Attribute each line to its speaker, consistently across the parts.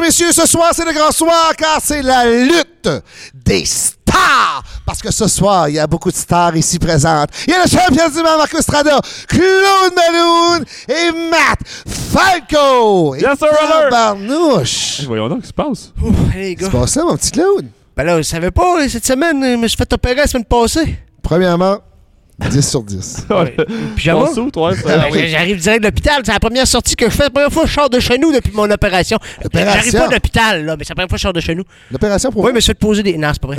Speaker 1: messieurs, ce soir, c'est le grand soir, car c'est la lutte des stars. Parce que ce soir, il y a beaucoup de stars ici présentes. Il y a le champion du monde, Marco Strada, Claude Maloune et Matt Falco. Et
Speaker 2: Yes, sir, brother.
Speaker 1: Barnouche.
Speaker 2: Voyons donc, ce qui se passe.
Speaker 3: Ouh, allez, les gars.
Speaker 1: C'est pas ça, mon petit Claude?
Speaker 3: Ben là, je savais pas, euh, cette semaine, euh, je me suis fait opérer la semaine passée.
Speaker 1: Premièrement, 10 sur 10.
Speaker 3: Pyjama?
Speaker 2: Ton soute, Ah, ouais,
Speaker 3: Ben,
Speaker 2: ça-
Speaker 3: j- J'arrive direct de l'hôpital. C'est la première sortie que je fais. La première fois que je sors de chez nous depuis mon opération.
Speaker 1: Opération?
Speaker 3: J'arrive pas de l'hôpital, là, mais c'est la première fois que je sors de chez nous.
Speaker 1: L'opération pour
Speaker 3: Oui, mais je me suis fait poser des. Non, c'est pas vrai.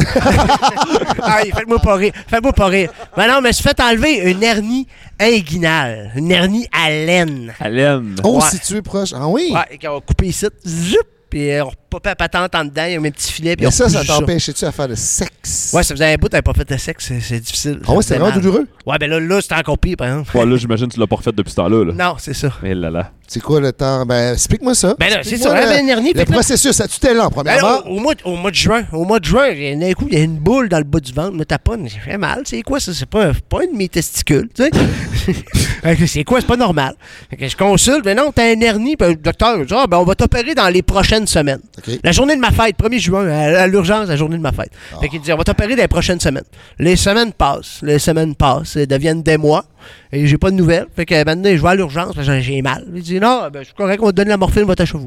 Speaker 3: Aïe, faites-moi pas rire. Faites-moi pas rire. Ben non, mais je me suis fait enlever une hernie inguinale. Une hernie à laine.
Speaker 2: Hélène.
Speaker 1: Oh,
Speaker 3: Ouais.
Speaker 1: si tu es proche. Ah oui?
Speaker 3: Ouais, et qu'on a coupé ici. Zip! Puis euh, on repopait la patente en dedans. Il y a mes petits filets. Puis
Speaker 1: Mais
Speaker 3: on
Speaker 1: ça, ça
Speaker 3: repousse
Speaker 1: t'empêchait-tu à faire le sexe?
Speaker 3: Ouais, ça faisait un bout, t'avais pas fait de sexe, c'est- c'est difficile.
Speaker 1: Ah ouais,
Speaker 3: Ça
Speaker 1: c'est
Speaker 3: faisait
Speaker 1: vraiment
Speaker 3: mal.
Speaker 1: douloureux.
Speaker 3: Ouais, ben là, là, c'était encore pire, par exemple.
Speaker 2: Ouais, là, j'imagine que tu l'as pas refait depuis ce temps-là. Là.
Speaker 3: Non, c'est ça.
Speaker 2: Eh là là.
Speaker 1: C'est quoi le temps? Ben, explique-moi ça.
Speaker 3: Ben là, c'est
Speaker 1: Explique-moi
Speaker 3: ça, la
Speaker 1: le-
Speaker 3: semaine dernière,
Speaker 1: Le
Speaker 3: fait que là-
Speaker 1: processus, ça tu t'es lent,
Speaker 3: Ben
Speaker 1: premièrement.
Speaker 3: là, au, au mois, de- au mois de juin, au mois de juin, il y a- d'un coup, il y a une boule dans le bas du ventre, me taponne, j'ai fait mal. C'est quoi ça? C'est pas, un- pas un de mes testicules, tu sais? Fait que c'est quoi? C'est pas normal. Fait que je consulte, mais non, t'as un hernie, puis le docteur, il dit, ah, ben on va t'opérer dans les prochaines semaines.
Speaker 1: OK.
Speaker 3: La journée de ma fête, 1er juin, à, à l'urgence, la journée de ma fête. Fait qu'il dit, on va t'opérer dans les prochaines semaines. Les semaines passent, les semaines passent, elles deviennent des mois, et j'ai pas de nouvelles. Fait que maintenant, je vais à l'urgence, parce que j'ai mal. Il dit, non, ben, je suis correct, on va te donne la morphine, va t'achever.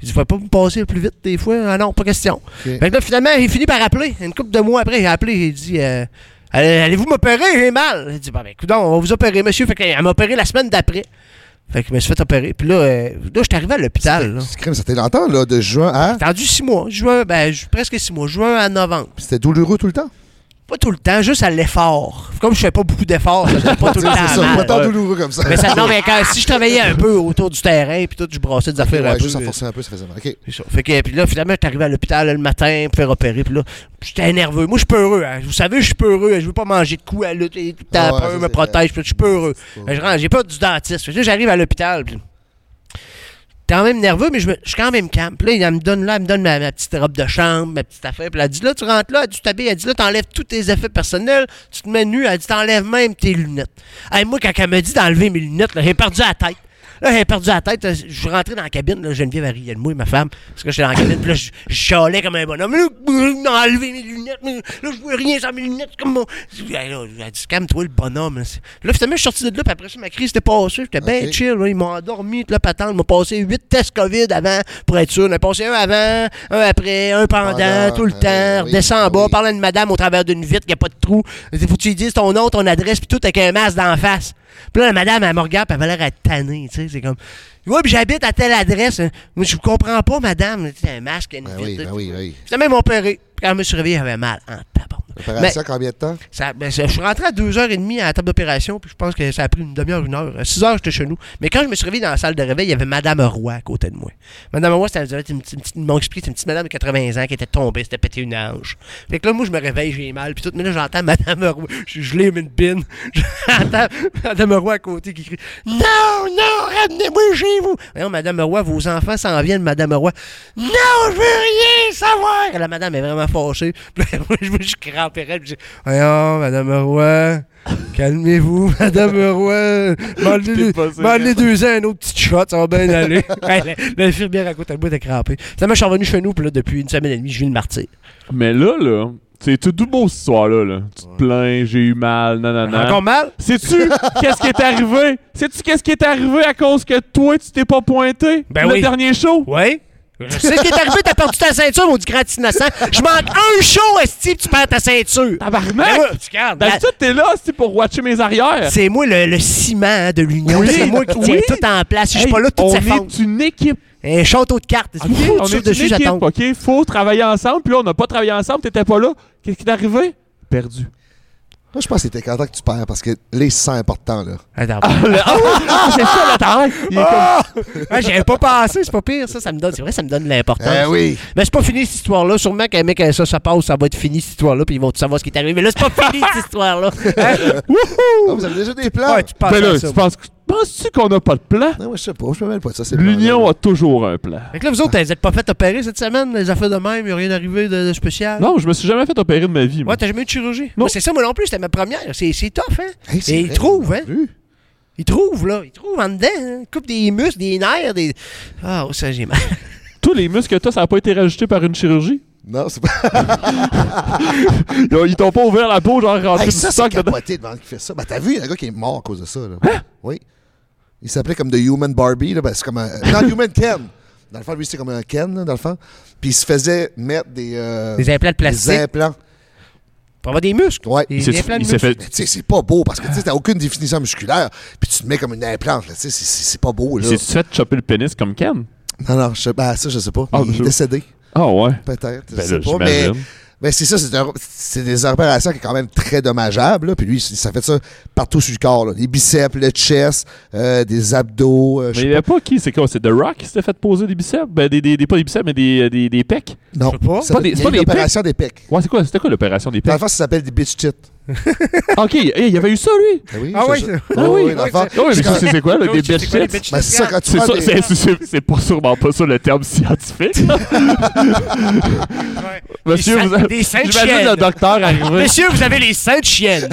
Speaker 3: Il dit, faut pas me passer plus vite des fois. Ah non, pas question. Fait que là, finalement, j'ai fini par appeler. Une couple de mois après, j'ai appelé, j'ai dit, euh, Allez- allez-vous m'opérer? J'ai mal. Il dit, bah ben, écoutez, on va vous opérer, monsieur. Fait qu'elle m'a opéré la semaine d'après. Fait que je me suis fait opérer. Puis là, euh, là, je suis arrivé à l'hôpital. là.
Speaker 1: C'est crème, ça t'est longtemps, là, de juin à.
Speaker 3: J'ai attendu six mois. Juin, ben, ju- presque six mois. Juin à novembre.
Speaker 1: Puis C'était douloureux tout le temps.
Speaker 3: Pas tout le temps, juste à l'effort. Comme je fais pas beaucoup d'efforts, ça faisait pas tout le temps
Speaker 1: C'est ça,
Speaker 3: mal.
Speaker 1: pas tant
Speaker 2: Ouais.
Speaker 1: douloureux comme ça.
Speaker 3: Ah, Mais ça, non, mais quand, si je travaillais un peu autour du terrain, puis tout, je brassais des affaires un
Speaker 1: Ouais,
Speaker 3: peu.
Speaker 1: juste en
Speaker 3: euh,
Speaker 1: forçant un peu, ça faisait mal. OK.
Speaker 3: C'est ça. Fait que, puis là, finalement, j'étais arrivé à l'hôpital là, le matin pour faire opérer. Puis là, j'étais nerveux. Moi, je suis peureux. Hein. Vous savez, je suis peureux. Je veux pas manger de coups à lutter. Tout le
Speaker 1: Ah
Speaker 3: temps,
Speaker 1: ouais,
Speaker 3: peur
Speaker 1: ça,
Speaker 3: me
Speaker 1: c'est-
Speaker 3: protège. puis Je suis peureux. Fait que Ben, je rentre. J'ai peur du dentiste. Fait que là, j'arrive à l'hôpital. Puis... Quand même nerveux, mais je, me- je suis quand même calme. Puis là, elle me donne, là, elle me donne ma, ma petite robe de chambre, ma petite affaire. Puis elle dit là, tu rentres là, elle dit tu t'habilles, elle dit là, t'enlèves tous tes effets personnels, tu te mets nu, elle dit t'enlèves même tes lunettes. Hey, moi, quand elle me dit d'enlever mes lunettes, là, j'ai perdu la tête. Là, j'ai perdu la tête. là, Je suis rentré dans la cabine. Là, Geneviève elle riait de moi et ma femme. Parce que j'étais dans la cabine. Puis là, je, je chialais comme un bonhomme. Là, enlevé mes lunettes. mais Là, je vois rien sans mes lunettes. c'est Comme mon... Elle, là, elle dit, calme-toi, le bonhomme. Là, C'est- là finalement, je suis sorti de là. Puis après ça, ma crise était passée. J'étais bien
Speaker 1: Ok.
Speaker 3: chill. là, Ils m'ont endormi. Là, patente. Ils m'ont passé huit tests COVID avant pour être sûr. On a passé un avant, un après, un pendant,
Speaker 1: Pendant,
Speaker 3: tout le
Speaker 1: euh,
Speaker 3: temps.
Speaker 1: oui,
Speaker 3: Redescends
Speaker 1: ah
Speaker 3: en bas.
Speaker 1: oui.
Speaker 3: Parle à une madame au travers d'une vitre qui a pas de trou. Il dit, Faut que tu lui dises ton nom, ton adresse, puis tout avec un masque d'en face. Puis là, la madame, elle me regarde, puis elle avait l'air à être tannée, tu sais. C'est comme. Ouais, puis j'habite à telle adresse. Moi, je vous comprends pas, madame. Tu sais, un masque, une
Speaker 1: Ben
Speaker 3: vitre.
Speaker 1: oui, ben oui, oui.
Speaker 3: Finalement, ils m'ont opéré. Puis Quand je me suis réveillé, j'avais mal. En tabarnak. Mais
Speaker 1: Opération, combien de temps?
Speaker 3: ça- ben, ça- je suis rentré à 2h30 à la table d'opération, puis je pense que ça a pris une demi-heure, une heure. 6h, j'étais chez nous. Mais quand je me suis réveillé dans la salle de réveil, il y avait Madame Roy à côté de moi. Madame Roy, c'était c'était une petite, une petite, mon esprit, c'était une petite madame de 80 ans qui était tombée, c'était pété une hanche. Fait que là, moi, je me réveille, j'ai mal, puis tout. Mais là, j'entends Madame Roy, je je l'ai mis une pine. J'entends Madame Roy à côté qui crie Non, non, ramenez-moi chez vous. Voyons, Madame Roy, vos enfants s'en viennent, Madame Roy. Non, je veux rien savoir. La madame est vraiment fâchée. Puis là, moi, je, moi, je cramperais, puis je dis Voyons, Madame Roy. Calmez-vous, Madame Roy. M'enlevez
Speaker 2: T'es pas sûr.
Speaker 3: m'enlevez deux ans, un autre petit shot, ça va bien aller. Hey, la- L'infirmière à côté de moi était crampée. Finalement, je suis revenu chez nous, puis là, depuis une semaine et demie, je vis le martyr.
Speaker 2: Mais là, là, c'est tout doux beau ce soir-là. Là. Tu te plains, j'ai eu mal, nanana.
Speaker 3: Encore mal?
Speaker 2: Sais-tu qu'est-ce qui est arrivé? Sais-tu qu'est-ce qui est arrivé à cause que toi, tu t'es pas pointé?
Speaker 3: Ben
Speaker 2: le
Speaker 3: oui.
Speaker 2: dernier show?
Speaker 3: Oui. Je sais ce qui est arrivé, t'as perdu ta ceinture, mon gratis innocent. Je manque un show, Esti, puis tu perds ta ceinture. Ben
Speaker 2: Tabarnak!
Speaker 3: ouais, tu gardes. Ben,
Speaker 2: D'habitude, t'es là c'est pour watcher mes arrières.
Speaker 3: C'est moi le, le ciment hein, de
Speaker 2: Ben,
Speaker 3: l'union.
Speaker 2: Oui.
Speaker 3: C'est moi qui
Speaker 2: Oui.
Speaker 3: mets tout en place. Si je suis
Speaker 2: Hey,
Speaker 3: pas là, tout
Speaker 2: On
Speaker 3: s'effondre.
Speaker 2: est une équipe.
Speaker 3: Un château de cartes.
Speaker 2: OK? On
Speaker 3: Sur
Speaker 2: est
Speaker 3: dessus,
Speaker 2: une
Speaker 3: j'attends.
Speaker 2: équipe, OK? Faut travailler ensemble. Puis là, on n'a pas travaillé ensemble. T'étais pas là. Qu'est-ce qui est arrivé? Perdu.
Speaker 1: Moi, je pense que t'es content que tu perds parce que les c'est important, là.
Speaker 3: Attends.
Speaker 2: Ah, ah, c'est ça, la taille. Il est comme
Speaker 3: Ouais, J'avais pas pensé, c'est pas pire. Ça, ça me donne. C'est vrai, ça me donne de l'importance.
Speaker 1: Eh oui.
Speaker 3: Mais c'est pas fini cette histoire-là. Sûrement qu'un mec, ça, ça passe, ça va être fini cette histoire-là, puis ils vont tout savoir ce qui est arrivé. Mais là, c'est pas fini cette histoire-là. Hein?
Speaker 1: Ah, vous avez déjà des plans?
Speaker 3: Ouais, tu penses
Speaker 2: Ben là,
Speaker 3: à ça.
Speaker 2: tu penses, penses-tu qu'on n'a pas de plan?
Speaker 1: Non, moi, je sais pas. Je me mêle pas de ça. c'est le
Speaker 2: L'Union
Speaker 1: plan,
Speaker 2: a toujours un plan.
Speaker 3: Fait que là, vous autres, vous êtes pas fait opérer cette semaine, les affaires de même, il a rien arrivé de, de spécial.
Speaker 2: Non, je me suis jamais fait opérer de ma vie. moi.
Speaker 3: Ouais, t'as jamais eu de chirurgie. Moi, c'est ça, moi non plus, c'était ma première. C'est c'est tough, hein?
Speaker 1: là. Hey, c'est
Speaker 3: Et ils
Speaker 1: vrai,
Speaker 3: trouvent, hein?
Speaker 1: j'ai vu.
Speaker 3: Ils trouvent, là. Ils trouvent en dedans, hein? Ils coupent des muscles, des nerfs, des. Ah, oh, ça, j'ai mal.
Speaker 2: Tous les muscles que t'as, ça n'a pas été rajouté par une chirurgie.
Speaker 1: Non, c'est pas.
Speaker 2: Ils ont- Ils t'ont pas ouvert la peau, genre rentré
Speaker 1: Hey,
Speaker 2: du
Speaker 1: ça, c'est
Speaker 2: stock dedans.
Speaker 1: capoté devant qui fait ça. Ben, t'as vu, il y a un gars qui est mort à cause de ça. Là. Oui. Il s'appelait comme The Human Barbie. Là, ben, c'est comme un... Non, Human Ken. Dans le fond, lui, c'est comme un Ken, là, dans le fond. Puis il se faisait mettre des, euh,
Speaker 3: Des implants de
Speaker 1: des
Speaker 3: plastique
Speaker 1: implants.
Speaker 3: pour avoir des muscles.
Speaker 1: Ouais.
Speaker 3: Des,
Speaker 2: Il s'est-
Speaker 3: des implants de
Speaker 2: il s'est
Speaker 3: muscles.
Speaker 2: fait,
Speaker 1: Mais tu sais, c'est pas beau parce que tu sais, t'as aucune définition musculaire. Puis tu te mets comme une implante. Là, tu sais, c'est, c'est, c'est pas beau.
Speaker 2: il
Speaker 1: Là.
Speaker 2: s'est fait choper le pénis comme Ken.
Speaker 1: Non, non, je... ben, ça, je sais pas.
Speaker 2: Ah,
Speaker 1: il est
Speaker 2: je-
Speaker 1: décédé,
Speaker 2: Ah ouais.
Speaker 1: peut-être. Je
Speaker 2: Ben
Speaker 1: sais
Speaker 2: là,
Speaker 1: pas. Mais...
Speaker 2: j'imagine.
Speaker 1: Ben, c'est ça, c'est, un- c'est des opérations qui est quand même très dommageable. là. Puis lui, ça fait ça partout sur le corps. là. Les biceps, le chest, euh, des abdos. euh, je
Speaker 2: Mais
Speaker 1: sais
Speaker 2: il n'y avait pas qui, c'est quoi? C'est The Rock qui s'était fait poser des biceps? Ben, des, des, des- pas des biceps, mais des, euh, des, des pecs.
Speaker 1: pas. Non,
Speaker 3: je sais pas.
Speaker 1: Ça-
Speaker 2: Pas des-
Speaker 1: il y a
Speaker 2: c'est pas
Speaker 1: eu
Speaker 2: des
Speaker 1: l'opération des pecs.
Speaker 2: Ouais, c'est quoi? C'était quoi l'opération des
Speaker 1: Dans le
Speaker 2: pecs?
Speaker 1: fond, ça s'appelle des bitch tits.
Speaker 2: Ah, ok, hey, il y avait eu ça, lui!
Speaker 1: Ah oui,
Speaker 3: Ah
Speaker 1: je-
Speaker 3: oui,
Speaker 1: je-
Speaker 3: ça-
Speaker 1: Ah oui,
Speaker 2: oui,
Speaker 1: dans le fond,
Speaker 2: Ah oui,
Speaker 1: c'est
Speaker 2: mais
Speaker 1: quand-
Speaker 2: c'est c'est quoi, là, des bitch
Speaker 3: quoi, les
Speaker 2: tits?
Speaker 1: Ben, c'est ça quand tu
Speaker 2: C'est
Speaker 1: vois
Speaker 2: ça,
Speaker 1: des-
Speaker 2: c'est- c'est- c'est- c'est pas sûrement pas ça le terme scientifique. là.
Speaker 3: Ouais.
Speaker 2: Monsieur,
Speaker 3: Des
Speaker 2: vous
Speaker 3: seins-
Speaker 2: avez-
Speaker 3: des seins de
Speaker 2: J'imagine le
Speaker 3: chienne.
Speaker 2: docteur arriver.
Speaker 3: Monsieur, vous avez les seins de chienne.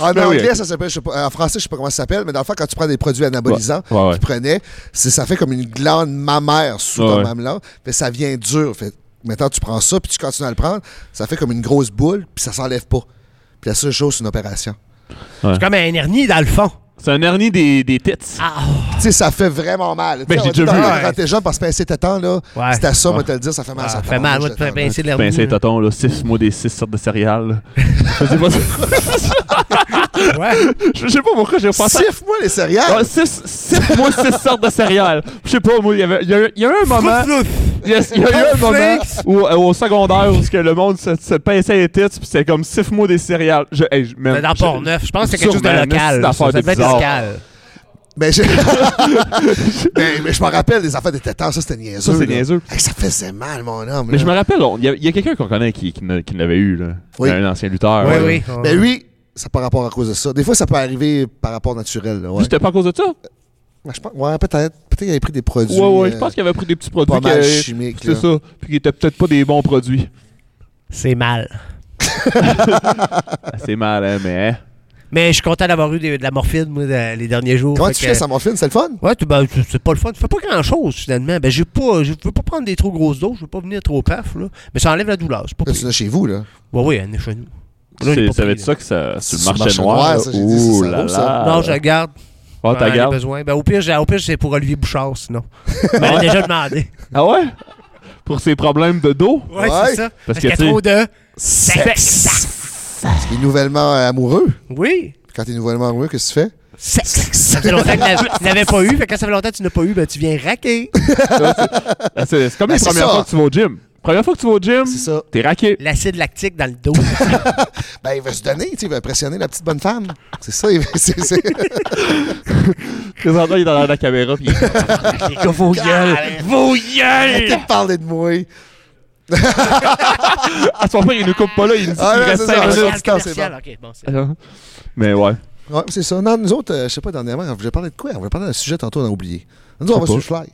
Speaker 1: En
Speaker 2: Ben oui,
Speaker 1: Ah, anglais,
Speaker 2: ok.
Speaker 1: ça s'appelle, je sais pas, en français, je sais pas comment ça s'appelle, mais dans le fond, quand tu prends des produits anabolisants,
Speaker 2: Ouais, ouais, ouais.
Speaker 1: tu prenais, c'est- ça fait comme une glande mammaire sous
Speaker 2: Ouais,
Speaker 1: ton
Speaker 2: ouais.
Speaker 1: mamelon, mais ça vient dur. Fait, maintenant, tu prends ça, puis tu continues à le prendre, ça fait comme une grosse boule, puis ça s'enlève pas. Puis la seule chose, c'est une opération.
Speaker 3: C'est comme un hernie dans le fond.
Speaker 2: C'est un hernie des, des tits.
Speaker 3: Ah,
Speaker 1: Tu sais, ça fait vraiment mal. Tu
Speaker 2: Ben,
Speaker 1: sais,
Speaker 2: j'ai
Speaker 1: on dit
Speaker 2: déjà
Speaker 1: dans-
Speaker 2: vu, Ah.
Speaker 1: Quand
Speaker 3: ouais.
Speaker 1: t'es jeune, parce que pincer tétan, là,
Speaker 3: Ouais. Ah,
Speaker 1: c'était ça, moi,
Speaker 2: Ouais.
Speaker 1: te le dire, Ah, ça fait mal.
Speaker 3: ça
Speaker 1: ça
Speaker 3: fait mal, ben, moi, de
Speaker 1: tétan,
Speaker 3: faire pincer l'hernie.
Speaker 2: Pincé
Speaker 3: là.
Speaker 2: Ben, tonton, là, 6 mois des 6 sortes de céréales. là. Je sais pas,
Speaker 3: Ouais.
Speaker 2: je sais pas pourquoi j'ai pensé à Ah,
Speaker 1: Siffle-moi les céréales!
Speaker 2: 6 mois, 6 sortes de céréales. Je sais pas, moi, il y avait- il y a eu- il y a eu un moment. Il y a, il y a eu un moment
Speaker 3: Cornflakes.
Speaker 2: où, euh, au secondaire où ce que le monde se, se pinçait les tits, puis c'était comme siffle mots des céréales. Je, hey, je- man,
Speaker 3: Mais dans
Speaker 2: je-
Speaker 3: Port-Neuf, je pense que c'est quelque chose de
Speaker 2: Sûrement, mais c'est
Speaker 3: local.
Speaker 2: une
Speaker 3: là.
Speaker 2: affaire
Speaker 3: Ça
Speaker 2: de
Speaker 3: devait être
Speaker 2: bizarre.
Speaker 3: local.
Speaker 1: Ben, j'ai- Ben, mais je me rappelle des affaires de tétan, ça, c'était niaiseux.
Speaker 2: Ça, c'est
Speaker 1: là.
Speaker 2: niaiseux.
Speaker 1: Hey, ça faisait mal, mon homme.
Speaker 2: Mais
Speaker 1: là.
Speaker 2: je me rappelle, on- il y a, il y a quelqu'un qu'on connaît qui, qui, ne- qui l'avait eu, là.
Speaker 1: Oui.
Speaker 2: Un ancien lutteur.
Speaker 3: Oui,
Speaker 2: là.
Speaker 3: oui.
Speaker 1: Mais lui, c'est par rapport à cause de Ben ça. Des fois, ça peut arriver par rapport naturel. là,
Speaker 2: Lui,
Speaker 1: ouais.
Speaker 2: C'était pas à cause de ça?
Speaker 1: Ouais, je pense- ouais, peut-être. Peut-être qu'il avait pris des produits.
Speaker 2: Ouais, ouais, je
Speaker 1: euh,
Speaker 2: pense qu'il avait pris des petits produits.
Speaker 1: pas mal
Speaker 2: que-
Speaker 1: chimiques,
Speaker 2: C'est
Speaker 1: là.
Speaker 2: ça. Puis qui étaient peut-être pas des bons produits.
Speaker 3: C'est mal.
Speaker 2: Ah, C'est mal, hein, mais.
Speaker 3: Mais je suis content d'avoir eu des- de la morphine, moi, de- les derniers jours.
Speaker 1: Comment
Speaker 3: Fait
Speaker 1: tu
Speaker 3: que-
Speaker 1: fais ça, morphine? C'est le fun?
Speaker 3: Ouais, tu- ben, tu- c'est pas le fun. Tu fais pas grand-chose, finalement. Ben, j'ai pas, je veux pas prendre des trop grosses doses. Je veux pas venir trop paf, là. Mais ça enlève la douleur. C'est pas
Speaker 1: Là,
Speaker 3: pire.
Speaker 1: tu l'as chez vous, là.
Speaker 3: Ouais, oui, elle est chez nous. Là, il est
Speaker 2: C'est-
Speaker 3: pas
Speaker 2: Ça va être
Speaker 3: pris,
Speaker 2: ça que ça. Sur le
Speaker 1: Sur le
Speaker 2: marché,
Speaker 1: marché
Speaker 2: noir.
Speaker 1: noir,
Speaker 2: là.
Speaker 1: ça, j'ai dit, ça,
Speaker 2: Ouh
Speaker 1: ça
Speaker 2: là
Speaker 1: vaut, ça.
Speaker 2: là.
Speaker 3: là. Non, je la garde.
Speaker 2: Ah,
Speaker 3: J'en
Speaker 2: t'as
Speaker 3: ai
Speaker 2: garde.
Speaker 3: besoin. Ben, au pire, j'ai- au pire, c'est pour Olivier Bouchard, sinon. Mais elle a déjà demandé.
Speaker 2: Ah ouais? Pour ses problèmes de dos?
Speaker 1: Ouais.
Speaker 3: Ouais, c'est ça. Parce,
Speaker 2: que
Speaker 3: qu'il y a
Speaker 2: tu sais-
Speaker 3: trop de
Speaker 1: Sexe! Il est nouvellement euh, amoureux.
Speaker 3: Oui.
Speaker 1: Quand t'es nouvellement amoureux, qu'est-ce que tu fais?
Speaker 3: Sexe. Ça fait longtemps que tu n'avais pas eu. Fait que quand ça fait longtemps que tu n'as pas eu, ben, tu viens raquer.
Speaker 2: Ah, C'est c'est comme
Speaker 1: Ben,
Speaker 2: la
Speaker 1: c'est
Speaker 2: première
Speaker 1: ça.
Speaker 2: fois que tu vas au gym. Première fois que tu vas au gym,
Speaker 1: C'est ça.
Speaker 2: t'es raqué.
Speaker 3: L'acide lactique dans le dos.
Speaker 1: Ben, il va se donner, tu sais, il va impressionner la petite bonne femme. C'est ça, il va. c'est- c'est-
Speaker 2: Présentement, il est dans la caméra. Puis
Speaker 3: Les gars, vos gueules. Vos gueules.
Speaker 1: Arrêtez de parler de moi.
Speaker 2: à Ah, son père, il nous coupe pas là. Il nous dit
Speaker 1: Ah,
Speaker 2: qu'il
Speaker 1: non,
Speaker 2: reste
Speaker 1: c'est ça,
Speaker 2: cinq
Speaker 1: c'est
Speaker 2: minutes.
Speaker 1: ça. Commercial,
Speaker 3: Ok, bon, c'est
Speaker 2: Euh, Mais ouais.
Speaker 1: Ouais, c'est ça. Non, nous autres, euh, je sais pas, dernièrement, on voulait parler de quoi? On voulait parler d'un sujet tantôt, on a oublié. Nous, on va
Speaker 2: Je sais
Speaker 1: sur le
Speaker 2: pas.
Speaker 1: fly.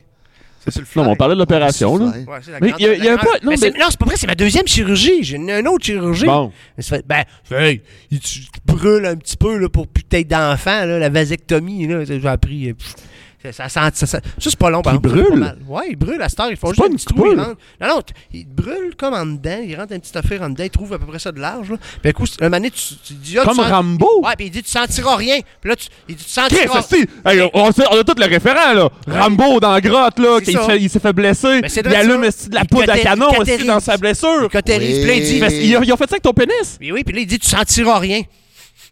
Speaker 3: sur le
Speaker 2: Non, mais on parlait de l'opération, là.
Speaker 1: Sur le fly.
Speaker 3: Ouais, c'est la
Speaker 2: Mais
Speaker 3: grande-
Speaker 2: il y a- il y a
Speaker 3: la
Speaker 2: pas-
Speaker 3: grande-
Speaker 2: non,
Speaker 3: Mais c'est-
Speaker 2: mais-
Speaker 3: non, c'est pas vrai, c'est ma deuxième chirurgie. J'ai une, une autre chirurgie.
Speaker 2: Bon.
Speaker 3: Mais ça fait- ben, hey, il- tu tu brûles un petit peu là, pour plus peut-être d'enfant, là, la vasectomie. Là, j'ai appris. euh, pff, ça, ça, sent- ça, ça- ça, c'est pas long, par
Speaker 2: Il
Speaker 3: exemple, c'est
Speaker 2: brûle?
Speaker 3: pas mal. Ouais, il brûle à cette heure. Ils
Speaker 2: C'est
Speaker 3: font juste
Speaker 2: pas
Speaker 3: un
Speaker 2: une
Speaker 3: petit trou. Ils
Speaker 2: poule.
Speaker 3: rentrent- non, non, t- il brûle comme en dedans. Il rentre un petit affaire en dedans. Il trouve à peu près ça de large. Là. Puis, un coup, un moment donné, tu, tu dis. ah, tu
Speaker 2: Comme
Speaker 3: sens-
Speaker 2: Rambo.
Speaker 3: Ouais, puis il dit, tu sentiras rien. Puis là, tu, il dit, tu
Speaker 2: Chris,
Speaker 3: sentiras.
Speaker 2: hostie! Hey, on, on sait- on a tout le référent, là. Rambo dans la grotte, là.
Speaker 3: C'est
Speaker 2: Il, se
Speaker 3: ça.
Speaker 2: fait- il s'est fait blesser.
Speaker 3: Mais c'est
Speaker 2: Il
Speaker 3: vrai,
Speaker 2: allume
Speaker 3: ça.
Speaker 2: hostie, de la
Speaker 3: Il
Speaker 2: poudre à
Speaker 3: caté-
Speaker 2: canon
Speaker 3: il
Speaker 2: hostie, dans sa blessure.
Speaker 3: Cautérise.
Speaker 1: Oui.
Speaker 3: Puis là, il dit,
Speaker 2: Il fait- Ils, ils ont fait ça avec ton pénis?
Speaker 3: Mais oui, puis là, il dit tu sentiras rien.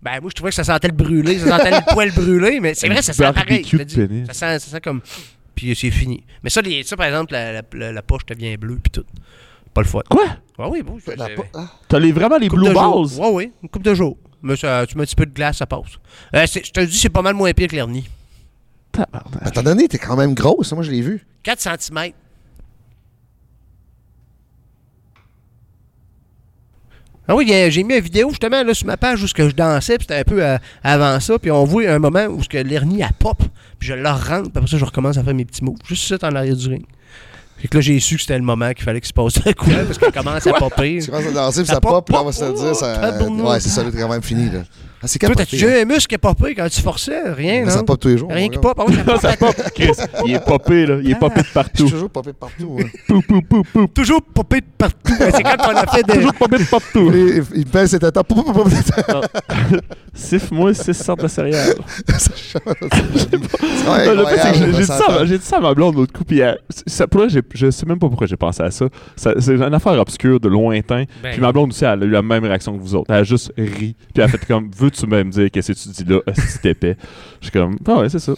Speaker 3: Ben, moi, je trouvais que ça sentait le brûlé, ça sentait le poil brûlé, mais c'est
Speaker 2: Un
Speaker 3: vrai, ça sent
Speaker 2: barbecue
Speaker 3: pareil.
Speaker 2: de
Speaker 3: Je te dis,
Speaker 2: pénis.
Speaker 3: ça, sent, ça sent comme. Puis c'est fini. Mais ça, les- ça par exemple, la, la, la- la poche devient bleue, puis tout. Pas le fun.
Speaker 2: Quoi?
Speaker 3: Ah oui, bon, c'est-
Speaker 1: La po- ah.
Speaker 2: T'as les- vraiment les
Speaker 3: coupe
Speaker 2: blue
Speaker 3: de jour.
Speaker 2: balls?
Speaker 3: Ouais, oui, une coupe de jour. Mais ça, tu mets un petit peu de glace, ça passe. Euh, c'est- je te dis, c'est pas mal moins pire que l'hernie.
Speaker 1: Mais T'as donné, t'es quand même grosse, moi, je l'ai vu.
Speaker 3: 4 cm. Ah oui, il y a- j'ai mis une vidéo justement là, sur ma page où ce que je dansais, puis c'était un peu euh, avant ça, puis on voit un moment où ce que l'hernie elle pop, puis je la rentre, puis après ça je recommence à faire mes petits mots, juste ça en arrière du ring. Fait que là j'ai su que c'était le moment qu'il fallait qu'il se passe un coup parce qu'elle commence à popper.
Speaker 1: Tu commences à danser, puis
Speaker 3: Ça
Speaker 1: ça pop,
Speaker 3: pop,
Speaker 1: puis là, on
Speaker 3: pop,
Speaker 1: va se le
Speaker 3: oh,
Speaker 1: dire. Ça...
Speaker 3: tabarnak.
Speaker 1: Ouais, c'est ça, là, t'es quand même fini, là. Ah, c'est
Speaker 3: Toi,
Speaker 1: capoté,
Speaker 3: t'as-tu déjà un muscle qui est popé quand tu forçais? Rien,
Speaker 1: hein. Ça
Speaker 3: non?
Speaker 1: pop tous les jours.
Speaker 3: Rien
Speaker 1: mon
Speaker 3: qui
Speaker 1: gars.
Speaker 3: pop. Ah oui, ça pop.
Speaker 2: Ça pop, Chris. Il est popé, là. Il
Speaker 3: Ah.
Speaker 2: est popé de
Speaker 1: Je suis
Speaker 2: partout.
Speaker 1: toujours popé partout. hein.
Speaker 2: Pou, pou, pou, pou.
Speaker 3: Toujours popé de partout. Ben, C'est quand on a fait des...
Speaker 2: Toujours popé de partout.
Speaker 1: Et il- il pèse ses têtes. Pou, pou, pou, pou, pou.
Speaker 2: Siffle-moi 6 sortes de céréales.
Speaker 1: Ouais,
Speaker 2: Non, le fait, c'est que
Speaker 1: incroyable,
Speaker 2: j'ai- j'ai dit
Speaker 1: ça,
Speaker 2: ça à
Speaker 1: ça.
Speaker 2: ma- j'ai dit ça à ma blonde l'autre coup, puis elle- ça, pour vrai, j'ai- je sais même pas pourquoi j'ai pensé à ça. Ça- C'est une affaire obscure de lointain.
Speaker 3: Ben.
Speaker 2: puis ma blonde aussi, elle a eu la même réaction que vous autres. Elle a juste ri. Puis elle a fait comme, veux-tu même dire qu'est-ce que tu dis là, si t'épais? Je suis comme, ah ouais, c'est ça.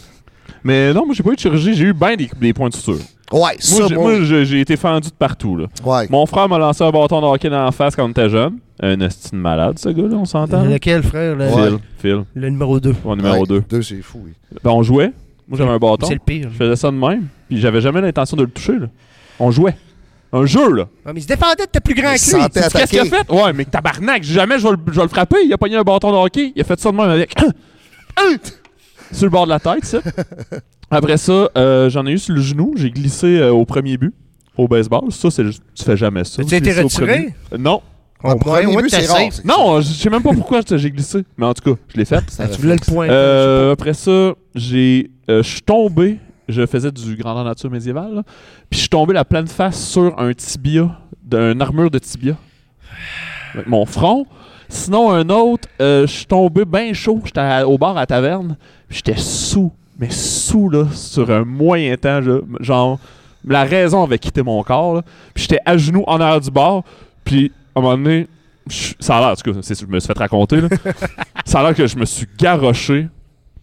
Speaker 2: Mais non, moi j'ai pas eu de chirurgie, j'ai eu bien des, des points de suture.
Speaker 1: Ouais,
Speaker 2: Moi,
Speaker 1: ça,
Speaker 2: j'ai-
Speaker 1: moi,
Speaker 2: moi, j'ai j'ai été fendu de partout. Là.
Speaker 1: Ouais.
Speaker 2: Mon frère m'a lancé un bâton de hockey dans la face quand on était jeune. Un hostile malade, ce gars-là, on s'entend? là?
Speaker 3: Lequel, frère? Le,
Speaker 1: Ouais.
Speaker 2: Phil, Phil,
Speaker 3: le numéro 2.
Speaker 2: mon numéro
Speaker 1: Ouais,
Speaker 2: 2.
Speaker 1: Deux, c'est fou, oui.
Speaker 2: on jouait, moi j'avais un bâton.
Speaker 3: C'est le pire.
Speaker 2: Je faisais ça de même, puis j'avais jamais l'intention de le toucher. Là. On jouait. Un jeu, là.
Speaker 3: Ah, mais il se défendait de t'es plus grand
Speaker 1: Il
Speaker 3: que lui.
Speaker 1: sentait
Speaker 2: Qu'est-ce
Speaker 1: attaqué.
Speaker 2: qu'il a fait? Ouais, mais tabarnak, jamais je vais le- je vais le frapper. Il a pogné un bâton de hockey. Il a fait ça de même avec. sur le bord de la tête, ça. Après ça, euh, j'en ai eu sur le genou. J'ai glissé euh, au premier but, au baseball. Ça, c'est juste. Tu fais jamais ça.
Speaker 3: As-tu été
Speaker 2: Glisser au
Speaker 3: retiré?
Speaker 2: premier. Euh, Non.
Speaker 1: Mon premier but, c'est rare. c'est-
Speaker 2: Non, je sais même pas pourquoi j'ai glissé. Mais en tout cas, je l'ai fait.
Speaker 1: c'est un
Speaker 3: Ah, tu voulais le
Speaker 1: réflexe.
Speaker 3: point.
Speaker 2: Euh, après ça, j'ai, euh, je suis tombé. Je faisais du grandeur nature médiévale. là. Puis je suis tombé la pleine face sur un tibia, d'une armure de tibia. Avec mon front. Sinon, un autre, euh, je suis tombé bien chaud. J'étais à- au bar à la taverne. Puis j'étais sous, mais sous, là, sur un moyen temps. là. Genre, la raison avait quitté mon corps. là. Puis j'étais à genoux en arrière du bar. Puis à un moment donné, je- ça a l'air, en tout cas, c'est, je me suis fait raconter. Là. ça a l'air que je me suis garoché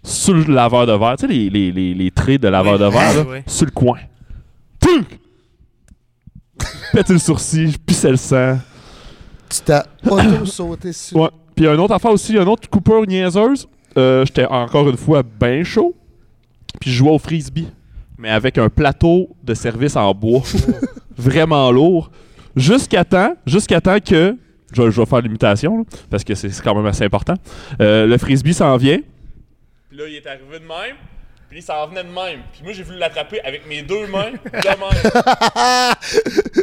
Speaker 2: sur le laveur de verre. Tu sais, les, les, les, les traits de laveur
Speaker 3: Oui.
Speaker 2: de verre, là,
Speaker 3: Ah, oui.
Speaker 2: sur le coin. Tung! Pété le sourcil, je pissais le sang.
Speaker 1: Tu t'as auto-sauté sur.
Speaker 2: Ouais. Puis une autre affaire aussi, une autre coupeur niaiseuse. Euh, J'étais encore une fois bien chaud. Puis je jouais au frisbee. Mais avec un plateau de service en bois. Vraiment lourd. Jusqu'à temps, jusqu'à temps que. Je, vais- je vais faire l'imitation, là, parce que c'est c'est quand même assez important. Euh, le frisbee s'en vient. Puis là, il est arrivé de même. Puis il s'en venait de même. Puis moi, j'ai voulu l'attraper avec mes deux mains. de même.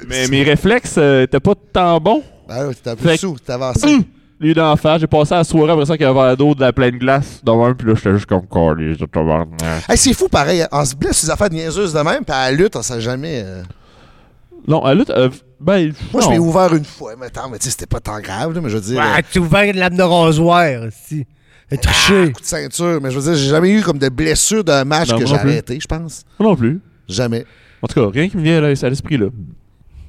Speaker 2: Mais mes réflexes euh, étaient pas tant bons.
Speaker 1: Ah ouais, t'étais un peu
Speaker 2: Fait-
Speaker 1: sous, t'es avancé.
Speaker 2: Lui d'en face, j'ai passé la soirée après ça qu'il y avait un d'eau de la pleine glace dans un, puis là j'étais juste comme collé, je
Speaker 1: Hey, c'est fou pareil, hein. on se blesse ces affaires niaiseuses de même, puis à la lutte, on sait jamais. euh.
Speaker 2: Non, à lutte, euh, ben.
Speaker 1: Moi, je
Speaker 2: non.
Speaker 1: m'ai ouvert une fois, mais attends, mais tu sais, c'était pas tant grave, là, mais je veux dire. euh,
Speaker 3: Ah, tu ouvert une lame de rasoir, si. Un triché.
Speaker 1: coup de ceinture, mais je veux dire, j'ai jamais eu comme de blessure d'un match
Speaker 2: Non,
Speaker 1: que
Speaker 2: moi
Speaker 1: j'ai
Speaker 2: non plus.
Speaker 1: arrêté, je pense.
Speaker 2: Moi non plus.
Speaker 1: Jamais.
Speaker 2: En tout cas, rien qui me vient à l'es- à l'esprit là.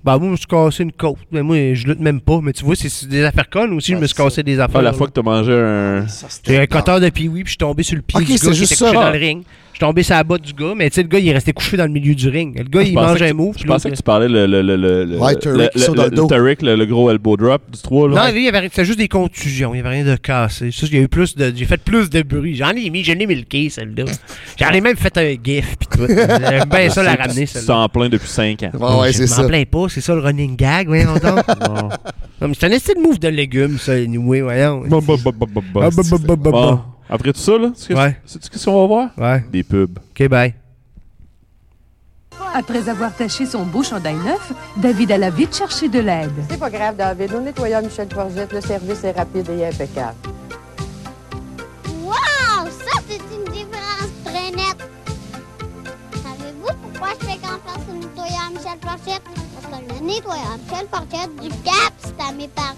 Speaker 3: Bah, moi, je me suis cassé une côte. Mais moi, je lutte même pas. Mais tu vois, c'est- c'est des affaires connes aussi. je
Speaker 1: Ouais,
Speaker 3: me suis
Speaker 1: c'est
Speaker 3: cassé des affaires.
Speaker 2: Ah, la
Speaker 3: là.
Speaker 2: fois que t'as mangé un.
Speaker 1: Ça,
Speaker 3: J'ai
Speaker 1: c'était-
Speaker 3: un cotard de pee-wee, puis je suis tombé sur le pied
Speaker 1: Ok,
Speaker 3: du
Speaker 1: c'est
Speaker 3: gars qui
Speaker 1: juste
Speaker 3: était couché
Speaker 1: ça. hein.
Speaker 3: dans le ring. Je suis tombé sur la botte du gars, mais tu sais, le gars, il est resté couché dans le milieu du ring. Le gars,
Speaker 2: Je
Speaker 3: il
Speaker 2: pensais
Speaker 3: mange
Speaker 2: que
Speaker 3: un
Speaker 2: tu-
Speaker 3: move. puis
Speaker 2: Je pensais que
Speaker 3: l'autre-
Speaker 2: tu parlais le. le, le, le, le
Speaker 1: Ouais,
Speaker 2: le-
Speaker 1: Tariq,
Speaker 2: le-
Speaker 1: sur
Speaker 2: le-
Speaker 1: le dos.
Speaker 2: Tariq, le, le gros elbow drop du 3 là.
Speaker 3: Non, lui, il y avait- c'était juste des contusions. Il n'y avait rien de cassé. Ça, il y a eu plus de. J'ai fait plus de bruit. J'en ai mis, j'en ai milqué, celle-là. J'en ai même fait un gif, pis tout. J'aime bien ça la ramener,
Speaker 2: Tu
Speaker 3: celle-là.
Speaker 2: t'en plains depuis 5 ans.
Speaker 1: Ouais, ouais,
Speaker 3: je
Speaker 1: c'est ça.
Speaker 3: m'en plains pas, c'est ça le running gag, voyons donc.
Speaker 2: Non.
Speaker 3: Non, mais c'est un style de move de légumes, ça, anyway, voyons.
Speaker 2: Bon, bon, bon, bon, bon, bon.
Speaker 3: Ah, bah, bah, bah, bah,
Speaker 2: Bon,
Speaker 3: bah.
Speaker 2: Après tout ça, là, c'est
Speaker 3: Ouais.
Speaker 2: ce qu'on va voir?
Speaker 3: Ouais,
Speaker 2: Des pubs.
Speaker 3: ok, bye.
Speaker 4: Après avoir taché son beau chandail neuf, David alla vite chercher de l'aide.
Speaker 5: C'est pas grave, David. Au nettoyant Michel Forgette, le service est rapide et impeccable.
Speaker 6: Wow! Ça, c'est une différence très nette. Savez-vous pourquoi je fais confiance au nettoyeur Michel Porchette? Parce que le nettoyeur Michel Porchette du Cap, c'est à mes parents.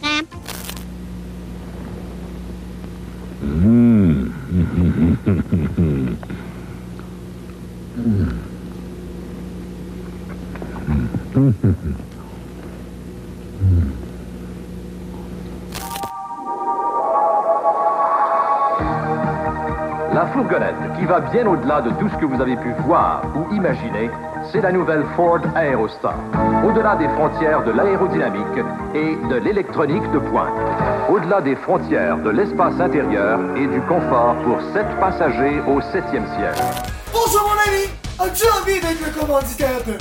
Speaker 7: La fourgonnette, qui va bien au-delà de tout ce que vous avez pu voir ou imaginer, c'est la nouvelle Ford Aerostar. Au-delà des frontières de l'aérodynamique et de l'électronique de pointe. Au-delà des frontières de l'espace intérieur et du confort pour sept passagers au septième siècle.
Speaker 8: Bonjour mon ami, as-tu envie d'être le commanditaire de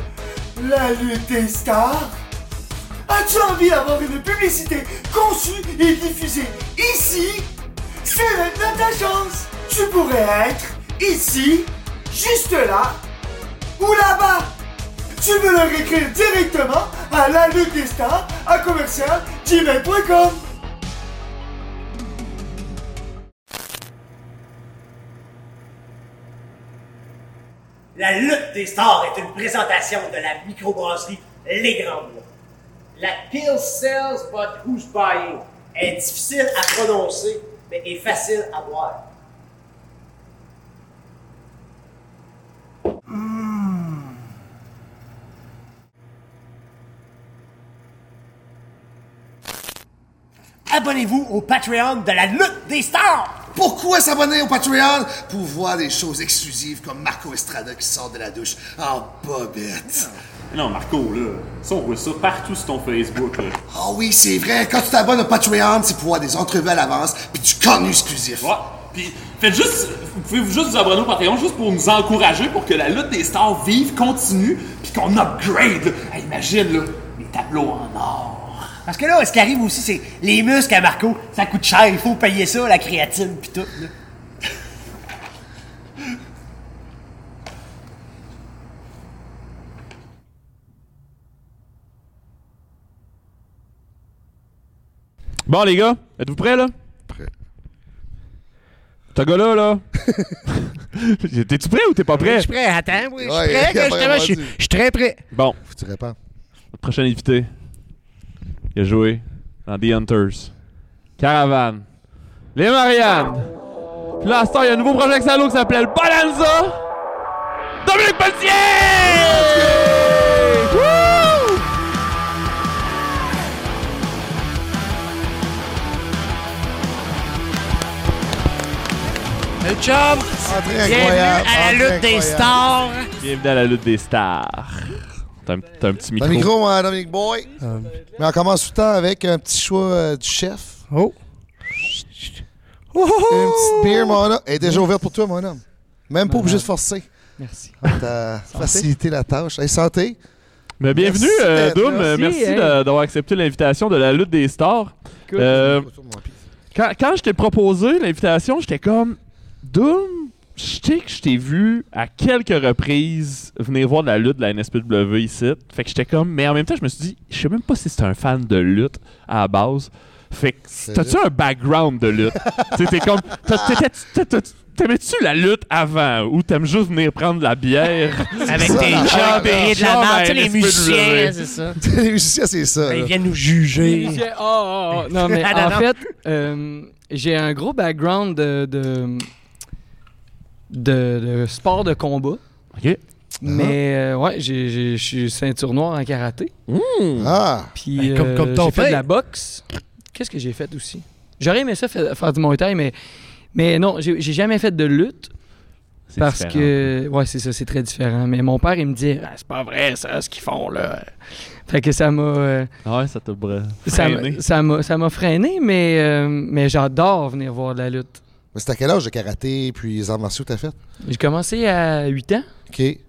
Speaker 8: la lutte des stars As-tu envie d'avoir une publicité conçue et diffusée ici C'est maintenant ta chance Tu pourrais être ici, juste là, ou là-bas Tu veux leur écrire directement à la lutte des stars à commercial gmail.com
Speaker 9: La lutte des stars est une présentation de la microbrasserie Les Grandes Lots. La pill sells, but who's buying est difficile à prononcer, mais est facile à boire. Hmm. Abonnez-vous au Patreon de la lutte des stars!
Speaker 1: Pourquoi s'abonner au Patreon? Pour voir des choses exclusives comme Marco Estrada qui sort de la douche en bobette.
Speaker 9: Ah.
Speaker 10: Non, Marco, là, ça, on voit ça partout sur ton Facebook, là.
Speaker 1: Ah oui, c'est vrai, quand tu t'abonnes au Patreon, c'est pour voir des entrevues à l'avance puis du contenu exclusif.
Speaker 10: Ouais. Ah, Puis, faites juste, vous pouvez juste vous abonner au Patreon juste pour nous encourager pour que la lutte des stars vive, continue, puis qu'on upgrade. là. Hey, imagine, là, les tableaux en or.
Speaker 9: Parce que là, ce qui arrive aussi, c'est les muscles à Marco, ça coûte cher, il faut payer ça, la créatine pis tout. là.
Speaker 2: Bon, les gars, êtes-vous prêts, là?
Speaker 1: Prêt.
Speaker 2: Ce gars-là, là. T'es-tu prêt ou t'es pas
Speaker 3: Je
Speaker 2: prêt?
Speaker 3: suis prêt, attends, oui, je
Speaker 1: Ouais,
Speaker 3: suis prêt,
Speaker 1: il a
Speaker 3: que justement,
Speaker 1: vraiment
Speaker 3: je suis-
Speaker 1: dit.
Speaker 3: je suis très prêt.
Speaker 2: Bon,
Speaker 1: Faut que tu réponds.
Speaker 2: notre prochain invité. Il a joué dans The Hunters. Caravane. Les Mariannes. Puis là, à cette heure, il y a un nouveau projet avec Salo qui s'appelle Bonanza. Dominique Pelletier! Wouh!
Speaker 3: Le chum,
Speaker 1: Entrée
Speaker 3: bienvenue
Speaker 1: incroyable.
Speaker 3: à la
Speaker 1: entrée
Speaker 3: lutte des
Speaker 1: incroyable.
Speaker 3: stars.
Speaker 2: Bienvenue à la lutte des stars. T'as un, t'as un petit
Speaker 1: Dans
Speaker 2: micro.
Speaker 1: le micro, hein, Dominic Boy.
Speaker 2: Euh,
Speaker 1: Mais on commence tout le temps avec un petit choix euh, du chef.
Speaker 3: Oh.
Speaker 1: Une petite bière, mon homme. Elle est déjà ouverte pour toi, mon homme. Même pas obligé de forcer.
Speaker 11: Merci.
Speaker 1: On t'a facilité la tâche. Hey, santé.
Speaker 2: Mais bienvenue,
Speaker 1: Merci
Speaker 2: euh,
Speaker 1: d'être
Speaker 2: Doom.
Speaker 1: là.
Speaker 2: Euh, Merci,
Speaker 11: Merci, hein.
Speaker 2: d'a- d'avoir accepté l'invitation de la lutte des stars.
Speaker 11: Cool.
Speaker 2: Euh, quand, quand je t'ai proposé l'invitation, j'étais comme Doom, je sais que je t'ai vu à quelques reprises venir voir de la lutte de la NSPW ici. Fait que j'étais comme, mais en même temps, je me suis dit, je sais même pas si c'est un fan de lutte à la base. Fait que
Speaker 1: C'est
Speaker 2: t'as-tu un background de lutte? T'sais, t'es comme, t'as- t'étais- t'as- t'as- t'aimais-tu la lutte avant ou t'aimes juste venir prendre de la bière?
Speaker 3: Avec
Speaker 1: ça,
Speaker 3: des
Speaker 1: la-
Speaker 3: chums, des rires de la
Speaker 2: chums
Speaker 3: merde,
Speaker 2: à
Speaker 3: tu sais, les
Speaker 2: NSPW.
Speaker 3: musiciens, là, c'est ça.
Speaker 1: Les musiciens, c'est ça.
Speaker 3: Ils
Speaker 1: là.
Speaker 3: viennent nous juger.
Speaker 11: J'ai- oh, oh, oh. Non, mais
Speaker 3: Ah, non,
Speaker 11: en
Speaker 3: non.
Speaker 11: fait, euh, j'ai un gros background de, de, de- de sport de combat.
Speaker 2: Ok.
Speaker 3: Uh-huh.
Speaker 11: Mais euh, ouais, j'ai- j'ai- je suis ceinture noire en karaté.
Speaker 1: Ah,
Speaker 11: Puis
Speaker 3: Ben, comme-
Speaker 11: euh,
Speaker 3: comme ton
Speaker 11: j'ai fait
Speaker 3: père.
Speaker 11: de la boxe. Qu'est-ce que j'ai fait aussi? J'aurais aimé ça fa- faire du Muay Thai, mais, mais non, j'ai j'ai jamais fait de lutte.
Speaker 2: C'est
Speaker 11: Parce
Speaker 2: différent.
Speaker 11: que, ouais, c'est ça, c'est très différent. Mais mon père, il me dit, Ah, c'est pas vrai, ça, ce qu'ils font, là. Fait que ça m'a. euh,
Speaker 2: Ah ouais, ça t'a bra-
Speaker 11: ça m'a-
Speaker 2: freiné.
Speaker 11: ça m'a ça m'a freiné, mais, euh, mais j'adore venir voir de la lutte.
Speaker 1: mais c'était à quel âge le karaté puis les arts martiaux t'as fait?
Speaker 11: J'ai commencé à 8 ans.
Speaker 1: OK. Fait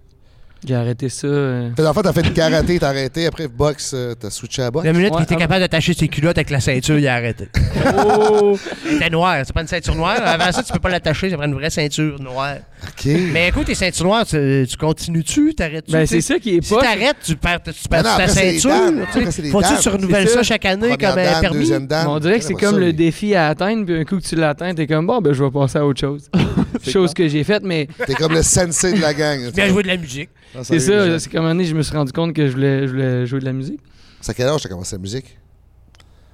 Speaker 11: J'ai arrêté ça. euh,
Speaker 1: que, en fait, t'as fait du karaté, t'as arrêté. Après, boxe, euh, t'as switché à la boxe.
Speaker 3: La minute
Speaker 11: Ouais,
Speaker 3: qu'il était
Speaker 11: ah,
Speaker 3: capable d'attacher ses culottes avec la ceinture, il a arrêté.
Speaker 11: Oh!
Speaker 3: Elle était noire, c'est pas une ceinture noire. Avant ça, tu peux pas l'attacher, ça prend une vraie ceinture noire.
Speaker 1: OK. Mais
Speaker 3: Mais écoute, les ceintures noires, tu, tu continues-tu, t'arrêtes-tu?
Speaker 11: ben,
Speaker 3: t'sais?
Speaker 11: c'est ça qui est
Speaker 3: Si
Speaker 11: pas.
Speaker 3: t'arrêtes, tu perds, tu perds
Speaker 1: Ben non,
Speaker 3: ta
Speaker 1: après, c'est les
Speaker 3: ceinture.
Speaker 1: dames.
Speaker 3: tu sais.
Speaker 1: Après, c'est les
Speaker 3: Faut-tu
Speaker 1: dames.
Speaker 3: que tu renouvelles
Speaker 11: C'est
Speaker 3: ça
Speaker 11: ça.
Speaker 3: chaque année comme un
Speaker 1: dan,
Speaker 3: permis?
Speaker 1: deuxième dan.
Speaker 11: Mais on dirait que c'est
Speaker 1: Après
Speaker 11: comme
Speaker 1: ça,
Speaker 11: le défi à atteindre, puis un coup que tu l'atteins, t'es comme, bon, ben, je vais passer à autre chose. chose que j'ai faite, mais
Speaker 1: T'es comme le sensei de la gang. Ah,
Speaker 3: Bien jouer de la musique.
Speaker 1: Non,
Speaker 11: c'est
Speaker 1: sérieux,
Speaker 11: ça,
Speaker 1: mais-
Speaker 11: c'est comme un année, je me suis rendu compte que je voulais, je voulais jouer de la musique.
Speaker 1: C'est à quel âge t'as commencé la musique?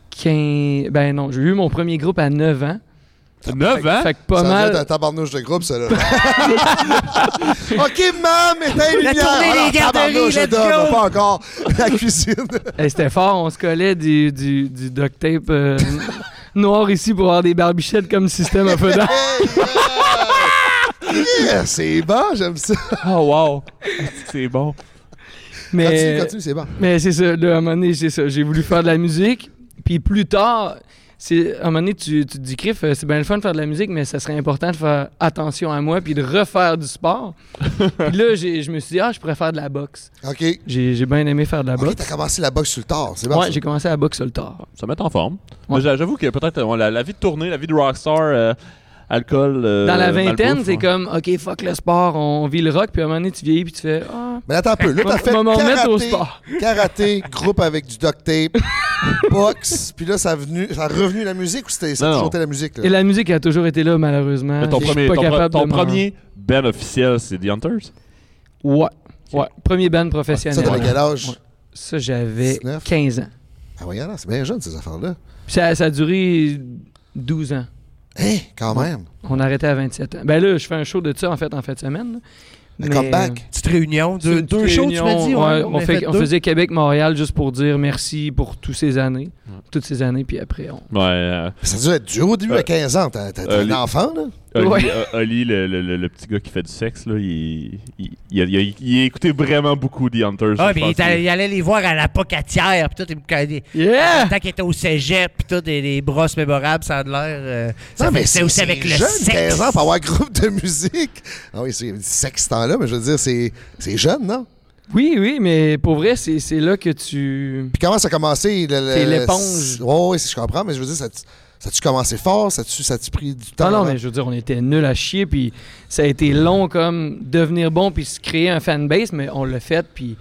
Speaker 11: Quin- Ben non, j'ai eu mon premier groupe à 9 ans.
Speaker 2: 9 ans?
Speaker 11: Fait que pas
Speaker 1: Ah, ça doit être
Speaker 11: mal.
Speaker 1: un tabarnouche de groupe, ça, là. OK, maman, éteins les
Speaker 3: La
Speaker 1: lumières.
Speaker 3: tournée des
Speaker 1: Alors,
Speaker 3: garderies,
Speaker 1: Ah, tabarnouche,
Speaker 3: let's
Speaker 1: d'homme,
Speaker 3: go.
Speaker 1: Pas encore. La cuisine.
Speaker 11: Hey, C'était fort, on se collait du, du, du duct tape euh, noir ici pour avoir des barbichettes comme système un peu d'art.
Speaker 1: Hey, yeah. Yeah, c'est bon, j'aime ça.
Speaker 2: Oh wow! C'est bon.
Speaker 11: Mais,
Speaker 1: Continue, continue, c'est bon.
Speaker 11: mais c'est ça, là, à un moment donné, c'est ça, j'ai voulu faire de la musique. Puis plus tard, c'est, à un moment donné, tu, tu te dis, Criff, euh, c'est bien le fun de faire de la musique, mais ça serait important de faire attention à moi puis de refaire du sport. puis là, j'ai- je me suis dit, ah, je pourrais faire de la boxe.
Speaker 1: OK.
Speaker 11: J'ai, j'ai bien aimé faire de la
Speaker 1: OK,
Speaker 11: boxe.
Speaker 1: t'as commencé la boxe sur le tard, c'est bon.
Speaker 11: ouais,
Speaker 1: ça.
Speaker 11: j'ai commencé à boxe le tard.
Speaker 2: Ça met en forme.
Speaker 11: Ouais.
Speaker 2: Mais j'a- J'avoue que peut-être euh, ouais, la, la vie de tournée, la vie de rockstar, euh, alcool. euh,
Speaker 11: Dans la
Speaker 2: Malbouffe,
Speaker 11: vingtaine, c'est
Speaker 2: ouais.
Speaker 11: comme, OK, fuck le sport, on vit le rock, puis à un moment donné, tu vieillis, puis tu fais, ah,
Speaker 1: Mais attends un peu. Là, t'as
Speaker 11: Faut-
Speaker 1: fait
Speaker 11: faut m'en remettre au
Speaker 1: karaté,
Speaker 11: sport.
Speaker 1: karaté, groupe avec du duct tape, boxe. Puis là, ça a, venu, ça a revenu la musique ou c'était ça a
Speaker 2: Non, non.
Speaker 1: toujours été la musique? Là?
Speaker 11: Et la musique a toujours été là, malheureusement.
Speaker 2: Mais ton
Speaker 11: hein, Je suis
Speaker 2: premier, ben
Speaker 11: pas
Speaker 2: ton, pre-
Speaker 11: capable
Speaker 2: ton
Speaker 11: de m'en-
Speaker 2: premier band officiel, c'est The Hunters.
Speaker 11: Ouais. ouais. Premier band professionnel.
Speaker 1: Ça, t'avais quel âge?
Speaker 11: Ouais. Ça, j'avais 15 ans.
Speaker 1: Ah, voyons, là, c'est bien jeune, ces affaires-là.
Speaker 11: Puis ça, ça a duré 12 ans.
Speaker 1: Hé, Hein, quand
Speaker 11: Ouais.
Speaker 1: même.
Speaker 11: On arrêtait à 27 ans. Ben là, je fais un show de ça, en fait, en fin de semaine. là. Mais-
Speaker 3: Petite réunion,
Speaker 11: C'est
Speaker 3: deux,
Speaker 11: une
Speaker 3: deux
Speaker 11: petite
Speaker 3: shows, tu
Speaker 11: réunion,
Speaker 3: m'as dit.
Speaker 11: ouais,
Speaker 3: ouais,
Speaker 11: on,
Speaker 3: a
Speaker 11: fait-
Speaker 3: fait
Speaker 11: on
Speaker 3: deux.
Speaker 11: faisait Québec-Montréal juste pour dire merci pour toutes ces années. Toutes ces années, puis après, on...
Speaker 2: Ouais. euh,
Speaker 1: Ça a dû être dur au début, à 15 ans. T'as t'as-
Speaker 3: Euh,
Speaker 1: t'as
Speaker 2: Oli-
Speaker 1: un enfant, là?
Speaker 2: Oli,
Speaker 11: Ouais.
Speaker 2: euh, Oli, le, le- le- le petit gars qui fait du sexe, là, il, il, il a, il a- il a écouté vraiment beaucoup The Hunters.
Speaker 3: Ah,
Speaker 2: je
Speaker 3: puis
Speaker 2: pense
Speaker 3: il, allait- il allait les voir à la pocatière, puis tout, il- quand il-
Speaker 11: Yeah!
Speaker 3: Tant qu'il était au cégep, puis tout, des, des brosses mémorables, ça a de l'air. euh, ça
Speaker 1: Non, mais
Speaker 3: finissait
Speaker 1: c'est
Speaker 3: aussi
Speaker 1: c'est
Speaker 3: avec le
Speaker 1: jeune,
Speaker 3: sexe.
Speaker 1: 15 ans, pour avoir un groupe de musique. Ah oui, c'est sexe temps-là, mais je veux dire, c'est c'est jeune, non?
Speaker 11: Oui, oui, mais pour vrai, c'est c'est là que tu...
Speaker 1: Puis comment ça a commencé? le- le-
Speaker 11: C'est l'éponge.
Speaker 1: le- Oui, oui, si je comprends, mais je veux dire, ça t- ça a-tu commencé fort? Ça a-tu ça a-tu pris du temps?
Speaker 11: Ah non,
Speaker 1: avant?
Speaker 11: mais je veux dire, on était nuls à chier, puis ça a été long comme devenir bon, puis se créer un fanbase, mais on l'a fait, puis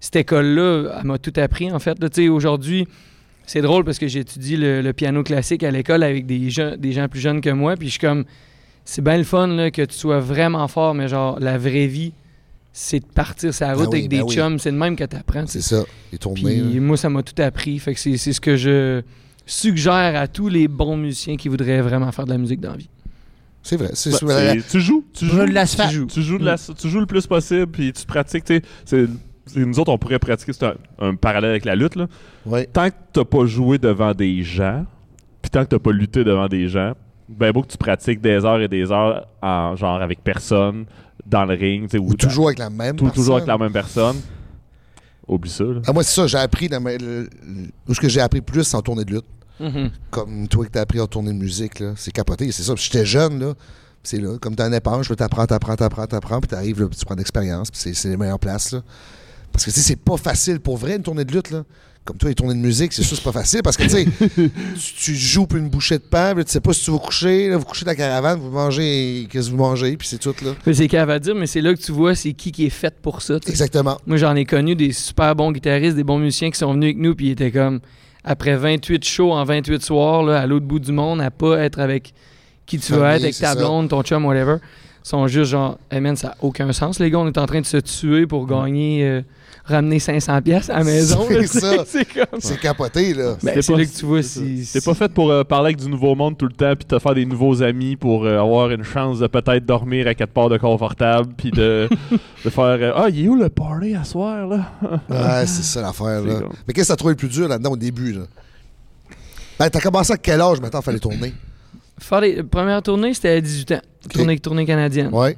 Speaker 11: cette école-là, elle m'a tout appris, en fait. Là, tu sais, aujourd'hui, c'est drôle parce que j'étudie le, le piano classique à l'école avec des, gens- des gens plus jeunes que moi, puis je suis comme, c'est bien le fun là, que tu sois vraiment fort, mais genre, la vraie vie, c'est de partir sur la
Speaker 1: Ben
Speaker 11: route
Speaker 1: oui,
Speaker 11: avec
Speaker 1: ben
Speaker 11: des
Speaker 1: oui.
Speaker 11: chums, c'est le même que tu apprends.
Speaker 1: C'est ça, hein. les tournées.
Speaker 11: Puis
Speaker 1: là.
Speaker 11: moi, ça m'a tout appris. Fait que c'est c'est ce que je suggère à tous les bons musiciens qui voudraient vraiment faire de la musique dans la vie.
Speaker 1: C'est vrai. c'est-
Speaker 2: Bah,
Speaker 1: c'est-
Speaker 2: c'est- tu joues, tu
Speaker 3: Brûle
Speaker 2: joues,
Speaker 3: l'asphalte.
Speaker 2: tu joues, tu joues de
Speaker 11: Mm.
Speaker 2: la- tu joues le plus possible, puis tu pratiques. tu sais, c'est- c'est- nous autres, on pourrait pratiquer, c'est un, un parallèle avec la lutte. Là.
Speaker 1: Ouais.
Speaker 2: Tant que t'as pas joué devant des gens, puis tant que t'as pas lutté devant des gens, ben beau que tu pratiques des heures et des heures en genre avec personne dans le ring, tu sais,
Speaker 1: Ou
Speaker 2: ou dans-
Speaker 1: toujours avec la même
Speaker 2: tout- toujours avec
Speaker 1: personne.
Speaker 2: la même personne. Oublie ça. Là.
Speaker 1: Ah, moi, c'est ça, j'ai appris. dans ma- le- le- Où ce que j'ai appris plus, c'est en tournée de lutte. Comme toi que t'as appris en tournée de musique, là. C'est capoté, c'est ça. Puis j'étais jeune, là. C'est là, comme t'as un éponge, là, t'apprends, t'apprends, t'apprends, t'apprends, puis t'arrives, là, puis tu prends de l'expérience, puis c'est- c'est les meilleures places, là. Parce que, tu sais, c'est pas facile pour vrai, une tournée de lutte, là. Comme toi, les tournées de musique, c'est sûr, c'est pas facile, parce que, tu sais, tu, tu joues puis une bouchée de pain, puis là, tu sais pas si tu vas coucher, là, vous couchez dans la caravane, vous mangez, qu'est-ce que vous mangez, puis c'est tout, là.
Speaker 11: Mais C'est cave à dire, mais c'est là que tu vois c'est qui qui est fait pour ça. tu sais.
Speaker 1: Exactement.
Speaker 11: Moi, j'en ai connu des super bons guitaristes, des bons musiciens qui sont venus avec nous, puis ils étaient comme, après 28 shows en 28 soirs, là, à l'autre bout du monde, à pas être avec qui tu veux
Speaker 1: Famille,
Speaker 11: être, avec
Speaker 1: c'est
Speaker 11: ta
Speaker 1: ça.
Speaker 11: blonde, ton chum, whatever, sont juste genre, hey man, ça n'a aucun sens. Les gars, on est en train de se tuer pour gagner, euh, ramener 500 pièces à la maison. là, tu
Speaker 1: C'est
Speaker 11: sais.
Speaker 1: ça.
Speaker 11: C'est comme...
Speaker 1: C'est capoté, là.
Speaker 11: Ben,
Speaker 2: C'était
Speaker 11: c'est
Speaker 2: pas-
Speaker 11: là que tu vois si...
Speaker 2: T'es pas fait pour euh, parler avec du nouveau monde tout le temps, puis te faire des nouveaux amis pour euh, avoir une chance de peut-être dormir à quatre parts de confortable, puis de, de faire euh, Ah, il est où le party à soir, là
Speaker 1: Ouais, c'est ça l'affaire,
Speaker 2: C'est
Speaker 1: là.
Speaker 2: comme-
Speaker 1: Mais qu'est-ce que t'as trouvé le plus dur là-dedans au début, là? Ben, t'as commencé à quel âge maintenant fallait tourner?
Speaker 11: Faire les premières tournées, c'était à 18 ans. Tournée, tournée canadienne.
Speaker 1: Ouais.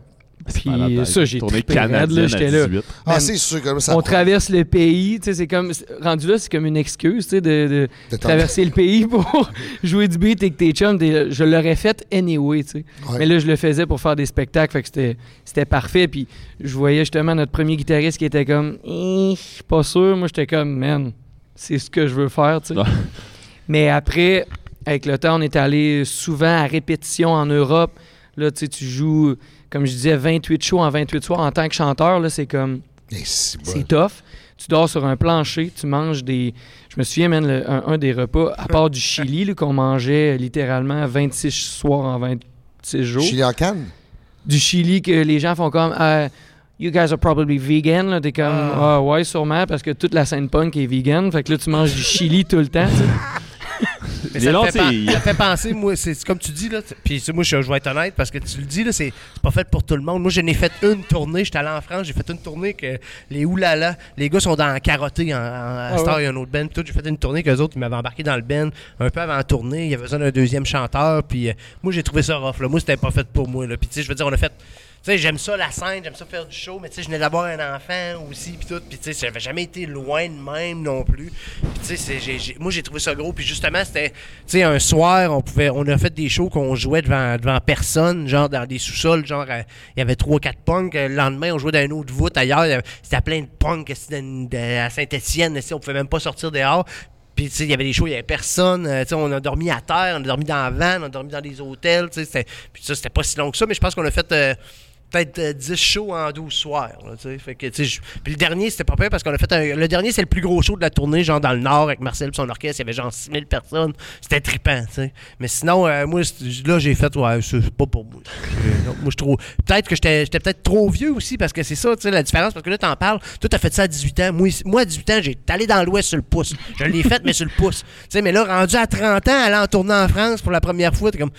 Speaker 11: Puis ça, j'ai
Speaker 2: tourné
Speaker 11: trippé raide, là,
Speaker 2: canadienne à
Speaker 11: j'étais là.
Speaker 2: 18.
Speaker 1: Ah,
Speaker 11: Man,
Speaker 1: c'est sûr que ça.
Speaker 11: Ben, on traverse le pays, tu sais, c'est comme c'est- rendu là, c'est comme une excuse, tu sais, de, de
Speaker 1: De t'en-
Speaker 11: traverser le pays pour jouer du beat avec tes chums. Des- je l'aurais fait anyway, tu sais.
Speaker 1: Ouais.
Speaker 11: Mais là, je le faisais pour faire des spectacles, fait que c'était, c'était parfait. Puis je voyais justement notre premier guitariste qui était comme, Hum, je suis pas sûr. Moi, j'étais comme, man, c'est ce que je veux faire, tu sais.
Speaker 2: Ouais.
Speaker 11: Mais après, avec le temps, on est allé souvent à répétition en Europe. Là, tu sais, tu joues, comme je disais, 28 shows en 28 soirs. En tant que chanteur, là, c'est comme.
Speaker 1: Eh, c'est bon.
Speaker 11: C'est tough. Tu dors sur un plancher, tu manges des. Je me souviens, man, le- un, un des repas, à part du Chili, là, qu'on mangeait euh, littéralement 26 soirs en 26 jours.
Speaker 1: Chili en canne?
Speaker 11: Du Chili que les gens font comme. euh, You guys are probably vegan. là. T'es comme, ah ouais, sûrement, parce que toute la scène punk est vegan. Fait que là, tu manges du chili tout le temps. tu sais.
Speaker 3: Mais
Speaker 2: Les
Speaker 3: ça, me fait
Speaker 2: lentilles.
Speaker 3: pen- ça me fait penser, moi, c'est c'est comme tu dis, là. t- Puis c'est- moi, je, je vais être honnête parce que tu le dis, là, c'est c'est pas fait pour tout le monde. Moi, je n'ai fait une tournée. J'étais allé en France, j'ai fait une tournée que les oulala, les gars sont dans la carotté en, en- à
Speaker 11: Ah
Speaker 3: Star,
Speaker 11: ouais.
Speaker 3: il y a un autre band. puis tout. J'ai fait une tournée qu'eux autres, ils m'avaient embarqué dans le band un peu avant la tournée. Il y avait besoin d'un deuxième chanteur. Puis euh, moi, j'ai trouvé ça rough, là. Moi, c'était pas fait pour moi, là. Puis tu sais, je veux dire, on a fait. Tu sais, j'aime ça la scène, j'aime ça faire du show, mais tu sais, je venais d'avoir un enfant aussi, puis tout, puis tu sais, j'avais jamais été loin de même non plus. Puis tu sais, c'est- j'ai- j'ai- moi j'ai trouvé ça gros, puis justement, c'était, tu sais, un soir, on pouvait, on a fait des shows qu'on jouait devant, devant personne, genre dans des sous-sols, genre, euh, il y avait trois, quatre punks, Euh, le lendemain, on jouait dans une autre voûte ailleurs, il y avait- c'était plein de punks c'était une- de- à Saint-Étienne, on pouvait même pas sortir dehors. Puis, tu sais, il y avait des shows, il y avait personne. Euh, tu sais, on a dormi à terre, on a dormi dans la van, on a dormi dans des hôtels. tu sais, c'était- Puis, ça, c'était pas si long que ça, mais je pense qu'on a fait euh, peut-être euh, 10 shows en 12 soirs. là, tu sais. Fait que, tu sais, je- Puis le dernier, c'était pas pire parce qu'on a fait un- Le dernier, c'est le plus gros show de la tournée, genre dans le Nord, avec Marcel et son orchestre. Il y avait genre 6000 personnes. C'était trippant, tu sais. Mais sinon, euh, moi, c'est- là, j'ai fait, ouais, c'est pas pour moi. Euh, non, moi, je trouve. Peut-être que j'étais j'étais peut-être trop vieux aussi parce que c'est ça, tu sais, la différence. Parce que là, t'en parles. Toi, t'as fait ça à 18 ans. Moi, ici- moi à 18 ans, j'ai allé dans l'Ouest sur le pouce. Je l'ai fait, mais sur le pouce. Tu sais, mais là, rendu à 30 ans, aller en tournant en France pour la première fois, t'es comme.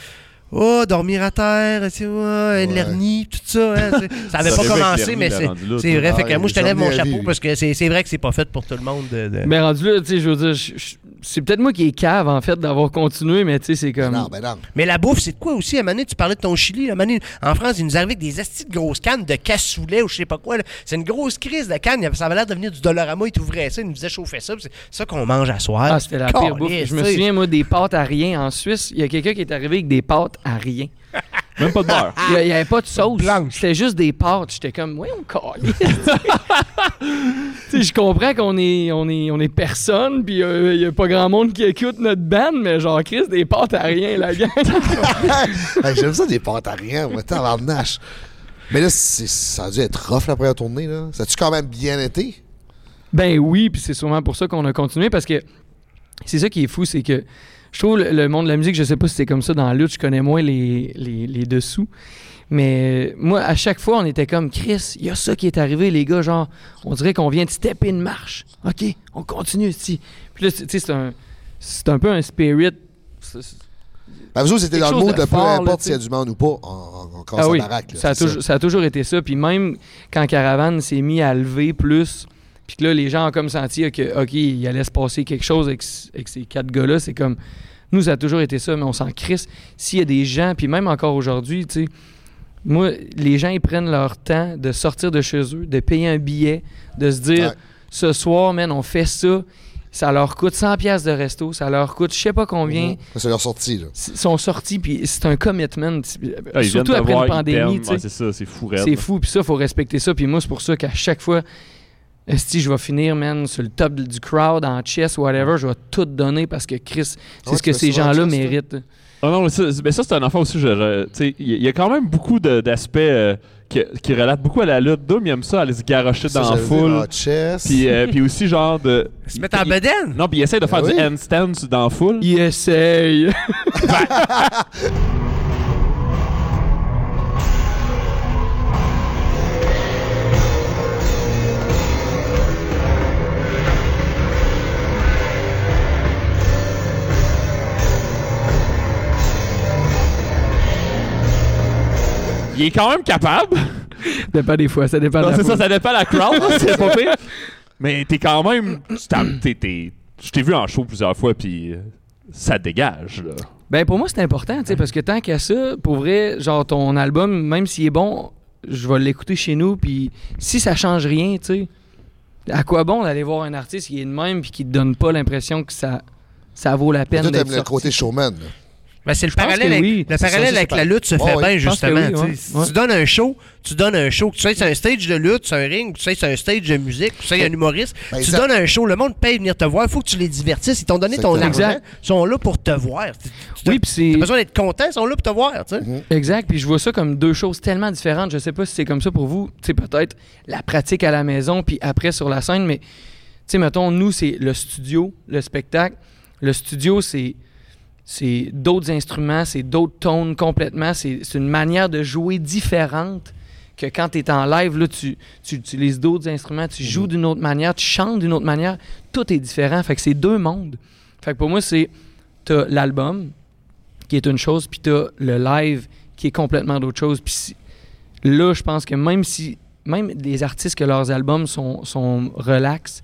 Speaker 3: Oh, dormir à terre, tu sais, ouais, une hernie, tout ça. hein, tu sais. ça avait
Speaker 11: Ça
Speaker 3: pas
Speaker 11: fait que
Speaker 3: commencé,
Speaker 11: l'hernie,
Speaker 3: mais
Speaker 11: la
Speaker 3: c'est
Speaker 11: rendu là,
Speaker 3: c'est
Speaker 11: toi.
Speaker 3: vrai. fait
Speaker 11: Ah,
Speaker 3: que moi, je te
Speaker 11: les
Speaker 3: lève mon
Speaker 11: hernies à
Speaker 3: chapeau
Speaker 11: vie.
Speaker 3: parce que c'est c'est vrai que c'est pas fait pour tout le monde. de- de-
Speaker 11: Mais rendu là, tu sais, je veux dire, je- je- c'est peut-être moi qui est cave, en fait, d'avoir continué, mais tu sais, c'est comme.
Speaker 3: ben,
Speaker 1: ben,
Speaker 3: Mais la bouffe, c'est de quoi aussi? À Mané, tu parlais de ton Chili. là. À un moment donné, en France, ils nous arrivaient avec des astis de grosses cannes de cassoulet ou je sais pas quoi. là. C'est une grosse crise de cannes. Il y avait- Ça avait l'air de venir du Dollarama. Ils t'ouvraient ça, ils nous faisaient chauffer ça. puis C'est ça qu'on mange à soir.
Speaker 11: Ah, c'était la pire bouffe.
Speaker 3: Calisse,
Speaker 11: Je me
Speaker 3: tu sais.
Speaker 11: souviens, moi, des pâtes à rien en Suisse. Il y a quelqu'un qui est arrivé avec des pâtes à rien.
Speaker 2: Même pas de beurre.
Speaker 11: Il n'y avait pas de sauce. C'était juste des pâtes. J'étais comme, ouais, on calisse. Tu sais, Je comprends qu'on est, on est, on est personne, puis euh, il n'y a pas grand monde qui écoute notre band, mais genre, Chris, des pâtes à rien, la gang.
Speaker 1: Hey, J'aime ça des pâtes à rien, moi, t'es en Mais là, c'est- ça a dû être rough la première tournée, là. Ça a-tu quand même bien été?
Speaker 11: Ben oui, puis c'est sûrement pour ça qu'on a continué parce que c'est ça qui est fou, c'est que je trouve le, le monde de la musique, je sais pas si c'est comme ça dans la lutte, je connais moins les, les, les dessous. Mais moi, à chaque fois, on était comme Chris, il y a ça qui est arrivé, les gars, genre, on dirait qu'on vient de stepper une marche. OK, on continue ici. Puis là, tu sais, c'est un, c'est un peu un spirit. C'est- c'est-
Speaker 1: Ben, vous autres, c'était
Speaker 11: quelque
Speaker 1: dans le
Speaker 11: chose
Speaker 1: mode de, peu
Speaker 11: fort, là,
Speaker 1: importe
Speaker 11: tu
Speaker 1: s'il y a
Speaker 11: sais.
Speaker 1: du monde ou pas, on, on, on casse
Speaker 11: Ah
Speaker 1: la
Speaker 11: oui,
Speaker 1: baraque, là,
Speaker 11: ça, a
Speaker 1: c'est
Speaker 11: toujours, ça a toujours été ça. Puis même quand Caravane s'est mis à lever plus, puis que là, les gens ont comme senti euh, que, OK, il allait se passer quelque chose avec, c- avec ces quatre gars-là, c'est comme. Nous, ça a toujours été ça, mais on s'en crisse. S'il y a des gens, puis même encore aujourd'hui, tu sais, moi, les gens, ils prennent leur temps de sortir de chez eux, de payer un billet, de se dire, ce soir, man, on fait ça. Ça leur coûte 100 pièces de resto, ça leur coûte je sais pas combien.
Speaker 1: Ça leur sorti, là.
Speaker 11: Ils sont sortis, puis c'est un commitment.
Speaker 2: Ah, ils viennent
Speaker 11: surtout après
Speaker 2: d'avoir,
Speaker 11: une
Speaker 2: ils t'aiment.
Speaker 11: pandémie. tu sais.
Speaker 2: Ouais, c'est ça, c'est fou, raide.
Speaker 11: C'est fou, puis ça, faut respecter ça. Puis moi, c'est pour ça qu'à chaque fois, si je vais finir, man, sur le top du crowd, en chess, whatever, je vais tout donner parce que Chris, c'est
Speaker 2: Ouais,
Speaker 11: ce que
Speaker 2: tu fais
Speaker 11: ces
Speaker 2: souvent en
Speaker 11: gens-là
Speaker 2: chess, toi?
Speaker 11: méritent.
Speaker 2: Ah non, mais ça, c'est- mais ça, c'est un enfant aussi. je- je- tu sais, Il y, il y a quand même beaucoup de- d'aspects euh, qui, qui relatent beaucoup à la lutte. Doom, il aime ça, aller se garrocher
Speaker 1: Ça,
Speaker 2: dans la
Speaker 1: j'allais dire, ah,
Speaker 2: foule.
Speaker 1: en chess.
Speaker 2: Puis, euh, puis aussi, genre de. se
Speaker 3: mettre en bedaine.
Speaker 2: Non, puis il essaie de faire
Speaker 1: Ah
Speaker 2: du
Speaker 1: oui.
Speaker 2: handstand sur- dans la foule.
Speaker 11: Ben Il essaye.
Speaker 2: Il est quand même capable.
Speaker 11: dépend des fois, ça dépend de
Speaker 2: Non,
Speaker 11: la
Speaker 2: c'est ça,
Speaker 11: foule.
Speaker 2: ça dépend de la crowd, c'est pas pire. Ah, Mais t'es quand même. tu t'as- t'es- t'es- Je t'ai vu en show plusieurs fois, puis euh, ça dégage, là.
Speaker 11: Ben pour moi c'est important, tu sais, parce que tant qu'à ça, pour vrai, genre ton album, même s'il est bon, je vais l'écouter chez nous, puis si ça change rien, tu sais, à quoi bon d'aller voir un artiste qui est de même puis qui te donne pas l'impression que ça, ça vaut la
Speaker 1: Toi,
Speaker 11: peine
Speaker 1: t'aimes
Speaker 11: d'être
Speaker 1: le
Speaker 11: sorti.
Speaker 1: côté showman, là.
Speaker 3: Ben, c'est le
Speaker 11: pense
Speaker 3: parallèle,
Speaker 11: que
Speaker 3: avec,
Speaker 11: oui.
Speaker 3: le
Speaker 11: C'est
Speaker 3: parallèle
Speaker 11: ça,
Speaker 3: avec
Speaker 11: c'est
Speaker 3: la
Speaker 11: pas-
Speaker 3: lutte se
Speaker 11: Ouais,
Speaker 3: fait
Speaker 11: ouais,
Speaker 3: bien,
Speaker 11: je pense que
Speaker 3: justement.
Speaker 11: oui,
Speaker 3: tu sais.
Speaker 11: ouais,
Speaker 3: Si
Speaker 11: ouais.
Speaker 3: Tu donnes un show, tu donnes un show. Tu sais, c'est un stage de lutte, c'est un ring, tu sais, c'est un stage de musique, tu sais, il y a un humoriste.
Speaker 1: Ben,
Speaker 3: tu
Speaker 1: exact.
Speaker 3: donnes un show, le monde paye venir te voir, il faut que tu les divertisses. Ils t'ont donné ton
Speaker 1: Exactement.
Speaker 3: argent,
Speaker 1: Exact.
Speaker 3: ils sont là pour te voir. Tu- tu-
Speaker 11: Oui, puis c'est. Mhm.
Speaker 3: T'as besoin d'être content, ils sont là pour te voir, tu sais.
Speaker 11: Exact, puis je vois ça comme deux choses tellement différentes. Je sais pas si c'est comme ça pour vous, tu sais, peut-être la pratique à la maison, puis après sur la scène, mais tu sais, mettons, nous, c'est le studio, le spectacle. Le studio, c'est c'est d'autres instruments, c'est d'autres tones complètement, c'est c'est une manière de jouer différente que quand tu es en live, là, tu, tu utilises d'autres instruments, tu joues d'une autre manière, tu chantes d'une autre manière, tout est différent, fait que c'est deux mondes. Fait que pour moi, c'est, t'as l'album, qui est une chose, puis t'as le live qui est complètement d'autre chose. Puis si- là, je pense que même si même des artistes que leurs albums sont, sont relax,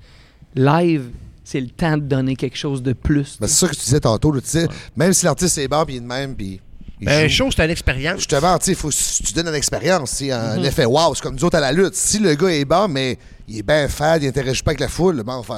Speaker 11: live, c'est le temps de donner quelque chose de plus.
Speaker 1: Ben, c'est ça que tu disais tantôt, là, tu sais, même si l'artiste est bon, puis il est de même, puis il
Speaker 3: Ben, un
Speaker 1: joue.
Speaker 3: show, c'est une expérience.
Speaker 1: Justement, tu sais, faut que tu donnes une expérience, c'est un
Speaker 11: Mm-hmm.
Speaker 3: Mhm.
Speaker 1: effet wow, c'est comme nous autres à la lutte. Si le gars est bon, mais il est bien fade, il interagit pas avec la foule, ben on fait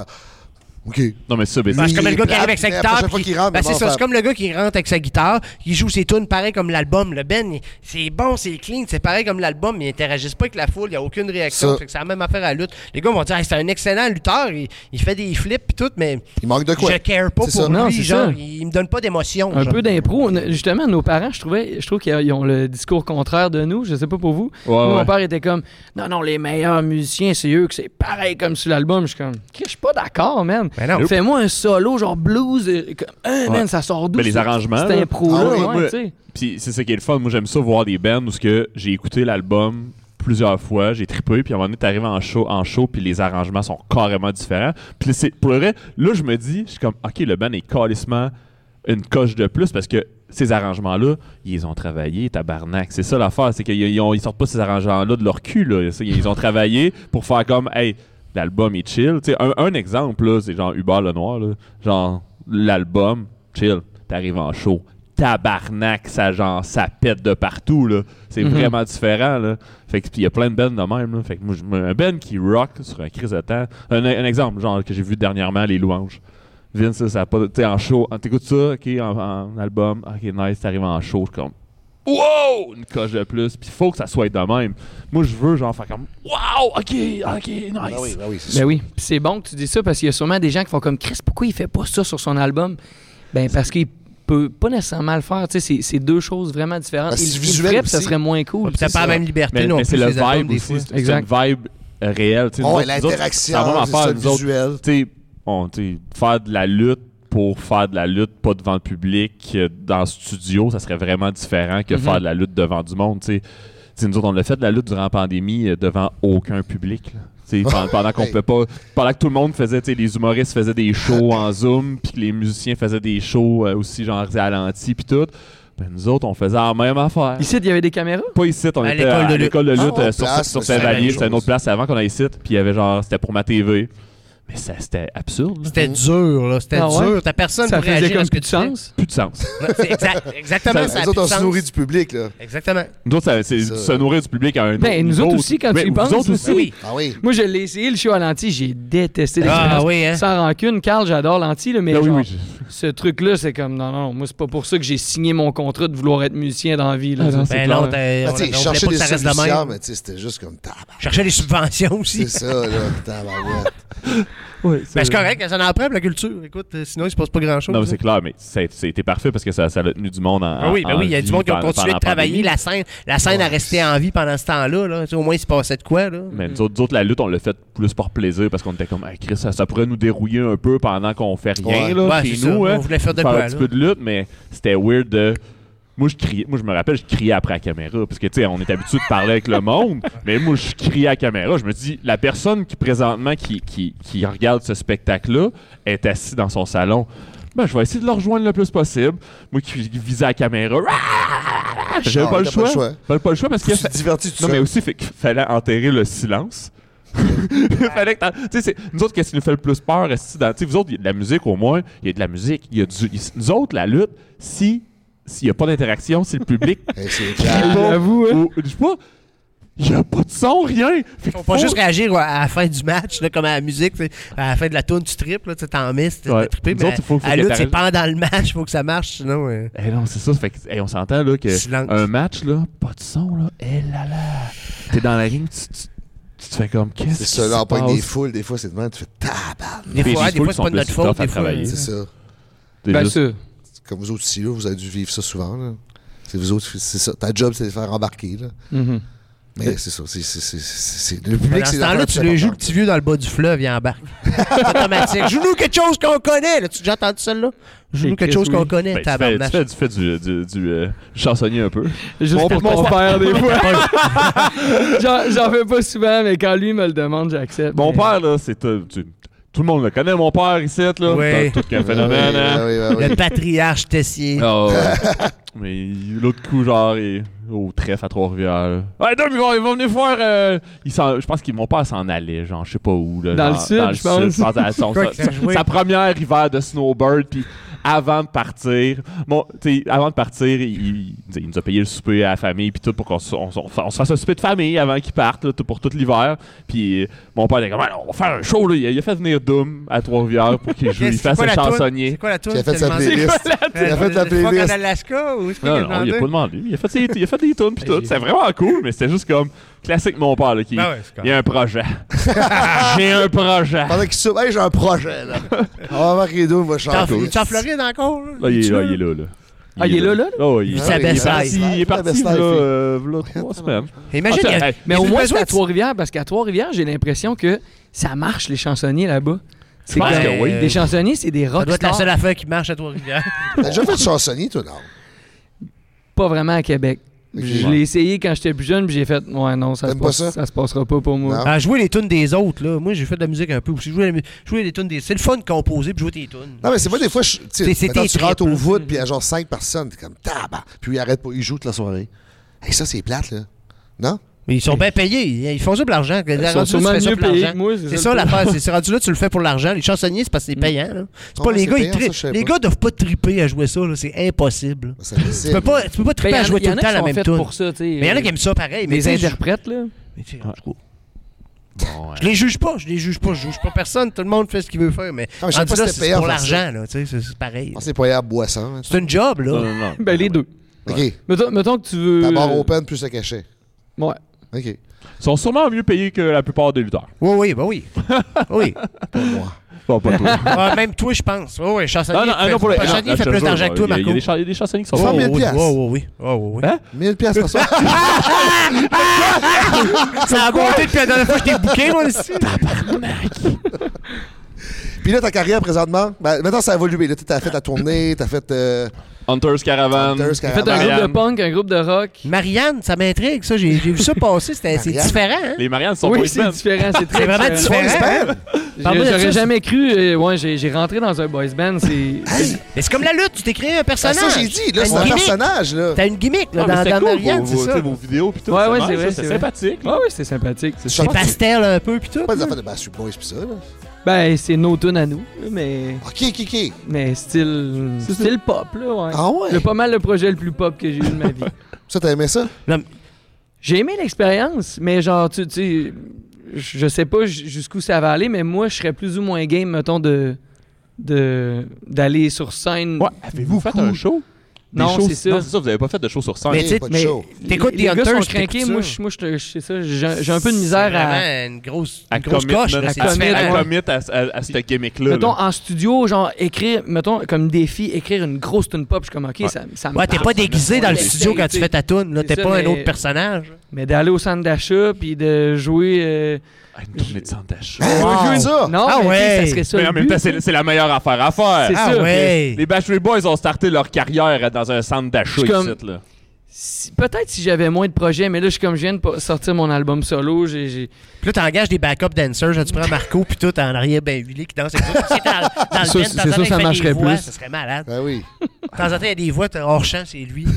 Speaker 1: OK.
Speaker 2: Non, mais ça, mais
Speaker 3: Ben, c'est comme le gars qui
Speaker 1: plate,
Speaker 3: arrive avec sa
Speaker 1: mais la
Speaker 3: guitare.
Speaker 1: prochaine fois
Speaker 3: puis-
Speaker 1: qu'il rentre,
Speaker 3: ben,
Speaker 1: il va
Speaker 3: c'est
Speaker 1: en
Speaker 3: ça,
Speaker 1: faire.
Speaker 3: c'est comme le gars qui rentre avec sa guitare, il joue ses tunes pareil comme l'album. Le Ben, il- c'est bon, c'est clean, c'est pareil comme l'album, mais ils interagissent pas avec la foule, il n'y a aucune réaction.
Speaker 1: Ça.
Speaker 3: Fait que C'est la même affaire à la lutte. Les gars vont dire, Hey, c'est un excellent lutteur, il, il fait des flips et tout, mais
Speaker 1: il manque de
Speaker 11: quoi.
Speaker 3: je care pas pour
Speaker 11: C'est ça.
Speaker 3: lui,
Speaker 11: Non, c'est
Speaker 3: genre,
Speaker 11: ça.
Speaker 3: il, il me donne pas d'émotion.
Speaker 11: Un
Speaker 3: genre.
Speaker 11: peu d'impro. On a- Justement, nos parents, je trouvais, je trouve qu'ils ont le discours contraire de nous. Je sais pas pour vous.
Speaker 2: Ouais,
Speaker 11: Moi,
Speaker 2: ouais.
Speaker 11: Mon père était comme, non, non, les meilleurs musiciens, c'est eux que c'est pareil comme sur l'album. Je suis comme, Chris, je suis pas d'accord, man.
Speaker 2: Ben non.
Speaker 11: Fais-moi un solo genre blues, euh, comme, Hein, man, ça sort d'où
Speaker 2: Ben, les
Speaker 11: ça?
Speaker 2: arrangements.
Speaker 11: Cette
Speaker 2: là.
Speaker 11: impro-là,
Speaker 2: Ah oui,
Speaker 11: ouais,
Speaker 2: moi,
Speaker 11: tu sais.
Speaker 2: Puis c'est ça qui est le fun. Moi, j'aime ça voir des bands où ce que j'ai écouté l'album plusieurs fois, j'ai trippé, puis à un moment donné, t'arrives en show, en show, puis les arrangements sont carrément différents. Puis c'est pour le vrai, là, je me dis, je suis comme, OK, le band est carrément une coche de plus parce que ces arrangements-là, ils les ont travaillé, tabarnak. C'est ça l'affaire, c'est qu'ils ils ont- ils sortent pas ces arrangements-là de leur cul, là. C'est- Ils ont travaillé pour faire comme, hey, l'album est chill. Tu sais, un, un exemple, là, c'est genre Hubert Lenoir, là. Genre, l'album, chill, t'arrives en show. Tabarnak, ça genre, ça pète de partout, là. C'est
Speaker 11: Mhm.
Speaker 2: vraiment différent, là. Fait que, puis il y a plein de bands de même, là. Fait que moi, je- un band qui rock sur un crise de temps. Un, un exemple, genre, que j'ai vu dernièrement, Les Louanges. Vince, là, ça a pas. Tu en show, ah, t'écoutes ça, ok, en, en album, ah, ok, nice, t'arrives en show, je suis comme. Wow! Une coche de plus, puis faut que ça soit de même. Moi, je veux, genre, faire comme. Wow! Ok, ok, nice!
Speaker 11: Ben oui, Puis c'est bon que tu dis ça parce qu'il y a sûrement des gens qui font comme Chris, pourquoi il fait pas ça sur son album Ben parce qu'il peut pas nécessairement le faire, tu sais, c'est- c'est deux choses vraiment différentes.
Speaker 3: Ben, c'est
Speaker 11: il il le
Speaker 3: visuel
Speaker 11: ferait, puis ça
Speaker 3: aussi.
Speaker 11: serait moins cool.
Speaker 3: puis t'as
Speaker 11: c'est
Speaker 3: pas la
Speaker 11: ça.
Speaker 3: même liberté
Speaker 2: Mais,
Speaker 3: non
Speaker 2: mais c'est
Speaker 3: plus,
Speaker 2: le
Speaker 3: les albums,
Speaker 2: vibe
Speaker 3: des
Speaker 2: aussi.
Speaker 3: fois.
Speaker 2: C'est c'est une
Speaker 3: Exact.
Speaker 2: vibe réelle. tu sais,
Speaker 1: Oh, Ouais,
Speaker 2: nous autres- nous autres,
Speaker 1: l'interaction,
Speaker 2: c'est la même
Speaker 1: c'est ça,
Speaker 2: affaire,
Speaker 1: le
Speaker 2: nous autres.
Speaker 1: visuel.
Speaker 2: Tu sais, on- tu sais, faire de la lutte pour faire de la lutte pas devant le public euh, dans le studio, ça serait vraiment différent que
Speaker 11: Mhm.
Speaker 2: faire de la lutte devant du monde. tu sais. Tu sais, nous autres, on l'a fait de la lutte durant la pandémie euh, devant aucun public. là. Tu sais, Pendant, pendant qu'on
Speaker 1: Hey.
Speaker 2: peut pas. Pendant que tout le monde faisait, tu sais, les humoristes faisaient des shows en Zoom, puis que les musiciens faisaient des shows euh, aussi genre ralentis, puis tout. Ben, nous autres, on faisait la même affaire.
Speaker 11: Ici, il y avait des caméras
Speaker 2: Pas ici, on
Speaker 11: À
Speaker 2: était
Speaker 11: l'école
Speaker 2: à
Speaker 11: de lutte.
Speaker 2: l'école de
Speaker 11: Ah,
Speaker 2: lutte
Speaker 11: autre
Speaker 2: euh, sur,
Speaker 11: place,
Speaker 2: sur
Speaker 11: c'est la même
Speaker 2: Saint-Vallier. C'était une
Speaker 11: chose.
Speaker 2: autre place avant qu'on aille ici. Puis il y avait genre, c'était pour ma TV. Mais ça, c'était absurde. là.
Speaker 3: C'était
Speaker 1: Mm-hmm.
Speaker 3: dur, là. C'était
Speaker 2: Ah ouais?
Speaker 3: dur. T'as personne
Speaker 2: Ça
Speaker 3: pour
Speaker 2: faisait
Speaker 3: réagir
Speaker 2: comme
Speaker 3: à ce que
Speaker 2: plus
Speaker 3: tu
Speaker 2: de sens? Plus de sens.
Speaker 3: fais. Non, c'est exact- exactement, ça,
Speaker 1: Les
Speaker 3: a
Speaker 1: Ben, autres,
Speaker 3: plus
Speaker 1: on
Speaker 3: de
Speaker 1: se
Speaker 3: sens.
Speaker 1: nourrit du public, là.
Speaker 3: Exactement. Ben
Speaker 2: Nous autres, ça- c'est
Speaker 1: Ça.
Speaker 2: se nourrir du public à un
Speaker 11: Ben, nous autres aussi, quand
Speaker 2: Mais
Speaker 11: tu y
Speaker 2: vous
Speaker 11: penses.
Speaker 2: autres aussi.
Speaker 1: Ah oui.
Speaker 11: Moi, je l'ai essayé, le show à l'anti, j'ai détesté
Speaker 3: Ah
Speaker 11: l'expérience.
Speaker 3: oui, hein?
Speaker 11: Sans rancune, Carl, j'adore l'anti, là, mais
Speaker 2: Ben oui,
Speaker 11: genre,
Speaker 2: oui,
Speaker 11: ce truc-là, c'est comme, non, non, non, moi, c'est pas pour ça que j'ai signé mon contrat de vouloir être musicien dans la vie. Là,
Speaker 2: Ah non,
Speaker 11: Ça,
Speaker 2: c'est
Speaker 11: c'est
Speaker 2: clair.
Speaker 11: clair.
Speaker 2: Ben, t'es-
Speaker 1: Ben, tu sais,
Speaker 3: on
Speaker 1: je
Speaker 3: voulait
Speaker 1: cherchais
Speaker 3: pas que
Speaker 1: des
Speaker 3: ça reste de
Speaker 1: solutions,
Speaker 3: même.
Speaker 1: mais tu sais, c'était juste comme tabac.
Speaker 3: Cherchais des subventions aussi.
Speaker 1: C'est ça, là, tabarouette.
Speaker 3: Ben, c'est correct, ça en apprend la culture. Écoute, euh, sinon, il se passe pas grand-chose.
Speaker 2: Non, mais
Speaker 3: là.
Speaker 2: c'est clair, mais ça a- c'était parfait parce que ça, ça a tenu du monde en.
Speaker 3: Ah oui, ben
Speaker 2: en
Speaker 3: oui, il y a du
Speaker 2: vie
Speaker 3: monde qui ont
Speaker 2: pendant-
Speaker 3: continué de
Speaker 2: pendant la
Speaker 3: travailler.
Speaker 2: pandémie.
Speaker 3: La scène, la scène a resté en vie pendant ce temps-là. Là. Tu sais, Au moins, il se passait de quoi. Là.
Speaker 2: Mais nous autres, nous autres, la lutte, on l'a fait plus par plaisir parce qu'on était comme, Hey, Chris, ça, ça pourrait nous dérouiller un peu pendant qu'on fait rien
Speaker 3: Ouais.
Speaker 2: là,
Speaker 3: Ouais,
Speaker 2: chez
Speaker 3: c'est
Speaker 2: nous.
Speaker 3: ça.
Speaker 2: hein.
Speaker 3: On voulait faire de quoi,
Speaker 2: un petit
Speaker 3: là.
Speaker 2: peu de lutte, mais c'était weird de. Moi je, criais, moi, je me rappelle, je criais après la caméra. Parce que, tu sais, on est habitué de parler avec le monde. Mais moi, je criais à la caméra. Je me dis, la personne qui, présentement, qui, qui, qui regarde ce spectacle-là, est assise dans son salon. Ben, je vais essayer de le rejoindre le plus possible. Moi qui visais la caméra. Ah, J'avais
Speaker 1: Ah,
Speaker 2: pas, le
Speaker 1: t'as pas le
Speaker 2: choix.
Speaker 1: choix.
Speaker 2: J'avais pas le choix parce que.
Speaker 1: Faut que tu te divertisses tout
Speaker 2: Non, mais
Speaker 1: seul.
Speaker 2: aussi, fait qu'il fallait enterrer le silence. fallait que t'en- tu sais, c'est- nous autres, qu'est-ce qui nous fait le plus peur? esti, dans- tu sais, vous autres, il y a de la musique au moins, il y a de la musique, il y a du. il- nous autres, la lutte, si s'il n'y a pas d'interaction, si le public
Speaker 1: Hey, hein. c'est
Speaker 2: crie
Speaker 1: clair.
Speaker 2: pas, ou- je sais pas, il n'y a pas de son, rien. Fait
Speaker 3: Faut pas juste réagir à à la fin du match, là, comme à la musique. tu sais. À la fin de la tourne, tu tripes, là, tu sais, t'en mets, tu
Speaker 2: Ouais.
Speaker 3: trippé.
Speaker 2: Nous
Speaker 3: Mais
Speaker 2: autres, il faut- faut
Speaker 3: à la
Speaker 2: que
Speaker 3: lutte,
Speaker 2: t'arrêtes.
Speaker 3: c'est pendant le match, faut que ça marche. Sinon, euh,
Speaker 2: Eh non, c'est ça. Fait que, eh, on s'entend là que
Speaker 3: Silence.
Speaker 2: un match là, pas de son là. Eh là là, t'es dans la ring, tu, tu- tu te fais comme
Speaker 1: C'est
Speaker 2: qu'est-ce
Speaker 1: ça,
Speaker 2: que
Speaker 1: là, on pogne des foules, des fois, c'est demain, tu fais tabac.
Speaker 3: des
Speaker 2: Des foules
Speaker 3: fois, des fois
Speaker 2: qui
Speaker 3: c'est pas
Speaker 2: sont
Speaker 3: de notre
Speaker 2: plus
Speaker 3: faute.
Speaker 2: tough à
Speaker 3: Des fois,
Speaker 2: travailler.
Speaker 1: C'est ça.
Speaker 11: Ben, ça.
Speaker 1: Comme vous autres ici, là, vous avez dû vivre ça souvent, là. C'est vous autres, c'est ça. Ta job, c'est de faire embarquer, là.
Speaker 11: Mhm.
Speaker 1: Mais c'est ça, c'est- c'est- c'est- c'est- c'est- le
Speaker 3: Dans
Speaker 1: public,
Speaker 3: Mm-hmm. ce
Speaker 1: c'est
Speaker 3: temps-là, tu le joues le petit vieux dans le bas du fleuve, il embarque. C'est automatique. Joue-nous quelque chose qu'on connaît. Là, tu as déjà entendu celle-là? Joue-nous quelque chose qu'on connaît,
Speaker 2: Ben, tu fais- tu
Speaker 3: tabarnak.
Speaker 2: fais, tu fais du, du, du, euh, chansonnier un peu.
Speaker 11: Juste
Speaker 2: Bon,
Speaker 11: pour
Speaker 2: mon
Speaker 11: mon père, des fois.
Speaker 2: père,
Speaker 11: J'en j'en fais pas souvent, mais quand lui me le demande, j'accepte.
Speaker 2: mon
Speaker 11: Mais-
Speaker 2: père là, c'est euh, tu- tout le monde le connaît, mon père ici là.
Speaker 3: Oui.
Speaker 2: Tout qu'un
Speaker 1: Ah,
Speaker 2: phénomène. hein.
Speaker 3: Euh, Le patriarche Tessier.
Speaker 2: Ah, ouais. Mais il- l'autre coup, genre, il est au trèfle à Trois-Rivières. là. Ouais, donc, ils vont, ils vont venir voir. euh, ils s'en- je pense qu'ils mon père s'en allait, genre, je sais pas où. Là,
Speaker 11: Dans
Speaker 2: genre,
Speaker 11: le sud, je pense.
Speaker 2: à son-
Speaker 11: Quoi
Speaker 2: sa-
Speaker 11: qu'il a joué.
Speaker 2: sa première hiver de snowbird. Puis, avant de partir. Bon, tu sais, avant de partir, il, il- tu sais, il nous a payé le souper à la famille, puis tout, pour qu'on se- on, se- on se- on se fasse un souper de famille avant qu'il parte, là, tout- pour tout l'hiver. Puis euh, mon père était comme, Ah, non, on va faire un show, là. Il, a, il a fait venir Doom à Trois-Rivières pour qu'il joue, il
Speaker 3: Qu'est-ce-
Speaker 2: fasse
Speaker 3: c'est
Speaker 2: un
Speaker 3: quoi la toune?
Speaker 2: chansonnier.
Speaker 3: C'est quoi la toune Puis il a fait sa qu'elle playlist. demandait? C'est quoi la
Speaker 2: Il a
Speaker 3: toune?
Speaker 2: fait la
Speaker 3: Le Frog en
Speaker 2: playlist.
Speaker 3: Alaska ou c'est quoi
Speaker 2: Non,
Speaker 3: qu'il a
Speaker 2: non, il a
Speaker 3: demandé?
Speaker 2: pas demandé. Il a fait, ses- il a fait des tunes, puis tout. C'est vraiment cool, mais c'était juste comme classique mon père, là, qui
Speaker 1: Ben ouais, c'est
Speaker 2: il y a un projet. j'ai un projet.
Speaker 1: Pendant qu'il soupe, hey, j'ai un projet, là. On va voir que les deux, on va
Speaker 3: T'es en-
Speaker 1: chanter.
Speaker 3: t'es en Floride encore?
Speaker 2: Là, il est là, il est là, là.
Speaker 11: Ah, il est là, là?
Speaker 2: Oh, il,
Speaker 11: Il
Speaker 2: il est
Speaker 11: s'abaisse.
Speaker 2: parti, il est parti,
Speaker 11: Il
Speaker 2: là,
Speaker 11: s'abaisse.
Speaker 2: euh, v'là trois semaines.
Speaker 11: Imagine,
Speaker 2: Ah,
Speaker 11: il y a-
Speaker 2: hey,
Speaker 11: mais
Speaker 2: il
Speaker 11: au
Speaker 2: nous
Speaker 11: moins
Speaker 2: faisait
Speaker 11: c'est à Trois-Rivières, parce qu'à Trois-Rivières, j'ai l'impression que ça marche, les chansonniers là-bas. C'est
Speaker 3: pense
Speaker 11: comme-
Speaker 3: que oui.
Speaker 11: Les chansonniers, c'est des
Speaker 3: Ça doit être la
Speaker 11: rockstars.
Speaker 3: seule affaire qui marche à Trois-Rivières.
Speaker 1: T'as déjà fait de chansonnier, toi, non?
Speaker 11: Pas vraiment à Québec. Je l'ai essayé quand j'étais plus jeune, puis j'ai fait, ouais, non, ça se,
Speaker 3: T'aimes pas
Speaker 11: passe-
Speaker 3: ça?
Speaker 11: ça se passera pas pour moi.
Speaker 3: Ah, jouer les tunes des autres, là. Moi, j'ai fait de la musique un peu aussi. Jouer, la mu- jouer les tunes des. C'est le fun de composer puis jouer tes tunes.
Speaker 1: Non, mais c'est moi, des fois, je, tu sais,
Speaker 3: C'est- c'est
Speaker 1: mettons,
Speaker 3: tes
Speaker 1: tu rentres
Speaker 3: tripes,
Speaker 1: au
Speaker 3: là.
Speaker 1: voûte, puis il y a genre cinq personnes, t'es comme tabac. Puis ils arrêtent pas, ils jouent toute la soirée. Hey, ça, c'est plate, là. Non?
Speaker 3: Mais ils sont bien payés. Ils font ça pour l'argent.
Speaker 1: sont
Speaker 3: Rendu là, tu
Speaker 1: sûrement
Speaker 3: fais ça
Speaker 1: mieux
Speaker 3: pour
Speaker 1: payés
Speaker 3: l'argent.
Speaker 1: que moi, c'est
Speaker 3: C'est
Speaker 1: ça le problème.
Speaker 3: ça l'affaire. C'est c'est rendu là, tu le fais pour l'argent. Les chansonniers, c'est parce que c'est payant. là. C'est pas
Speaker 1: Ouais,
Speaker 3: les
Speaker 1: c'est
Speaker 3: gars, ils
Speaker 1: payant, ça,
Speaker 3: trippent.
Speaker 1: je sais
Speaker 3: Les
Speaker 1: pas.
Speaker 3: gars doivent pas triper à jouer ça. là. C'est impossible. Tu peux pas, tu peux pas triper
Speaker 11: Ben, y
Speaker 3: à
Speaker 11: en a-
Speaker 3: jouer
Speaker 11: y
Speaker 3: tout
Speaker 11: en
Speaker 3: le
Speaker 11: a
Speaker 3: temps
Speaker 11: qui
Speaker 3: la
Speaker 11: sont
Speaker 3: même
Speaker 11: faites
Speaker 3: tune.
Speaker 11: pour ça, tu sais.
Speaker 3: mais il y en a qui aiment ça pareil. mais
Speaker 11: Des
Speaker 3: tu sais, je-
Speaker 11: interprètes, là.
Speaker 3: Mais tu sais, en tout cas, Je les juge pas, je les juge pas, je juge pas personne, tout le monde fait ce qu'il veut faire, mais,
Speaker 1: Ah, mais je sais
Speaker 3: rendu
Speaker 1: pas si
Speaker 3: là,
Speaker 1: t'es
Speaker 3: c'est
Speaker 1: payé
Speaker 3: pour
Speaker 1: en faire ça.
Speaker 3: l'argent, là, tu sais, c'est c'est pareil.
Speaker 1: Ah, C'est pas hier boisson.
Speaker 3: C'est une job, là.
Speaker 1: Non, non, non.
Speaker 11: Ben, les deux.
Speaker 1: OK.
Speaker 11: Mettons, mettons que tu
Speaker 3: Euh,
Speaker 11: veux.
Speaker 1: Ta barre open plus le cachet.
Speaker 11: Ouais.
Speaker 1: OK.
Speaker 2: Ils sont sûrement mieux payés que la plupart des lutteurs.
Speaker 3: Oui, oui, ben oui. Oui.
Speaker 2: Bon, pas toi.
Speaker 3: Ah, même toi, je pense. Oui, oui, chansonnier.
Speaker 2: Ah, non, ah, non, pour le-
Speaker 3: fait- chansonnier
Speaker 2: non,
Speaker 3: fait
Speaker 2: je
Speaker 3: plus
Speaker 2: jure,
Speaker 3: d'argent que toi,
Speaker 2: il y a-
Speaker 3: Marco.
Speaker 2: il y a des chan- il y a des chansonniers qui sont
Speaker 3: Oh,
Speaker 2: forts.
Speaker 3: oui,
Speaker 2: 1000
Speaker 3: oui,
Speaker 2: piastres.
Speaker 3: oui, oui, oui, oui, oui.
Speaker 2: Hein?
Speaker 1: 1000 piastres par soir.
Speaker 3: Ça a monté depuis la dernière fois que je t'ai bouqué, moi, ici.
Speaker 1: Puis là, ta carrière présentement, ben, maintenant ça a évolué. Là, tu as fait ta tournée, tu as fait. euh,
Speaker 2: Hunter's Caravan.
Speaker 1: Hunter's
Speaker 11: T'as fait un
Speaker 1: Marianne.
Speaker 11: groupe de punk, un groupe de rock.
Speaker 3: Marianne, ça m'intrigue, ça. J'ai j'ai vu ça passer. c'était- C'est
Speaker 11: Marianne.
Speaker 3: différent, hein?
Speaker 2: Les Mariannes sont
Speaker 11: Oui,
Speaker 2: pas
Speaker 11: c'est différent, c'est très
Speaker 3: C'est vraiment
Speaker 11: différent.
Speaker 3: différent.
Speaker 11: J'ai-
Speaker 3: Parle-moi de ça,
Speaker 11: J'aurais jamais cru. euh, ouais, j'ai j'ai rentré dans un boys band. C'est. c'est-
Speaker 3: Mais c'est comme la lutte, tu t'es créé un personnage.
Speaker 1: Ah, ça, j'ai dit, là,
Speaker 3: T'as
Speaker 1: c'est
Speaker 3: une
Speaker 1: un
Speaker 3: gimmick.
Speaker 1: personnage, là.
Speaker 3: T'as une gimmick, là,
Speaker 2: Ah, mais
Speaker 3: dans,
Speaker 2: c'était
Speaker 3: dans
Speaker 2: cool,
Speaker 3: Marianne,
Speaker 2: vos-
Speaker 3: c'est
Speaker 2: vos-
Speaker 3: ça.
Speaker 2: tu sais, vos vidéos puis tout,
Speaker 11: Ouais,
Speaker 2: ça
Speaker 11: ouais,
Speaker 2: marche,
Speaker 11: c'est vrai.
Speaker 2: ça, c'est sympathique,
Speaker 11: ah Ouais,
Speaker 2: là.
Speaker 11: ouais, c'est sympathique.
Speaker 1: C'est
Speaker 3: C'est pastel un peu, puis tout.
Speaker 1: Pas des affaires de Backstreet Boys, puis ça, là.
Speaker 11: Ben, c'est nos tunes à nous, là, mais.
Speaker 1: OK, OK, OK.
Speaker 11: Mais style. Style pop, là, ouais.
Speaker 1: Ah ouais?
Speaker 11: C'est pas mal le projet le plus pop que j'ai eu de ma vie.
Speaker 1: Ça, t'as aimé ça?
Speaker 11: J'ai aimé l'expérience, mais genre, tu tu sais, je je sais pas j- jusqu'où ça va aller, mais moi, je serais plus ou moins game, mettons, de de- d'aller sur scène.
Speaker 2: Ouais, avez-vous fait un show? Des
Speaker 11: Non,
Speaker 2: shows-
Speaker 11: c'est ça.
Speaker 2: Non, c'est ça, vous avez pas fait de show sur scène.
Speaker 3: Mais tu sais, mais t'écoutes
Speaker 11: les
Speaker 3: The
Speaker 11: gars sont
Speaker 3: Hunters,
Speaker 11: craqués.
Speaker 3: t'écoutes
Speaker 11: Moi,
Speaker 3: ça.
Speaker 11: je- moi, je te- je sais ça. J'ai j'ai un peu de misère
Speaker 3: C'est
Speaker 11: à.
Speaker 3: vraiment une grosse,
Speaker 2: à
Speaker 3: une grosse
Speaker 2: commitment-
Speaker 3: coche. là, c'est
Speaker 2: à-
Speaker 11: différent.
Speaker 2: à commit à, à- à ce gimmick-là.
Speaker 11: Mettons,
Speaker 2: là.
Speaker 11: en studio, genre, écrire, mettons, comme défi, écrire une grosse tune pop, je suis comme, OK, ça, ça me
Speaker 3: Ouais, t'es
Speaker 11: parle,
Speaker 3: pas
Speaker 11: ça me
Speaker 3: déguisé dans le
Speaker 11: parle.
Speaker 3: studio quand tu fais ta toune, là. T'es
Speaker 11: C'est ça,
Speaker 3: pas un
Speaker 11: mais-
Speaker 3: autre personnage.
Speaker 11: Mais d'aller au centre d'achat, puis de jouer... euh,
Speaker 2: Une tournée de centre d'achat.
Speaker 11: Wow.
Speaker 1: jouer ça?
Speaker 11: Non,
Speaker 3: Ah
Speaker 11: mais tu sais,
Speaker 3: ouais.
Speaker 11: ça serait ça
Speaker 2: Mais
Speaker 11: le
Speaker 2: en même
Speaker 11: but,
Speaker 2: temps, c'est c'est la meilleure affaire à faire.
Speaker 11: C'est Ah ça. ouais.
Speaker 2: Les Bachelor Boys ont starté leur carrière dans un centre d'achat
Speaker 11: Je suis comme-
Speaker 2: ici, là.
Speaker 11: Si- Peut-être si j'avais moins de projets, mais là, je suis comme, je viens de pas- sortir mon album solo, j'ai... j'ai-
Speaker 3: Puis là, t'engages des backup dancers. là, tu prends Marco, puis tout en arrière, ben huilé, qui danse. C'est dans, dans
Speaker 11: C'est sûr-
Speaker 3: le
Speaker 11: c'est
Speaker 3: band, de temps en temps,
Speaker 11: sûr, ça
Speaker 3: il fait des
Speaker 11: marcherait
Speaker 3: voix,
Speaker 11: plus.
Speaker 3: Ça serait malade.
Speaker 1: Ben oui.
Speaker 3: De temps en temps, il y a des voix, t'es hors champ, c'est lui.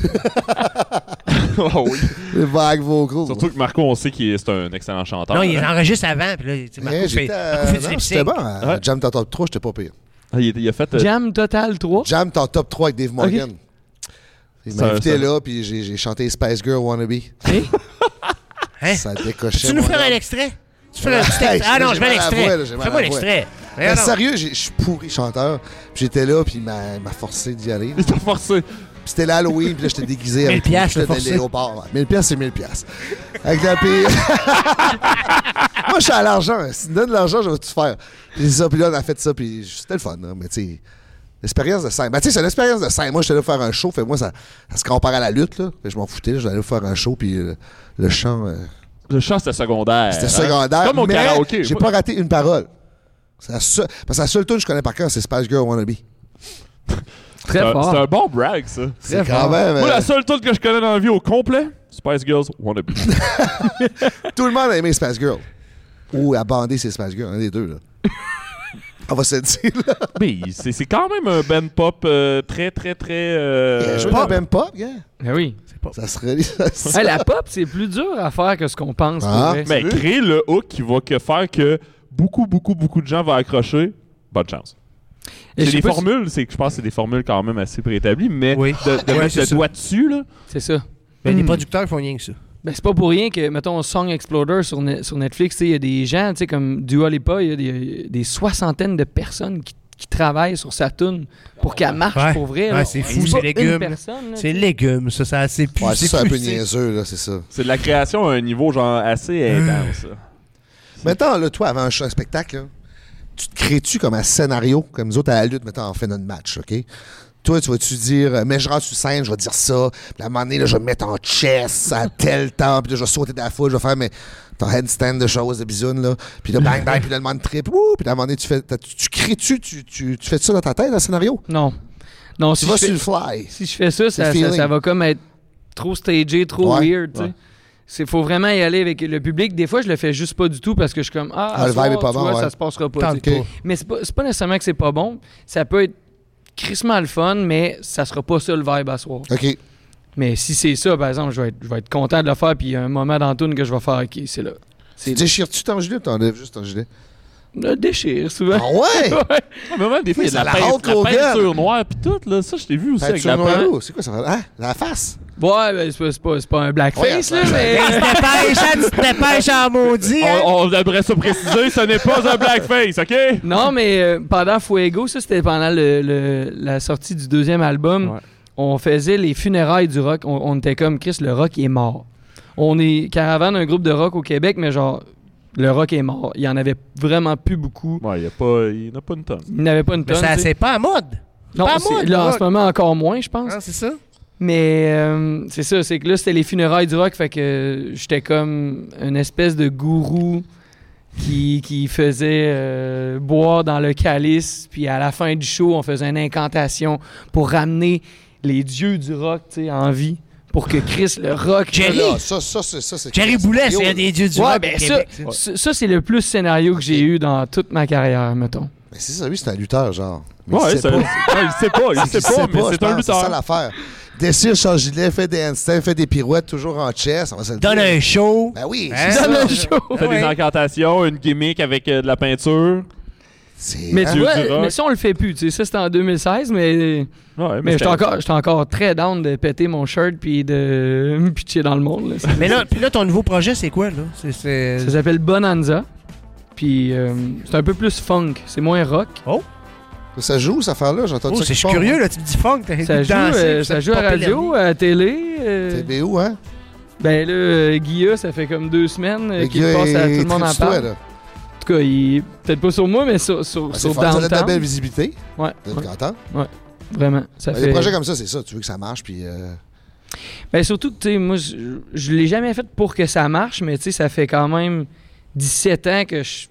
Speaker 2: oh oui.
Speaker 1: Les vagues vocaux.
Speaker 2: Surtout que Marco, on sait qu'il est c'est un excellent chanteur.
Speaker 3: non, il
Speaker 2: hein.
Speaker 3: enregistre avant, puis là, tu sais, Marco
Speaker 1: Eh,
Speaker 3: fait,
Speaker 1: j'étais,
Speaker 3: Marco fait
Speaker 1: euh,
Speaker 3: du
Speaker 1: non,
Speaker 3: lip-sync.
Speaker 1: C'était bon. hein. Jam ta top 3, j'étais pas pire.
Speaker 2: Ah, il, il a fait. euh,
Speaker 11: Jam Total 3.
Speaker 1: Jam ta top 3 avec Dave Morgan. Il
Speaker 2: Ça-
Speaker 1: m'a invité
Speaker 2: ça-
Speaker 1: là, puis j'ai j'ai chanté Spice Girl Wannabe.
Speaker 3: Hein?
Speaker 1: Ça décochait.
Speaker 3: Tu nous
Speaker 1: mon
Speaker 3: feras
Speaker 1: gars.
Speaker 3: un extrait? Tu feras un petit
Speaker 1: Hey,
Speaker 3: extrait? Ah non,
Speaker 1: j'ai
Speaker 3: je veux
Speaker 1: mal à la voix, là,
Speaker 3: l'extrait.
Speaker 1: j'ai mal à
Speaker 3: Fais-moi
Speaker 1: la voix.
Speaker 3: l'extrait.
Speaker 1: Ben,
Speaker 3: Regarde, non.
Speaker 1: sérieux, j'ai- je suis pourri chanteur. Puis j'étais là, puis il m'a il m'a forcé d'y aller.
Speaker 2: Il t'a forcé.
Speaker 1: Puis c'était l'Halloween, puis là, j'étais déguisé.
Speaker 3: 1000
Speaker 1: avec tout,
Speaker 3: piastres,
Speaker 1: j'étais
Speaker 3: t'as
Speaker 1: dans
Speaker 3: forcé.
Speaker 1: l'aéroport. 1000 piastres, c'est 1000 piastres. Avec la pire. Moi, je suis à l'argent. hein. Si tu me donnes de l'argent, je vais tout faire. Puis c'est ça, puis là, on a fait ça, puis c'était le fun. hein. Mais tu sais, l'expérience de scène. Ben, tu sais, c'est l'expérience de scène. Moi, j'étais là faire un show, fait moi, ça, ça se compare à la lutte, là. Fait que je m'en foutais, là, j'allais faire un show, puis euh, le chant, euh,
Speaker 2: Le chant, c'était secondaire.
Speaker 1: c'était
Speaker 2: hein.
Speaker 1: secondaire.
Speaker 2: Comme au
Speaker 1: mais
Speaker 2: karaoké.
Speaker 1: J'ai
Speaker 2: Moi-
Speaker 1: pas raté une parole. C'est la seule- parce que la seule tune que je connais par cœur, c'est Space Girl Wannabe.
Speaker 11: Très
Speaker 2: C'est un-
Speaker 11: fort.
Speaker 2: C'est un bon brag, ça.
Speaker 1: C'est quand même.
Speaker 2: Moi,
Speaker 1: euh,
Speaker 2: la seule toute que je connais dans la vie au complet, Spice Girls Wannabe.
Speaker 1: Tout le monde a aimé Space Girl. Ou abandé ses Space Girl, un des deux. Là. On va se le dire. Là.
Speaker 2: Mais c'est c'est quand même un Ben Pop euh, très, très, très. euh,
Speaker 1: Jouer dans Ben Pop, gars.
Speaker 11: Ben oui.
Speaker 1: Ça serait. Ça,
Speaker 11: Hey, la pop, c'est plus dur à faire que ce qu'on pense. pour
Speaker 1: Ah.
Speaker 11: vrai.
Speaker 2: Mais créer le hook qui va que faire que beaucoup, beaucoup, beaucoup de gens vont accrocher, bonne chance.
Speaker 11: Et je
Speaker 2: C'est
Speaker 11: sais
Speaker 2: des
Speaker 11: pas si-
Speaker 2: formules, c'est que je pense que c'est des formules quand même assez préétablies, mais de, de
Speaker 11: Ouais,
Speaker 2: mettre
Speaker 11: c'est
Speaker 2: le
Speaker 11: ça.
Speaker 2: doigt dessus, là.
Speaker 11: C'est ça.
Speaker 2: Ben, les
Speaker 3: producteurs font rien que ça.
Speaker 11: Ben, c'est pas pour rien que, mettons, Song Exploder sur, Ne- sur Netflix, tu sais, il y a des gens, tu sais, comme Dua Lipa, il y a des, des soixantaines de personnes qui, qui travaillent sur sa tune pour qu'elle marche
Speaker 3: Ouais.
Speaker 11: pour vrai. là.
Speaker 3: Ouais, c'est fou,
Speaker 11: pas
Speaker 3: c'est
Speaker 11: une
Speaker 3: légumes.
Speaker 11: personne, là,
Speaker 3: C'est
Speaker 11: tu sais.
Speaker 3: légumes, ça, ça c'est plus.
Speaker 1: Ouais, ça, c'est un peu
Speaker 3: plus-
Speaker 1: niaiseux, là, c'est ça.
Speaker 2: C'est de la création à un niveau genre assez
Speaker 11: Euh.
Speaker 2: intense. là.
Speaker 1: Mettons, là, toi, avant un show- un spectacle, là, tu te crées-tu comme un scénario, comme nous autres à la lutte, mettons, on fait notre match, OK? Toi, tu vas-tu dire, euh, mais je rentre sur scène, je vais dire ça, puis à un moment donné, là, je vais me mettre en chess à tel temps, puis là, je vais sauter de la foule, je vais faire mais, ton headstand de choses, de bisounes, là, puis là, bang, bang, puis là, le monde trip, wouh, puis là, à un moment donné, tu, fais, t'as- tu, tu crées-tu, tu, tu, tu fais ça dans ta tête, un scénario?
Speaker 11: Non. Non,
Speaker 1: Tu
Speaker 11: si
Speaker 1: vas
Speaker 11: je fais-
Speaker 1: sur le fly.
Speaker 11: Si je fais ça,
Speaker 1: C'est
Speaker 11: ça,
Speaker 1: le
Speaker 11: ça,
Speaker 1: feeling.
Speaker 11: ça va comme être trop stagé, trop
Speaker 1: Ouais,
Speaker 11: weird, tu
Speaker 1: ouais.
Speaker 11: sais. C'est faut vraiment y aller avec le public. Des fois, je le fais juste pas du tout parce que je suis comme ah,
Speaker 1: Ah,
Speaker 11: à
Speaker 1: le
Speaker 11: soir,
Speaker 1: vibe est pas
Speaker 11: tu
Speaker 1: bon,
Speaker 11: vois,
Speaker 1: ouais.
Speaker 11: ça se passera pas.
Speaker 1: Tente
Speaker 11: tu sais.
Speaker 1: pas.
Speaker 11: Mais c'est pas, c'est pas nécessairement que c'est pas bon. Ça peut être crissement le fun, mais ça sera pas ça le vibe à soir.
Speaker 1: OK.
Speaker 11: Mais si c'est ça, par exemple, je vais être, je vais être content de le faire. Puis il y a un moment dans la toune que je vais faire, ok, c'est là.
Speaker 1: Tu déchires-tu ton gilet ou t'enlèves juste ton gilet?
Speaker 11: Le déchire souvent.
Speaker 1: Ah ouais?
Speaker 2: Ouais, mais même des fois,
Speaker 1: Oui,
Speaker 2: il y
Speaker 1: c'est
Speaker 2: a de la,
Speaker 1: la
Speaker 2: peint-
Speaker 1: Hulk
Speaker 2: la
Speaker 1: Hogan.
Speaker 2: peinture noire pis tout, là. Ça, je t'ai vu aussi avec
Speaker 1: Peinture
Speaker 2: la
Speaker 1: noire
Speaker 2: peint-
Speaker 1: ou- C'est quoi ça? Hein? La face?
Speaker 11: Ouais, ben, c'est pas, c'est pas, c'est pas un blackface,
Speaker 1: Ouais,
Speaker 11: là, mais.
Speaker 3: Hey, tu te dépêches, hein, tu te dépêches en maudit, hein?
Speaker 2: On, on devrait se préciser, ce n'est pas un blackface, OK?
Speaker 11: Non, mais euh, pendant Fuego, ça c'était pendant le- le- la sortie du deuxième album, on faisait les funérailles du rock. On, on était comme Chris, le rock est mort. On est caravane un groupe de rock au Québec, mais genre le rock est mort. Il y en avait vraiment plus beaucoup.
Speaker 2: Ouais, il y a pas- il n'y en a pas une tonne.
Speaker 11: Il n'y en avait pas une
Speaker 3: Mais
Speaker 11: tonne.
Speaker 3: ça,
Speaker 11: tu sais.
Speaker 3: c'est pas à mode.
Speaker 11: Non,
Speaker 3: pas à
Speaker 11: c'est-
Speaker 3: mode,
Speaker 11: là,
Speaker 3: le
Speaker 11: en
Speaker 3: rock.
Speaker 11: ce moment encore moins, je pense.
Speaker 3: Hein, c'est ça?
Speaker 11: Mais euh, c'est ça, c'est que là, c'était les funérailles du rock, fait que j'étais comme une espèce de gourou qui, qui faisait euh, boire dans le calice, puis à la fin du show, on faisait une incantation pour ramener les dieux du rock tu sais, en vie, pour que Chris, le rock...
Speaker 3: Jerry!
Speaker 1: Là, ça, ça, c'est- ça, c'est.
Speaker 3: Jerry Boulet, c'est un des dieux du
Speaker 11: Ouais,
Speaker 3: rock
Speaker 11: ben
Speaker 3: au
Speaker 11: ça,
Speaker 3: Québec, ça.
Speaker 11: ça, ça, c'est le plus scénario que j'ai eu dans toute ma carrière, mettons.
Speaker 1: Mais c'est ça, lui, c'est un lutteur, genre. Mais il
Speaker 2: Ouais,
Speaker 1: sait
Speaker 2: ça,
Speaker 1: pas.
Speaker 2: ouais, il sait pas, il sait
Speaker 1: Il sait
Speaker 2: pas, mais
Speaker 1: je
Speaker 2: c'est
Speaker 1: pense,
Speaker 2: un
Speaker 1: C'est ça
Speaker 2: lutteur.
Speaker 1: l'affaire. Dessire son gilet, fait des handstands, fait des pirouettes, toujours en chess. On va se le
Speaker 3: Donne
Speaker 1: dire.
Speaker 3: un show.
Speaker 1: Ben oui,
Speaker 3: Hein?
Speaker 1: c'est ça.
Speaker 11: Donne un show!
Speaker 2: Fait des
Speaker 3: Ouais.
Speaker 2: incantations, une gimmick avec euh, de la peinture.
Speaker 1: C'est-
Speaker 11: Mais
Speaker 1: hein?
Speaker 11: tu
Speaker 2: Dieu
Speaker 11: vois,
Speaker 2: du rock.
Speaker 11: mais ça, on le fait plus, tu sais. Ça, c'était en 2016, mais...
Speaker 2: Ouais, c'était-
Speaker 11: Mais j'étais encore, j'étais encore très down de péter mon shirt puis de me pitcher dans le monde. là. Ça,
Speaker 3: Mais là, puis là, ton nouveau projet, c'est quoi, là? C'est- C'est.
Speaker 11: ça s'appelle Bonanza. Puis euh, c'est un peu plus funk, c'est moins rock.
Speaker 1: Ça joue, cette affaire-là, j'ai entendu
Speaker 3: Oh,
Speaker 1: ça.
Speaker 3: c'est-
Speaker 1: qui
Speaker 3: je suis
Speaker 1: part,
Speaker 3: curieux,
Speaker 1: hein.
Speaker 3: là. Tu me dis funk, t'as
Speaker 11: Ça
Speaker 3: le
Speaker 11: joue,
Speaker 3: danser,
Speaker 11: euh,
Speaker 3: puis
Speaker 11: ça
Speaker 3: te
Speaker 11: joue à
Speaker 3: popper
Speaker 11: radio,
Speaker 3: le nez.
Speaker 11: à la télé. euh,
Speaker 1: T'es BO, hein?
Speaker 11: ben là, euh, Guilla, ça fait comme deux semaines euh,
Speaker 1: Le
Speaker 11: qu'il
Speaker 1: gars
Speaker 11: passe à tout
Speaker 1: est
Speaker 11: le monde en
Speaker 1: tripe-toi,
Speaker 11: parle.
Speaker 1: là.
Speaker 11: En tout cas, il peut-être pas sur moi, mais sur, sur,
Speaker 1: Ben,
Speaker 11: sur
Speaker 1: C'est fort, ça donne de la
Speaker 11: Downtown.
Speaker 1: belle visibilité.
Speaker 11: Ouais,
Speaker 1: Vous
Speaker 11: ouais,
Speaker 1: êtes content.
Speaker 11: vraiment. Ça
Speaker 1: Ben,
Speaker 11: fait...
Speaker 1: Des projets comme ça, c'est ça. Tu veux que ça marche, puis. euh,
Speaker 11: Ben surtout que, tu sais, moi, je, je l'ai jamais fait pour que ça marche, mais tu sais, ça fait quand même 17 ans que je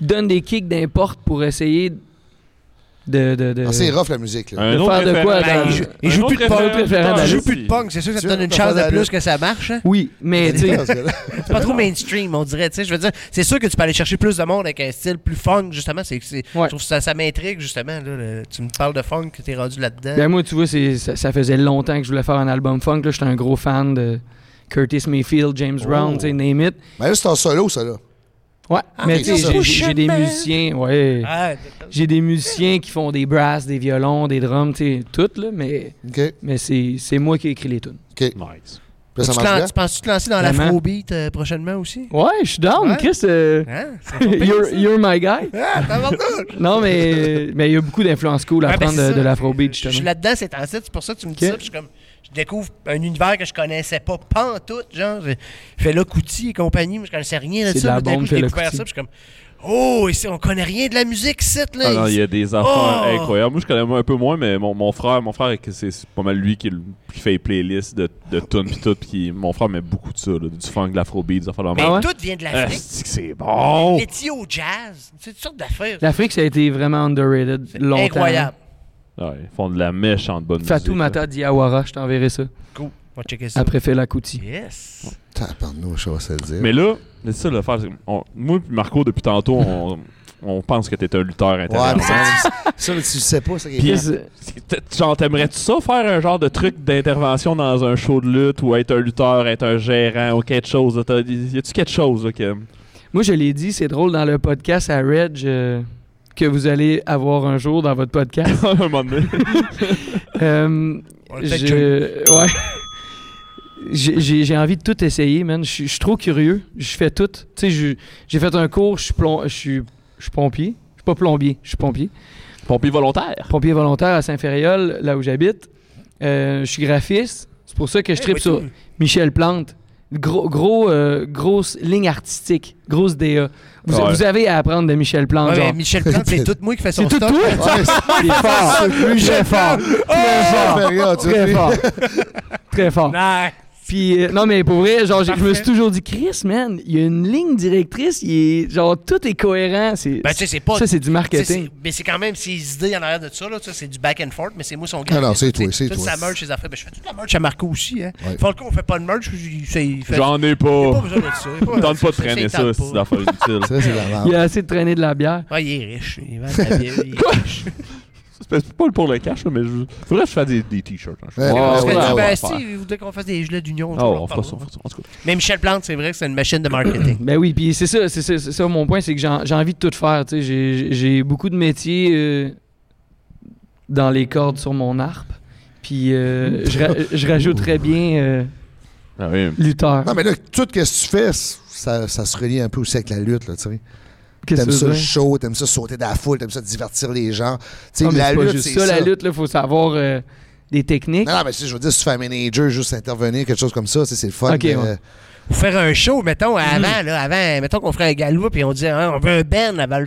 Speaker 11: donne des kicks d'importe pour essayer de. de, de
Speaker 1: ah, C'est rough, la musique, là.
Speaker 2: Un
Speaker 11: de
Speaker 2: autre
Speaker 11: faire de
Speaker 2: référent.
Speaker 11: quoi,
Speaker 3: Ben,
Speaker 11: dans-
Speaker 3: il joue- il
Speaker 2: Un
Speaker 3: joue
Speaker 2: autre
Speaker 3: plus de
Speaker 2: référent,
Speaker 11: punk, référent
Speaker 3: Tu
Speaker 2: Ah,
Speaker 11: d'Alice.
Speaker 2: ben
Speaker 3: joues plus de punk, c'est sûr que ça
Speaker 1: Tu
Speaker 3: te donne
Speaker 1: veux
Speaker 3: une chance de
Speaker 1: pas
Speaker 3: plus que ça marche. hein?
Speaker 11: Oui, mais tu sais,
Speaker 1: Parce que là,
Speaker 3: C'est pas trop mainstream, on dirait. Tu sais, je veux dire, c'est sûr que tu peux aller chercher plus de monde avec un style plus funk, justement. C'est, c'est-
Speaker 11: Ouais.
Speaker 3: Je trouve que ça, ça m'intrigue, justement. Là, le- tu me parles de funk, que t'es rendu là-dedans.
Speaker 11: ben moi, tu vois, c'est- ça, ça faisait longtemps que je voulais faire un album funk. là. J'étais un gros fan de Curtis Mayfield, James Brown, tu sais, name it.
Speaker 1: Ben là, c'est en solo, ça, là.
Speaker 11: Oh. Ouais, mais tu sais,
Speaker 1: c'est ça.
Speaker 11: j'ai- j'ai j'ai des musiciens, ouais.
Speaker 3: Ah,
Speaker 11: J'ai des musiciens qui font des brasses, des violons, des drums, tu sais, tout, là, mais,
Speaker 1: OK.
Speaker 11: mais c'est c'est moi qui ai écrit les tunes.
Speaker 2: Nice.
Speaker 1: Puis là, ça
Speaker 3: tu, te
Speaker 1: marche
Speaker 3: lan-
Speaker 1: bien.
Speaker 3: tu penses-tu te lancer dans
Speaker 11: Vraiment.
Speaker 3: l'afrobeat euh, prochainement aussi?
Speaker 11: Ouais, je suis down,
Speaker 3: Ouais.
Speaker 11: Chris. euh,
Speaker 3: Hein? C'est pas pire,
Speaker 11: you're,
Speaker 3: ça.
Speaker 11: you're my guy.
Speaker 3: Ah, tabarnouche!
Speaker 11: Non, mais euh, mais il y a beaucoup d'influences cool à
Speaker 3: Ouais, ben,
Speaker 11: prendre
Speaker 3: c'est
Speaker 11: de,
Speaker 3: ça.
Speaker 11: de l'afrobeat,
Speaker 3: Je suis
Speaker 11: justement.
Speaker 3: là-dedans, c'est en c'est pour ça que tu me dis
Speaker 11: Ok.
Speaker 3: ça. puis Je suis comme, je découvre un univers que je connaissais pas pantoute, genre. Je je fais là Couty et compagnie, mais je connaissais rien de
Speaker 11: C'est
Speaker 3: ça.
Speaker 11: de la
Speaker 3: puis d'un
Speaker 11: bombe,
Speaker 3: coup, j'ai
Speaker 11: Fela
Speaker 3: découvert
Speaker 11: Kuti.
Speaker 3: ça, puis je suis comme, oh, ici, on connaît rien de la musique, cette là.
Speaker 2: Ah non, il y a des affaires
Speaker 3: Oh!
Speaker 2: incroyables. Moi, je connais un peu moins, mais mon, mon frère, mon frère, c'est c'est pas mal lui qui, est le- qui fait les playlists de, de tunes pis tout. Pis mon frère met beaucoup de ça, là, du funk, de l'afrobeat, des affaires de
Speaker 3: Mais
Speaker 2: même.
Speaker 11: ouais? Oh.
Speaker 3: tout vient de
Speaker 2: Ah,
Speaker 3: l'Afrique.
Speaker 2: c'est que c'est bon!
Speaker 3: L'éthio-jazz. C'est une sorte d'affaire.
Speaker 11: L'Afrique, ça a été vraiment underrated longtemps.
Speaker 3: Incroyable.
Speaker 2: Ouais, ils font de la méchante bonne
Speaker 11: Fatou
Speaker 2: musique.
Speaker 11: Mata Diawara, je t'enverrai ça.
Speaker 3: Cool. On va checker ça.
Speaker 11: Après Fela Kuti.
Speaker 3: Yes.
Speaker 1: Tabarnouche, je sais pas dire.
Speaker 2: Euh, Mais là, c'est ça l'affaire. c'est que on- Moi et Marco, depuis tantôt, on, on pense que t'es un lutteur
Speaker 1: Ouais, mais
Speaker 2: international.
Speaker 1: ça, ça, mais tu le sais pas, ça. qui est-
Speaker 2: Puis,
Speaker 11: Chris, euh,
Speaker 2: C'est- t- Genre, t'aimerais-tu ça faire un genre de truc d'intervention dans un show de lutte ou être un lutteur, être un gérant ou quelque chose? là? T'as- Y a-tu quelque chose là, que.
Speaker 11: Moi, je l'ai dit, c'est drôle dans le podcast à Reg euh, que vous allez avoir un jour dans votre podcast.
Speaker 2: un moment donné.
Speaker 11: Euh,
Speaker 2: On le fait
Speaker 11: je... Ouais. J'ai- J'ai j'ai envie de tout essayer, man. Je suis- je suis trop curieux. Je fais tout. Tu sais, je- j'ai fait un cours, je suis plom- je suis je suis pompier. Je suis pas plombier, je suis pompier.
Speaker 2: Pompier volontaire.
Speaker 11: Pompier volontaire à Saint-Ferréol, là où j'habite. Euh, je suis graphiste. C'est pour ça que je tripe
Speaker 3: Eh, oui,
Speaker 11: sur
Speaker 3: tout.
Speaker 11: Michel Plante. Gros, gros, euh, grosse ligne artistique, grosse DA. Vous,
Speaker 3: Ouais.
Speaker 11: vous avez à apprendre de Michel Plante.
Speaker 3: Ouais, mais
Speaker 11: genre.
Speaker 3: Michel Plante, c'est tout moi qui fais son
Speaker 11: C'est tout
Speaker 3: stock.
Speaker 11: toi?
Speaker 3: Ouais, c'est-
Speaker 11: Il est fort.
Speaker 3: C'est lui,
Speaker 11: Très
Speaker 3: Jeff
Speaker 11: fort.
Speaker 3: Plante.
Speaker 11: Très
Speaker 3: Oh!
Speaker 11: fort. Ah, Très fort. Très fort. Puis, euh, non, mais pour vrai, genre, j'ai- je me suis toujours dit, Chris, man, il y a une ligne directrice, il est, genre, tout est cohérent. C'est,
Speaker 3: Ben, tu sais, c'est pas.
Speaker 11: Ça, c'est
Speaker 3: tu
Speaker 11: du
Speaker 3: sais,
Speaker 11: marketing.
Speaker 3: c'est- Mais c'est quand même ses idées en arrière de ça, là. Ça, c'est du back and forth, mais c'est moi son gars.
Speaker 1: Ah Non, non, c'est toi, c'est
Speaker 3: Tout
Speaker 1: toi.
Speaker 3: sa merch, ses affaires. Ben, je fais toute la merch à Marco aussi, hein.
Speaker 1: Ouais.
Speaker 3: Falco, on fait pas de merch. il- c'est- il fait-
Speaker 2: J'en ai
Speaker 3: Il a
Speaker 2: pas.
Speaker 3: pas besoin de ça. il a pas-
Speaker 2: Tente pas de
Speaker 3: ça,
Speaker 2: traîner
Speaker 3: il tente
Speaker 2: ça,
Speaker 3: pas.
Speaker 2: c'est d'affaires inutiles.
Speaker 1: Ça, c'est de la merde.
Speaker 11: Il a assez de traîner de la bière.
Speaker 3: Ouais, il est riche. Il vend de la bière. il est riche.
Speaker 2: C'est pas pour le cash, là, mais je... faudrait que je fasse des, des t-shirts. hein. Je-
Speaker 1: Ouais,
Speaker 2: Ouais,
Speaker 1: ouais,
Speaker 2: ouais,
Speaker 3: Parce que
Speaker 2: ouais,
Speaker 3: tu dis,
Speaker 2: on va
Speaker 3: ben,
Speaker 2: en
Speaker 3: si,
Speaker 2: faire.
Speaker 3: il voudrait qu'on fasse des gelées d'union.
Speaker 2: Ah,
Speaker 3: on
Speaker 2: ouais,
Speaker 3: en
Speaker 2: on fera ça, on fera
Speaker 3: parlera.
Speaker 2: ça. En tout cas.
Speaker 3: Mais Michel Plante, c'est vrai que c'est une machine de marketing.
Speaker 11: Ben oui, puis c'est ça, c'est ça, c'est ça mon point, c'est que j'en- j'ai envie de tout faire. tu sais, J'ai j'ai beaucoup de métiers euh, dans les cordes sur mon harpe. Puis euh, je, ra- je rajouterais bien euh,
Speaker 2: Ah oui.
Speaker 11: lutteur.
Speaker 1: Non, mais là, tout ce que tu fais, ça, ça se relie un peu aussi avec la lutte, là, tu sais.
Speaker 11: Qu'est-ce
Speaker 1: T'aimes
Speaker 11: que tu
Speaker 1: ça
Speaker 11: veux
Speaker 1: le
Speaker 11: dire?
Speaker 1: show, t'aimes ça sauter dans la foule, t'aimes ça divertir les gens. Tu
Speaker 11: Non,
Speaker 1: sais,
Speaker 11: mais
Speaker 1: la
Speaker 11: c'est pas
Speaker 1: lutte,
Speaker 11: juste
Speaker 1: c'est
Speaker 11: ça,
Speaker 1: ça.
Speaker 11: la lutte, il faut savoir euh, des techniques.
Speaker 1: Non, non, mais si je veux dire, si tu fais un manager, juste intervenir, quelque chose comme ça, tu sais, c'est le fun.
Speaker 11: Ok,
Speaker 1: mais,
Speaker 11: ouais.
Speaker 1: euh,
Speaker 3: Ou faire un show, mettons, avant, là, avant, mettons qu'on ferait un galop puis on disait, hein, on veut un band avant le,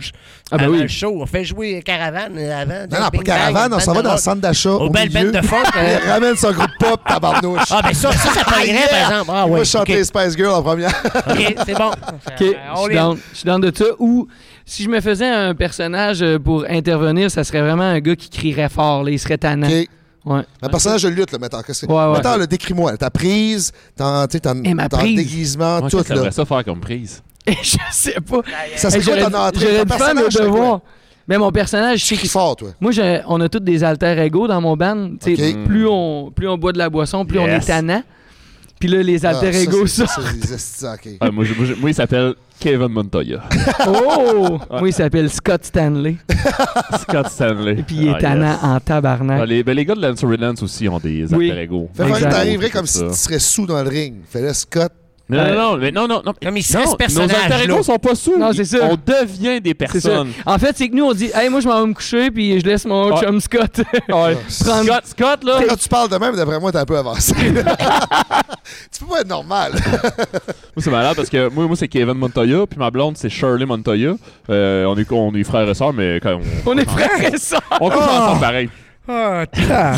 Speaker 11: Ah, ben
Speaker 3: avant
Speaker 11: oui.
Speaker 3: le show. On fait jouer Caravane euh, avant. Ben
Speaker 1: Non, non, pas caravane, on s'en va dans le centre d'achat.
Speaker 3: Au bel
Speaker 1: milieu.
Speaker 3: band de funk, hein.
Speaker 1: Ramène son groupe pop, tabarnouche.
Speaker 3: Ah, ben ça, ça, ça pognerait, par exemple. Ah,
Speaker 1: Moi,
Speaker 3: ouais.
Speaker 1: je chantais
Speaker 3: ok.
Speaker 1: Spice Girl en première.
Speaker 3: Ok, c'est bon. Euh,
Speaker 11: Ok,
Speaker 3: Ben,
Speaker 11: je suis down. Je suis down de ça. Ou si je me faisais un personnage euh, pour intervenir, ça serait vraiment un gars qui crierait fort, là, il serait tannant.
Speaker 1: Ok.
Speaker 11: Ouais.
Speaker 1: Un personnage de lutte, là, mettons. Qu'est-ce que...
Speaker 11: Ouais, ouais.
Speaker 1: Mettons, là, décris-moi. Ta prise, ton, tu sais, ton,
Speaker 11: Eh, ma
Speaker 1: ton
Speaker 11: prise.
Speaker 1: déguisement,
Speaker 2: Ouais,
Speaker 1: tout,
Speaker 2: qu'est-ce que
Speaker 1: là.
Speaker 2: t'aimerais ça faire comme prise?
Speaker 11: je sais pas.
Speaker 1: Ça serait
Speaker 11: Hey,
Speaker 1: quoi
Speaker 11: j'aurais-
Speaker 1: ton entrée?
Speaker 11: J'aurais
Speaker 1: Ton
Speaker 11: du fun
Speaker 1: personnage,
Speaker 11: de
Speaker 1: c'est quoi?
Speaker 11: voir. Mais mon personnage, je sais
Speaker 1: Qui
Speaker 11: qu'il
Speaker 1: fort, toi?
Speaker 11: Moi, j'ai- on a tous des alter ego dans mon band. Tu sais,
Speaker 1: Ok.
Speaker 11: Plus, on, plus on boit de la boisson, plus on
Speaker 2: Yes.
Speaker 11: est tannant. Puis là, les
Speaker 1: Ah,
Speaker 11: alter
Speaker 1: ça,
Speaker 11: ego,
Speaker 1: c'est-
Speaker 11: ça.
Speaker 1: ça, c'est des estis, ok.
Speaker 2: Ah, moi, je- moi, je- moi, il s'appelle Kevin Montoya.
Speaker 11: Oh! Moi, il s'appelle Scott Stanley.
Speaker 2: Scott Stanley.
Speaker 11: Puis il est
Speaker 2: Ah,
Speaker 11: tannant
Speaker 2: yes.
Speaker 11: en
Speaker 2: Ah,
Speaker 11: tabarnak.
Speaker 2: les, ben, les gars de Lance Redlands aussi ont des
Speaker 11: Oui.
Speaker 2: alter ego.
Speaker 1: Fais faire que
Speaker 11: Exact.
Speaker 1: t'arriverais comme si
Speaker 2: ça.
Speaker 1: tu serais sous dans le ring. Fais-le Scott.
Speaker 2: Non, non, non, mais non, non, non.
Speaker 3: Non, mais c'est ce
Speaker 2: Nos alter
Speaker 3: personnage-là.
Speaker 2: ego sont pas sous.
Speaker 11: Non, c'est ça.
Speaker 2: On devient des
Speaker 11: C'est ça.
Speaker 2: personnes.
Speaker 11: En fait, c'est que nous, on dit, hey, moi, je m'en vais me coucher, puis je laisse mon
Speaker 2: Ouais.
Speaker 11: chum Scott.
Speaker 2: Ouais.
Speaker 11: Prendre-
Speaker 2: Scott, Scott, là.
Speaker 1: Quand tu parles de même, d'après moi, t'es un peu avancé. tu peux pas être normal.
Speaker 2: Moi, c'est malade parce que moi, moi c'est Kevin Montoya, puis ma blonde, c'est Shirley Montoya. Euh, on, est, on est frères et sœurs, mais quand on,
Speaker 11: on est frères et sœurs.
Speaker 2: on couche ensemble pareil.
Speaker 3: Ah, tain.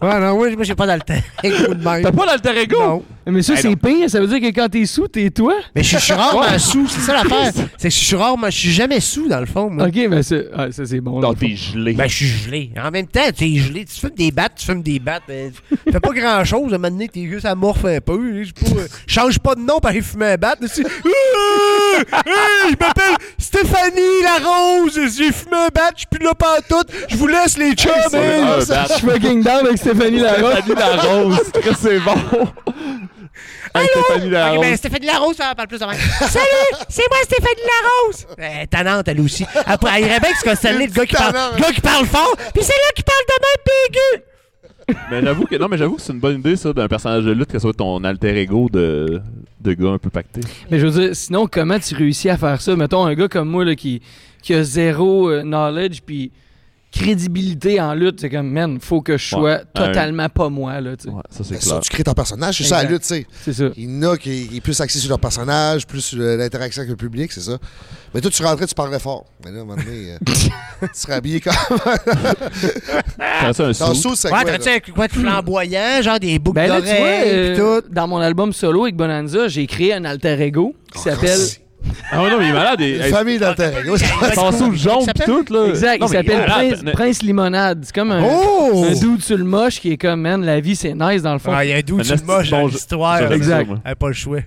Speaker 3: Ouais, non, oui, moi, j'ai pas d'alter ego de même.
Speaker 2: T'as pas d'alter ego?
Speaker 3: Non.
Speaker 11: Mais ça,
Speaker 2: Ben
Speaker 11: c'est
Speaker 2: non.
Speaker 11: pire. Ça veut dire que quand t'es sous, t'es toi.
Speaker 3: Mais je suis rarement sous, c'est ça l'affaire. C'est que je suis rarement, je suis jamais sous, dans le fond, moi.
Speaker 11: OK, ben ça, ah, ça, c'est bon.
Speaker 2: Non,
Speaker 11: là.
Speaker 2: t'es gelé.
Speaker 3: Ben, je suis gelé. En même temps, tu es gelé. Tu fumes des battes, tu fumes des battes. Ben, tu fais pas grand chose. À un moment donné, tes yeux s'amorphent un peu. Je sais pas, euh, change pas de nom pour aller fumer un bat. là, tu- Euh, hey, je m'appelle Stéphanie Larose. J'ai fumé un bat. Je suis plus là pas tout. Je vous laisse les chums.
Speaker 2: On est
Speaker 3: hein.
Speaker 2: un bat.
Speaker 11: Je suis fucking down avec Stéphanie Larocque.
Speaker 2: Ah, Stéphanie Larose. Chris, c'est bon. Hey, Stéphanie
Speaker 3: Ok,
Speaker 2: Larose.
Speaker 3: ben, Stéphanie Larose, ça parle plus de moi. Salut, c'est moi Stéphanie Larose. Euh, tannante, elle aussi. Après, elle irait bien que c'est Stanley, le gars qui parle,
Speaker 1: Tannante.
Speaker 3: le gars qui parle fort, puis c'est là qui parle de même puis aigu.
Speaker 2: Mais j'avoue que, non, mais j'avoue que c'est une bonne idée, ça, d'un personnage de lutte, que ce soit ton alter ego de, de gars un peu pacté.
Speaker 11: Mais je veux dire, sinon, comment tu réussis à faire ça? Mettons, un gars comme moi là, qui, qui a zéro euh, knowledge puis crédibilité en lutte, c'est comme, man, faut que je sois
Speaker 2: Ouais, un-
Speaker 11: totalement pas moi. Là, tu sais.
Speaker 2: Ouais, ça, c'est
Speaker 1: Mais ça,
Speaker 2: clair.
Speaker 1: tu crées ton personnage, c'est ça la
Speaker 11: Exact.
Speaker 1: lutte, tu sais.
Speaker 11: C'est ça.
Speaker 1: Il y en a qui, qui est plus axé sur leur personnage, plus sur le- l'interaction avec le public, c'est ça. Mais toi, tu rentrais, tu parlerais fort. Mais là, à un moment donné, euh, tu serais habillé comme.
Speaker 2: T'as ça un
Speaker 1: Dans le
Speaker 2: sou.
Speaker 1: sou, c'est
Speaker 3: Ouais,
Speaker 1: quoi?
Speaker 3: t'as-tu
Speaker 1: là?
Speaker 3: un quoi de flamboyant, genre des boucles
Speaker 11: Ben là, tu vois,
Speaker 3: d'oreilles, pis
Speaker 11: euh,
Speaker 3: tout.
Speaker 11: dans mon album solo avec Bonanza, j'ai créé un alter ego qui s'appelle...
Speaker 2: Ah ouais, non, mais il est malade.
Speaker 1: Une Ah,
Speaker 2: Il hey,
Speaker 1: famille dans ta
Speaker 2: son sou jaune pis tout, là.
Speaker 11: Exact,
Speaker 2: Non,
Speaker 11: il
Speaker 2: mais est
Speaker 11: s'appelle
Speaker 2: malade.
Speaker 11: Prince, Prince Limonade. C'est comme un,
Speaker 3: Oh!
Speaker 11: un dude sur le moche qui est comme, man, la vie, c'est nice dans le fond.
Speaker 3: Ah, il y a un doux
Speaker 2: Un
Speaker 3: sur le
Speaker 2: esti
Speaker 3: moche
Speaker 2: bon
Speaker 3: dans
Speaker 2: jeu.
Speaker 3: l'histoire.
Speaker 2: J'aurais dit ça,
Speaker 11: Exact.
Speaker 2: moi.
Speaker 3: Ah, pas le choix.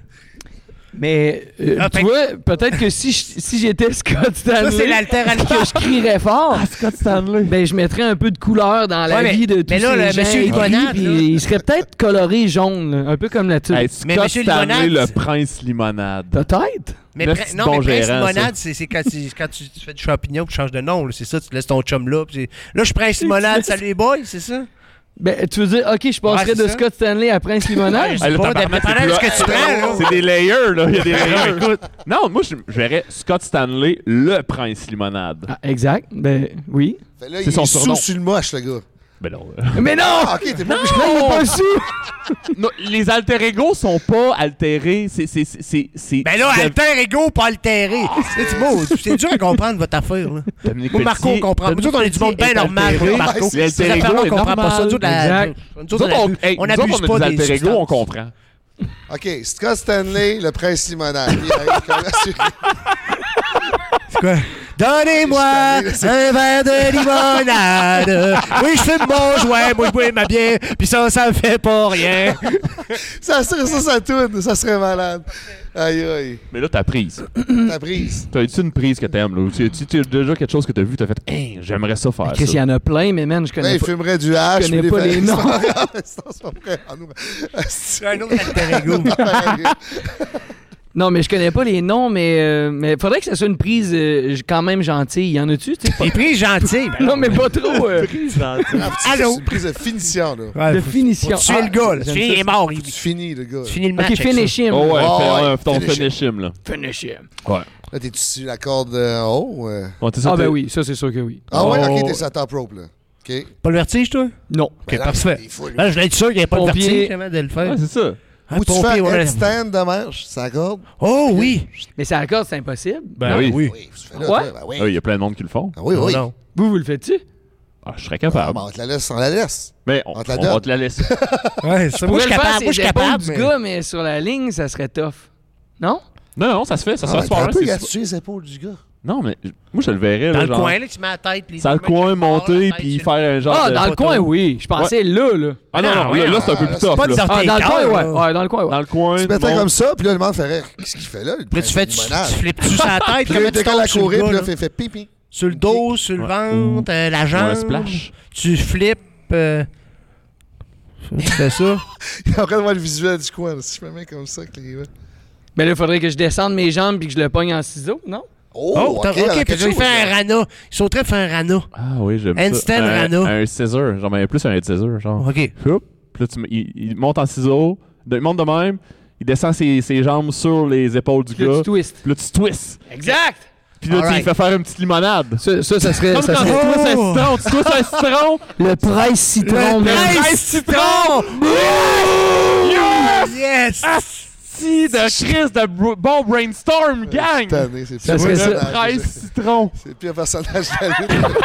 Speaker 11: Mais euh,
Speaker 3: Ah,
Speaker 11: tu
Speaker 3: fait-
Speaker 11: vois, peut-être que si je- si j'étais Scott Stanley,
Speaker 3: c'est l'alter Ah,
Speaker 11: puis que je crierais fort. Scott Stanley. Ben je mettrais un peu de couleur dans la
Speaker 3: Ouais, mais-
Speaker 11: vie de tous
Speaker 3: mais là,
Speaker 11: ces
Speaker 3: le
Speaker 11: gens
Speaker 3: monsieur
Speaker 11: aigris,
Speaker 3: Limonade,
Speaker 11: puis
Speaker 3: là-
Speaker 11: il serait peut-être coloré jaune, là, un peu comme la tube.
Speaker 2: Hey, Scott Stanley, le prince limonade.
Speaker 11: Peut-être.
Speaker 3: Mais
Speaker 2: Le
Speaker 3: prin-
Speaker 2: petit
Speaker 3: non,
Speaker 2: bon
Speaker 3: mais Prince
Speaker 2: gérant, ça.
Speaker 3: Limonade, c'est c'est quand, tu, quand tu, tu fais du champignon, tu changes de nom. là, C'est ça, tu laisses ton chum là. puis c'est- là, je suis Prince Limonade, salut les boys, c'est ça?
Speaker 11: Ben tu veux dire, ok, je passerais
Speaker 3: Ouais, c'est
Speaker 11: de
Speaker 3: ça.
Speaker 11: Scott Stanley à Prince Limonade.
Speaker 2: Hey, le tabarnak, c'est plus- C'est des layers, là. Il y a des layers. Non, moi, je je verrais Scott Stanley, le prince limonade.
Speaker 11: exact. Ben oui.
Speaker 1: Fait là,
Speaker 2: C'est
Speaker 1: il
Speaker 2: son
Speaker 1: est sous
Speaker 2: surnom.
Speaker 1: sur le moche, le gars.
Speaker 2: Ben non.
Speaker 11: Mais non!
Speaker 1: Ah, ok, t'es pas obligé.
Speaker 11: Non, il est pas
Speaker 2: Non, les alter ego sont pas altérés. C'est. c'est- c'est- c'est-
Speaker 3: Ben là, alter ego, pas altéré. C'est beau. C'est dur à comprendre votre affaire. Là.
Speaker 2: Dominique
Speaker 3: Moi, Marco, on
Speaker 2: Pelletier-
Speaker 3: comprend. Nous
Speaker 2: Dominique
Speaker 3: autres, on est du monde bien
Speaker 2: Pelletier est
Speaker 3: normal.
Speaker 2: altéré.
Speaker 3: Marco,
Speaker 2: Les alter
Speaker 3: Ces
Speaker 2: ego
Speaker 3: affaires-là, on
Speaker 2: est
Speaker 3: comprend pas
Speaker 2: normal.
Speaker 3: ça. Nous autres, la-
Speaker 2: Exact.
Speaker 3: nous
Speaker 2: Nous
Speaker 3: autres,
Speaker 2: autres,
Speaker 3: on
Speaker 2: on,
Speaker 3: abuse-
Speaker 2: hey,
Speaker 3: on
Speaker 2: nous autres,
Speaker 3: abuse
Speaker 2: on a
Speaker 3: pas
Speaker 2: des
Speaker 3: des
Speaker 2: alter ego, on
Speaker 3: substances.
Speaker 2: comprend.
Speaker 1: Ok, Scott Stanley, le prince limonade. Il arrive comme assuré.
Speaker 3: Donnez-moi un
Speaker 1: Je suis
Speaker 3: verre de limonade. Oui, je fume mon joint, moi je bois ma bière, puis ça, ça me fait pas rien.
Speaker 1: Ça serait ça, ça tourne. Ça serait malade. Aïe, aïe.
Speaker 2: Mais là, t'as prise.
Speaker 1: Ta prise.
Speaker 2: T'as tu une prise que t'aimes, là? Ou tu tu- tu as déjà quelque chose que t'as vu, t'as fait, hein, j'aimerais ça faire.
Speaker 11: Chris, il y
Speaker 2: Ça.
Speaker 11: en a plein, mais man, je
Speaker 1: Là,
Speaker 11: connais
Speaker 1: Ben, il
Speaker 11: pas.
Speaker 1: fumerait du hache.
Speaker 11: connais
Speaker 1: puis
Speaker 11: pas
Speaker 1: des-
Speaker 11: les noms.
Speaker 1: C'est pas- c'est pas vrai. Ah, nous-
Speaker 3: C'est un autre alter ego.
Speaker 1: ben,
Speaker 11: Non, mais je connais pas les noms, mais euh, mais faudrait que ça soit une prise euh, quand même gentille. Il y en a-tu, tu sais?
Speaker 3: Les prix gentils. ben,
Speaker 11: Non, mais pas trop. euh,
Speaker 3: Allô?
Speaker 1: C'est une prise de finition, là.
Speaker 3: ouais,
Speaker 11: de
Speaker 3: faut-
Speaker 11: finition.
Speaker 3: faut tuer
Speaker 11: Ah,
Speaker 3: le gars, là.
Speaker 11: j'aime
Speaker 3: Tu es-
Speaker 11: ça.
Speaker 3: il est mort. Il
Speaker 1: Tu finis, le gars. là.
Speaker 3: tu finis le match.
Speaker 11: Ok,
Speaker 3: avec ça.
Speaker 11: finish him.
Speaker 2: Oh ouais,
Speaker 1: Oh,
Speaker 2: fais
Speaker 1: ouais,
Speaker 2: un- ton
Speaker 1: finish him.
Speaker 2: finish him, là.
Speaker 11: Finish him.
Speaker 2: Ouais.
Speaker 1: Là, t'es-tu sur la corde euh, en haut? euh?
Speaker 2: Ouais, t'es sûr
Speaker 11: Ah,
Speaker 2: que-
Speaker 11: ben oui, ça, c'est sûr que oui.
Speaker 1: Ah ouais,
Speaker 2: Oh.
Speaker 1: ok, t'es sur la top rope, là. OK.
Speaker 3: Pas le vertige, toi?
Speaker 11: Non.
Speaker 1: Ben là,
Speaker 3: parfait.
Speaker 1: il faut-
Speaker 3: Là, je voulais être sûr qu'il n'y avait pas de
Speaker 11: Pompier.
Speaker 3: vertige avant de le faire.
Speaker 2: Ouais, c'est ça.
Speaker 3: Ah,
Speaker 1: Ou tu
Speaker 3: pompier,
Speaker 1: fais un
Speaker 3: ouais.
Speaker 1: headstand de marche, ça corde?
Speaker 3: Oh oui!
Speaker 11: Mais ça accorde, c'est impossible.
Speaker 2: Ben oui.
Speaker 3: oui. Oh,
Speaker 1: Oui, tu fais là,
Speaker 11: Ouais.
Speaker 1: toi, ben oui.
Speaker 2: Ah, Il y a plein de monde qui le font.
Speaker 1: Ah oui, oui.
Speaker 3: Non, non.
Speaker 11: Vous, vous le faites-tu?
Speaker 2: Ah, je serais
Speaker 1: Ah,
Speaker 2: capable.
Speaker 1: ben, on te la laisse, on la laisse.
Speaker 2: Mais on,
Speaker 1: on te la
Speaker 2: on
Speaker 1: donne.
Speaker 2: va te la laisser.
Speaker 3: Ouais, ça, moi, je suis
Speaker 11: Pourrais le faire,
Speaker 3: capable.
Speaker 11: c'est
Speaker 3: Moi, je suis
Speaker 11: les épaules
Speaker 3: capable.
Speaker 11: du
Speaker 3: mais-
Speaker 11: gars, mais sur la ligne, ça serait tough. Non?
Speaker 2: non, non, ça se fait. Ça
Speaker 1: Ah,
Speaker 2: se fait
Speaker 1: ben,
Speaker 2: à ce
Speaker 1: t'as un
Speaker 2: moment-là,
Speaker 1: peu
Speaker 2: c'est-
Speaker 1: gaspillé les épaules du gars.
Speaker 2: Non, mais je- moi, je le verrais.
Speaker 3: Dans
Speaker 2: là,
Speaker 3: le
Speaker 2: genre,
Speaker 3: coin, là, tu mets la tête. les
Speaker 2: Dans le
Speaker 3: deux mains
Speaker 2: coin,
Speaker 3: qui partent, la
Speaker 2: monter,
Speaker 3: tête
Speaker 2: puis
Speaker 3: sur le-
Speaker 2: faire un genre
Speaker 11: Ah,
Speaker 2: de
Speaker 11: dans le
Speaker 2: photo.
Speaker 11: coin, oui. Je pensais là, là.
Speaker 2: Ah non, non, là, là, c'est un peu plus
Speaker 1: c'est
Speaker 2: tough.
Speaker 3: pas
Speaker 2: là.
Speaker 3: de sortir
Speaker 11: Ah, dans le coin, ouais. Ouais, dans le coin, ouais.
Speaker 2: Dans le coin.
Speaker 1: Tu
Speaker 2: le
Speaker 1: mettrais
Speaker 2: monde-
Speaker 1: comme ça, puis là, le monde ferait Qu'est-ce qu'il fait là? le
Speaker 3: Puis là,
Speaker 1: prince
Speaker 3: tu fais,
Speaker 1: du
Speaker 3: tu,
Speaker 1: monarque?
Speaker 3: tu flippes sur la tête,
Speaker 1: Puis là,
Speaker 3: comment tu
Speaker 1: dès qu'elle
Speaker 3: tombes
Speaker 1: a
Speaker 3: sur le
Speaker 1: couru,
Speaker 3: gars,
Speaker 1: puis là,
Speaker 3: là?
Speaker 1: fait fait pipi.
Speaker 3: Sur le dos, sur le ventre, euh, la
Speaker 2: Ouais,
Speaker 3: jambe.
Speaker 2: un splash.
Speaker 3: Tu flippes. euh, Tu fais ça.
Speaker 1: Après, moi, le visuel du coin, là, si je me mets comme ça, avec les gars.
Speaker 11: Mais là, il faudrait que je descende mes jambes puis que je le pogne en ciseaux, non?
Speaker 1: Oh,
Speaker 3: t'as-
Speaker 1: ok, on a
Speaker 3: puis
Speaker 1: quelque
Speaker 3: tu
Speaker 1: chose,
Speaker 3: fais un
Speaker 1: là.
Speaker 3: rana. Ils sont en train de faire un rana.
Speaker 2: Ah oui, j'aime ça.
Speaker 3: Einstein
Speaker 2: un,
Speaker 3: Rana.
Speaker 2: Un scissor. J'en mets plus un scissor, genre.
Speaker 3: OK.
Speaker 2: Hop. Puis là, tu mets- il, il monte en ciseaux. de- Il monte de même. Il descend ses, ses jambes sur les épaules du
Speaker 11: Là,
Speaker 2: gars.
Speaker 11: tu twists.
Speaker 2: Puis là, tu twists.
Speaker 11: Exact!
Speaker 2: Puis là, tu lui
Speaker 3: Alright.
Speaker 2: fais faire une petite limonade.
Speaker 11: Ça, ça, ça serait.
Speaker 2: Comme
Speaker 11: ça
Speaker 2: quand tu
Speaker 11: serait-
Speaker 2: twistes un
Speaker 3: Oh!
Speaker 2: citron. Tu twistes un citron.
Speaker 11: Le presse citron, man.
Speaker 3: Prince Citron!
Speaker 2: Yes!
Speaker 3: Yes! Ah!
Speaker 2: Asti de Chris de bro- bon brainstorm, gang!
Speaker 1: Cette année, c'est
Speaker 11: Ça
Speaker 1: pire
Speaker 11: serait
Speaker 1: personnage,
Speaker 11: ça.
Speaker 1: je
Speaker 2: 13
Speaker 1: sais.
Speaker 2: citrons.
Speaker 1: C'est le pire personnage de la lutte.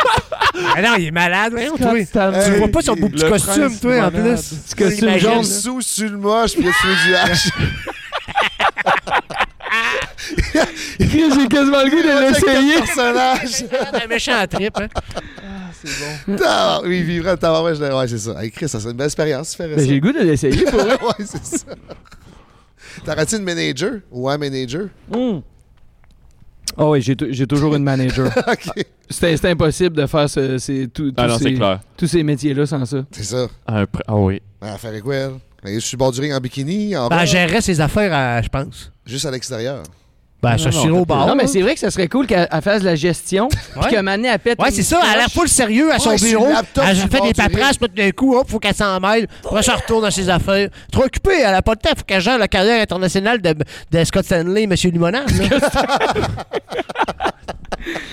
Speaker 3: Ah non, il est malade, voyons, toi. Tu
Speaker 2: Euh,
Speaker 1: Hey,
Speaker 3: vois pas son beau petit
Speaker 2: le
Speaker 3: costume,
Speaker 2: prince
Speaker 3: toi, en
Speaker 2: malade.
Speaker 3: plus.
Speaker 2: Petit
Speaker 3: Tu
Speaker 11: costume
Speaker 3: l'imagines,
Speaker 11: jaune.
Speaker 1: J'aime sous sur le moche, puis là, tu fais du hache.
Speaker 11: J'ai quasiment le goût de l'essayer.
Speaker 1: personnage.
Speaker 3: là. Un méchant trip, hein.
Speaker 1: Tabar- Oui, vivre tabarouette. je l'ai- Ouais, c'est ça. Hey, Chris, ça serait une belle expérience, tu ferais
Speaker 11: Ben,
Speaker 1: ça.
Speaker 11: J'ai le goût de l'essayer pour vrai.
Speaker 1: ouais, c'est ça. T'aurais-tu une manager ou un manager?
Speaker 11: Mm. Ah oui, j'ai t- j'ai toujours une manager.
Speaker 1: OK.
Speaker 11: C'était c'était impossible de faire ce- ces- tous-
Speaker 2: Ah
Speaker 11: tous
Speaker 2: non, c'est
Speaker 11: ces-
Speaker 2: clair.
Speaker 11: tous ces métiers-là sans ça.
Speaker 1: C'est ça.
Speaker 2: Un pr- Ah oui.
Speaker 1: Ben, elle ferait quoi, elle? Ben, je suis bord du ring en bikini, en
Speaker 3: Ben,
Speaker 1: bas,
Speaker 3: elle gérerait ses affaires, à- je pense.
Speaker 1: juste à l'extérieur.
Speaker 3: Ben,
Speaker 2: ça, je suis au bar.
Speaker 11: Non, mais c'est vrai que ça serait cool qu'elle elle fasse de la gestion, puis
Speaker 3: Ouais.
Speaker 11: que Mané, elle pète
Speaker 3: Ouais,
Speaker 11: une
Speaker 3: c'est ça. Elle a l'air
Speaker 11: cloche.
Speaker 3: full sérieux à son
Speaker 1: Ouais, c'est
Speaker 3: bureau.
Speaker 1: le laptop
Speaker 3: Elle
Speaker 1: sur le
Speaker 3: fait
Speaker 1: bord
Speaker 3: des
Speaker 1: du ring.
Speaker 3: paperasses, puis tout d'un coup, hop, faut qu'elle s'en mêle. Après, ça retourne à ses affaires. Trop occupée, elle a pas de temps. Faut qu'elle gère la carrière internationale de, de Scott Stanley, Monsieur Limonade. là.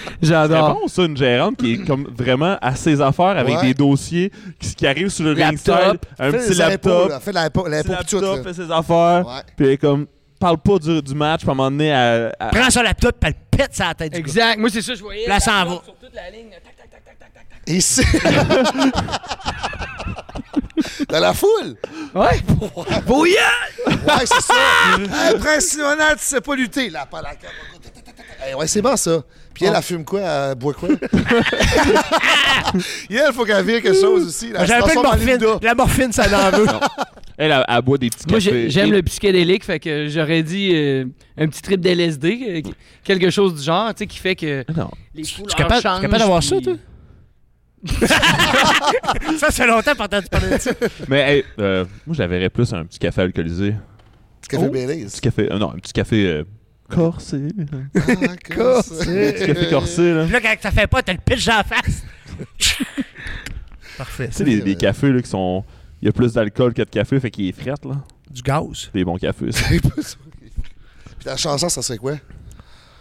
Speaker 2: C'est
Speaker 11: J'adore.
Speaker 2: bon, ça, une gérante qui est comme vraiment à ses affaires avec
Speaker 1: Ouais.
Speaker 2: des dossiers qui, qui arrivent sur le ring
Speaker 11: Laptop.
Speaker 2: style, un
Speaker 1: Fais
Speaker 2: petit
Speaker 1: les impôts,
Speaker 2: laptop,
Speaker 1: là. Fais l'impôt
Speaker 2: petit
Speaker 1: l'impôt pis tout,
Speaker 2: laptop,
Speaker 1: là.
Speaker 2: fait ses affaires,
Speaker 1: Ouais.
Speaker 2: puis elle est comme parle pas du, du match, puis à un moment donné, elle- elle-
Speaker 3: Prends son laptop, puis elle pète sa tête. du gars.
Speaker 11: Exact. Moi, c'est ça, je voyais.
Speaker 3: Là, ça en va.
Speaker 11: Sur toute la ligne. Tac, tac, tac, tac, tac, tac, tac.
Speaker 1: Et c'est... Dans la foule!
Speaker 11: Ouais.
Speaker 1: Ouais, c'est ça! hey, Prince Léonard, tu sais pas lutter! Là, pas la hey, Eh Ouais, c'est bon, ça. Puis elle, elle fume quoi? Elle boit quoi? Et elle, faut qu'elle vire quelque chose aussi. là.
Speaker 3: J'avais
Speaker 1: Elle se
Speaker 3: pas de
Speaker 1: transforme en
Speaker 3: morphine.
Speaker 1: Linda.
Speaker 3: La morphine, ça n'en veut.
Speaker 2: Elle, elle, elle boit des petits
Speaker 11: Moi,
Speaker 2: cafés.
Speaker 11: j'ai- j'aime
Speaker 2: Et-
Speaker 11: le psychédélique, fait que j'aurais dit euh, un petit trip d'LSD, euh, quelque chose du genre, tu sais, qui fait que les couleurs
Speaker 3: capable- tu es
Speaker 11: changent.
Speaker 3: capable d'avoir ça,
Speaker 11: puis-
Speaker 3: ça, c'est longtemps pour entendre parler de ça.
Speaker 2: Mais hey, euh, moi, je la verrais plus à un petit café alcoolisé. Petit
Speaker 1: café
Speaker 2: Un petit café, euh, non, un petit café euh, corsé.
Speaker 1: Oh,
Speaker 3: Corsé.
Speaker 2: Un petit café corsé, là.
Speaker 3: Puis là, quand ça fait pas, t'as le pitch en face. Parfait.
Speaker 2: Tu sais, les, les cafés là, qui sont. Il y a plus d'alcool que de café, fait qu'il est fret, là.
Speaker 3: Du gaz.
Speaker 2: Des bons cafés. ça.
Speaker 1: Puis la chanson, ça serait quoi?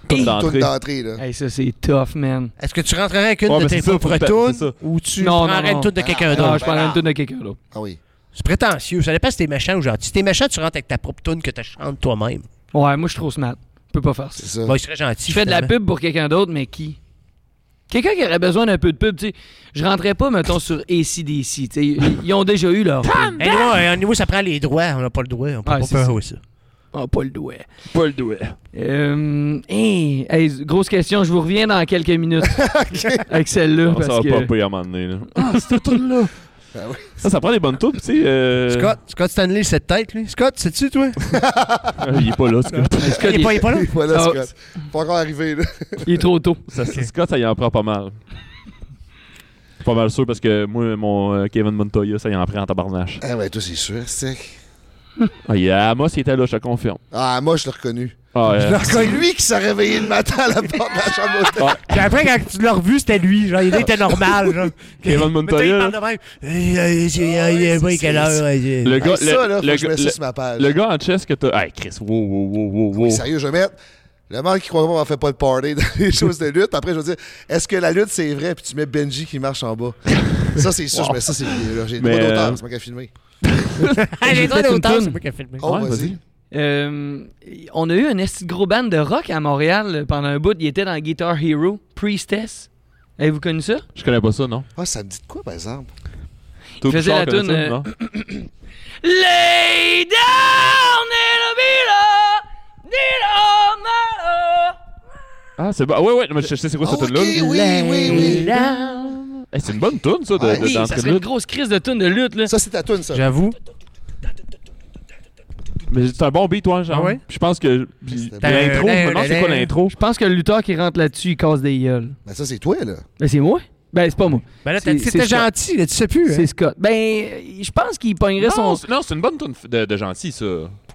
Speaker 2: Toune d'entrée.
Speaker 1: Toune d'entrée, là.
Speaker 11: Hey, ça, c'est tough, man.
Speaker 3: Est-ce que tu rentrerais avec une
Speaker 11: Ouais,
Speaker 3: de
Speaker 11: mais
Speaker 3: tes
Speaker 11: c'est ça,
Speaker 3: propres
Speaker 11: faut que- c'est
Speaker 3: tunes
Speaker 11: ça.
Speaker 3: ou tu
Speaker 11: Non, non,
Speaker 3: prendrais
Speaker 11: non. Ah,
Speaker 3: une tune de quelqu'un d'autre?
Speaker 11: Non, je prendrais une toune de quelqu'un d'autre.
Speaker 1: Ah oui.
Speaker 3: C'est prétentieux. Ça dépend si t'es méchant ou gentil. Si t'es méchant, tu rentres avec ta propre tune que tu chantes toi-même.
Speaker 11: Ouais, moi, je suis trop smart. Je peux pas faire ça.
Speaker 1: C'est ça.
Speaker 3: Bon, il serait gentil.
Speaker 11: Tu fais de la
Speaker 3: finalement.
Speaker 11: pub pour quelqu'un d'autre, mais qui? Quelqu'un qui aurait besoin d'un peu de pub, tu sais. Je rentrais pas, mettons, sur ACDC, tu sais. Ils ont déjà eu leur pub.
Speaker 3: Anyway, euh, anyway, ça prend les droits. On n'a pas le droit. On peut
Speaker 11: Ah,
Speaker 3: pas
Speaker 11: c'est
Speaker 3: faire
Speaker 11: ça.
Speaker 3: ouais, ça.
Speaker 11: Ah, pas le doigt.
Speaker 2: Pas le doué.
Speaker 11: Euh, hey, hey, grosse question, je vous reviens dans quelques minutes avec celle-là.
Speaker 2: Non, Ah, ça va
Speaker 11: parce
Speaker 2: pas
Speaker 11: que...
Speaker 2: payer à un moment donné, là.
Speaker 11: Ah, cette toune-là!
Speaker 2: Ça, ça prend des bonnes toupes, tu sais. euh,
Speaker 3: Scott, Scott Stanley, cette tête, lui. Scott, c'est-tu, toi?
Speaker 2: euh, il est pas là, Scott.
Speaker 11: Scott,
Speaker 3: il est pas, il est pas là?
Speaker 1: Voilà,
Speaker 11: Ah,
Speaker 1: Scott. Pas encore arrivé, là.
Speaker 11: il est trop tôt.
Speaker 2: Ça, c'est- Scott, ça y en prend pas mal. Pas mal sûr parce que moi, mon euh, Kevin Montoya, ça y en prend en tabarnache.
Speaker 1: Ah ouais, toi, c'est sûr, sec.
Speaker 2: Ah, il, Amos, il était là, je te confirme.
Speaker 1: Ah, moi, je l'ai reconnu.
Speaker 2: Ah, euh,
Speaker 1: C'est lui qui s'est réveillé le matin à la porte de la chambre d'hôtel.
Speaker 3: Puis après, quand tu l'as revu, c'était lui. Genre, il était normal. Genre.
Speaker 2: Kevin Montoya,
Speaker 3: Mais toi, il parle de même. Hey, hey, hey, hey, hey, hey, quelle heure, hey, hey.
Speaker 2: le gars,
Speaker 1: Hey, ça, là, faut
Speaker 2: le,
Speaker 1: que je mette ça
Speaker 2: le-
Speaker 1: sur ma page.
Speaker 2: le gars Oh. en chess que t'as. Hey, Chris, wow, wow, wow, wow, wow.
Speaker 1: Sérieux, je vais mettre. Le monde qui croit pas qu'on fait pas de party dans les choses de lutte, après je vais dire est-ce que la lutte c'est vrai Puis tu mets Benji qui marche en bas. ça c'est sûr,
Speaker 2: Wow.
Speaker 1: je mets ça, c'est là. J'ai
Speaker 2: Mais,
Speaker 1: droit d'auteur,
Speaker 2: euh,
Speaker 1: c'est moi qui ai filmé.
Speaker 3: Ah,
Speaker 11: J'ai
Speaker 3: J'ai droit
Speaker 11: fait une
Speaker 3: d'auteur,
Speaker 11: toune.
Speaker 3: c'est moi qui ai filmé.
Speaker 1: Oh,
Speaker 2: ouais,
Speaker 1: vas-y.
Speaker 11: Euh, on a eu un esti de gros band de rock à Montréal pendant un bout. Il était dans Guitar Hero, Priestess. Avez-vous connu ça?
Speaker 2: Je connais pas ça, non?
Speaker 1: Ah, ça me dit de quoi, par exemple
Speaker 2: Toi,
Speaker 11: faisait
Speaker 2: Bouchard,
Speaker 11: la
Speaker 2: connais
Speaker 11: toune,
Speaker 2: ça,
Speaker 11: euh,
Speaker 2: non?
Speaker 11: Lay down in a villa, need all my love.
Speaker 2: Ah, c'est bon. Ouais, ouais, mais je sais c'est quoi cette
Speaker 1: Ah,
Speaker 2: tune-là.
Speaker 1: ok, oui, oui, oui.
Speaker 2: Hey, Eh, c'est une bonne tune, ça, de,
Speaker 1: Ouais.
Speaker 2: de-
Speaker 11: Hey, ça
Speaker 2: d'entrée de
Speaker 11: serait une
Speaker 2: lutte.
Speaker 11: grosse crise de tune de lutte, là.
Speaker 1: Ça c'est ta toune, ça.
Speaker 3: J'avoue.
Speaker 2: Mais c'est un bon beat, toi, genre.
Speaker 3: Ah ouais?
Speaker 2: Puis Je pense que. puis
Speaker 1: C'était-
Speaker 11: Ben,
Speaker 2: L'intro, je me demande c'est quoi l'intro.
Speaker 11: Je pense que le lutteur qui rentre là-dessus, il casse des gueules.
Speaker 1: Mais ça c'est toi, là.
Speaker 11: Ben, c'est moi? Ben, c'est pas moi.
Speaker 3: Ben là,
Speaker 11: C'est-
Speaker 3: t'as dit que
Speaker 11: c'est
Speaker 3: t'étais
Speaker 11: Scott.
Speaker 3: gentil, là, tu sais plus. hein.
Speaker 11: C'est Scott. Ben, je pense qu'il pognerait
Speaker 2: Non,
Speaker 11: son.
Speaker 2: c'est- non, c'est une bonne tune de, de gentil, ça.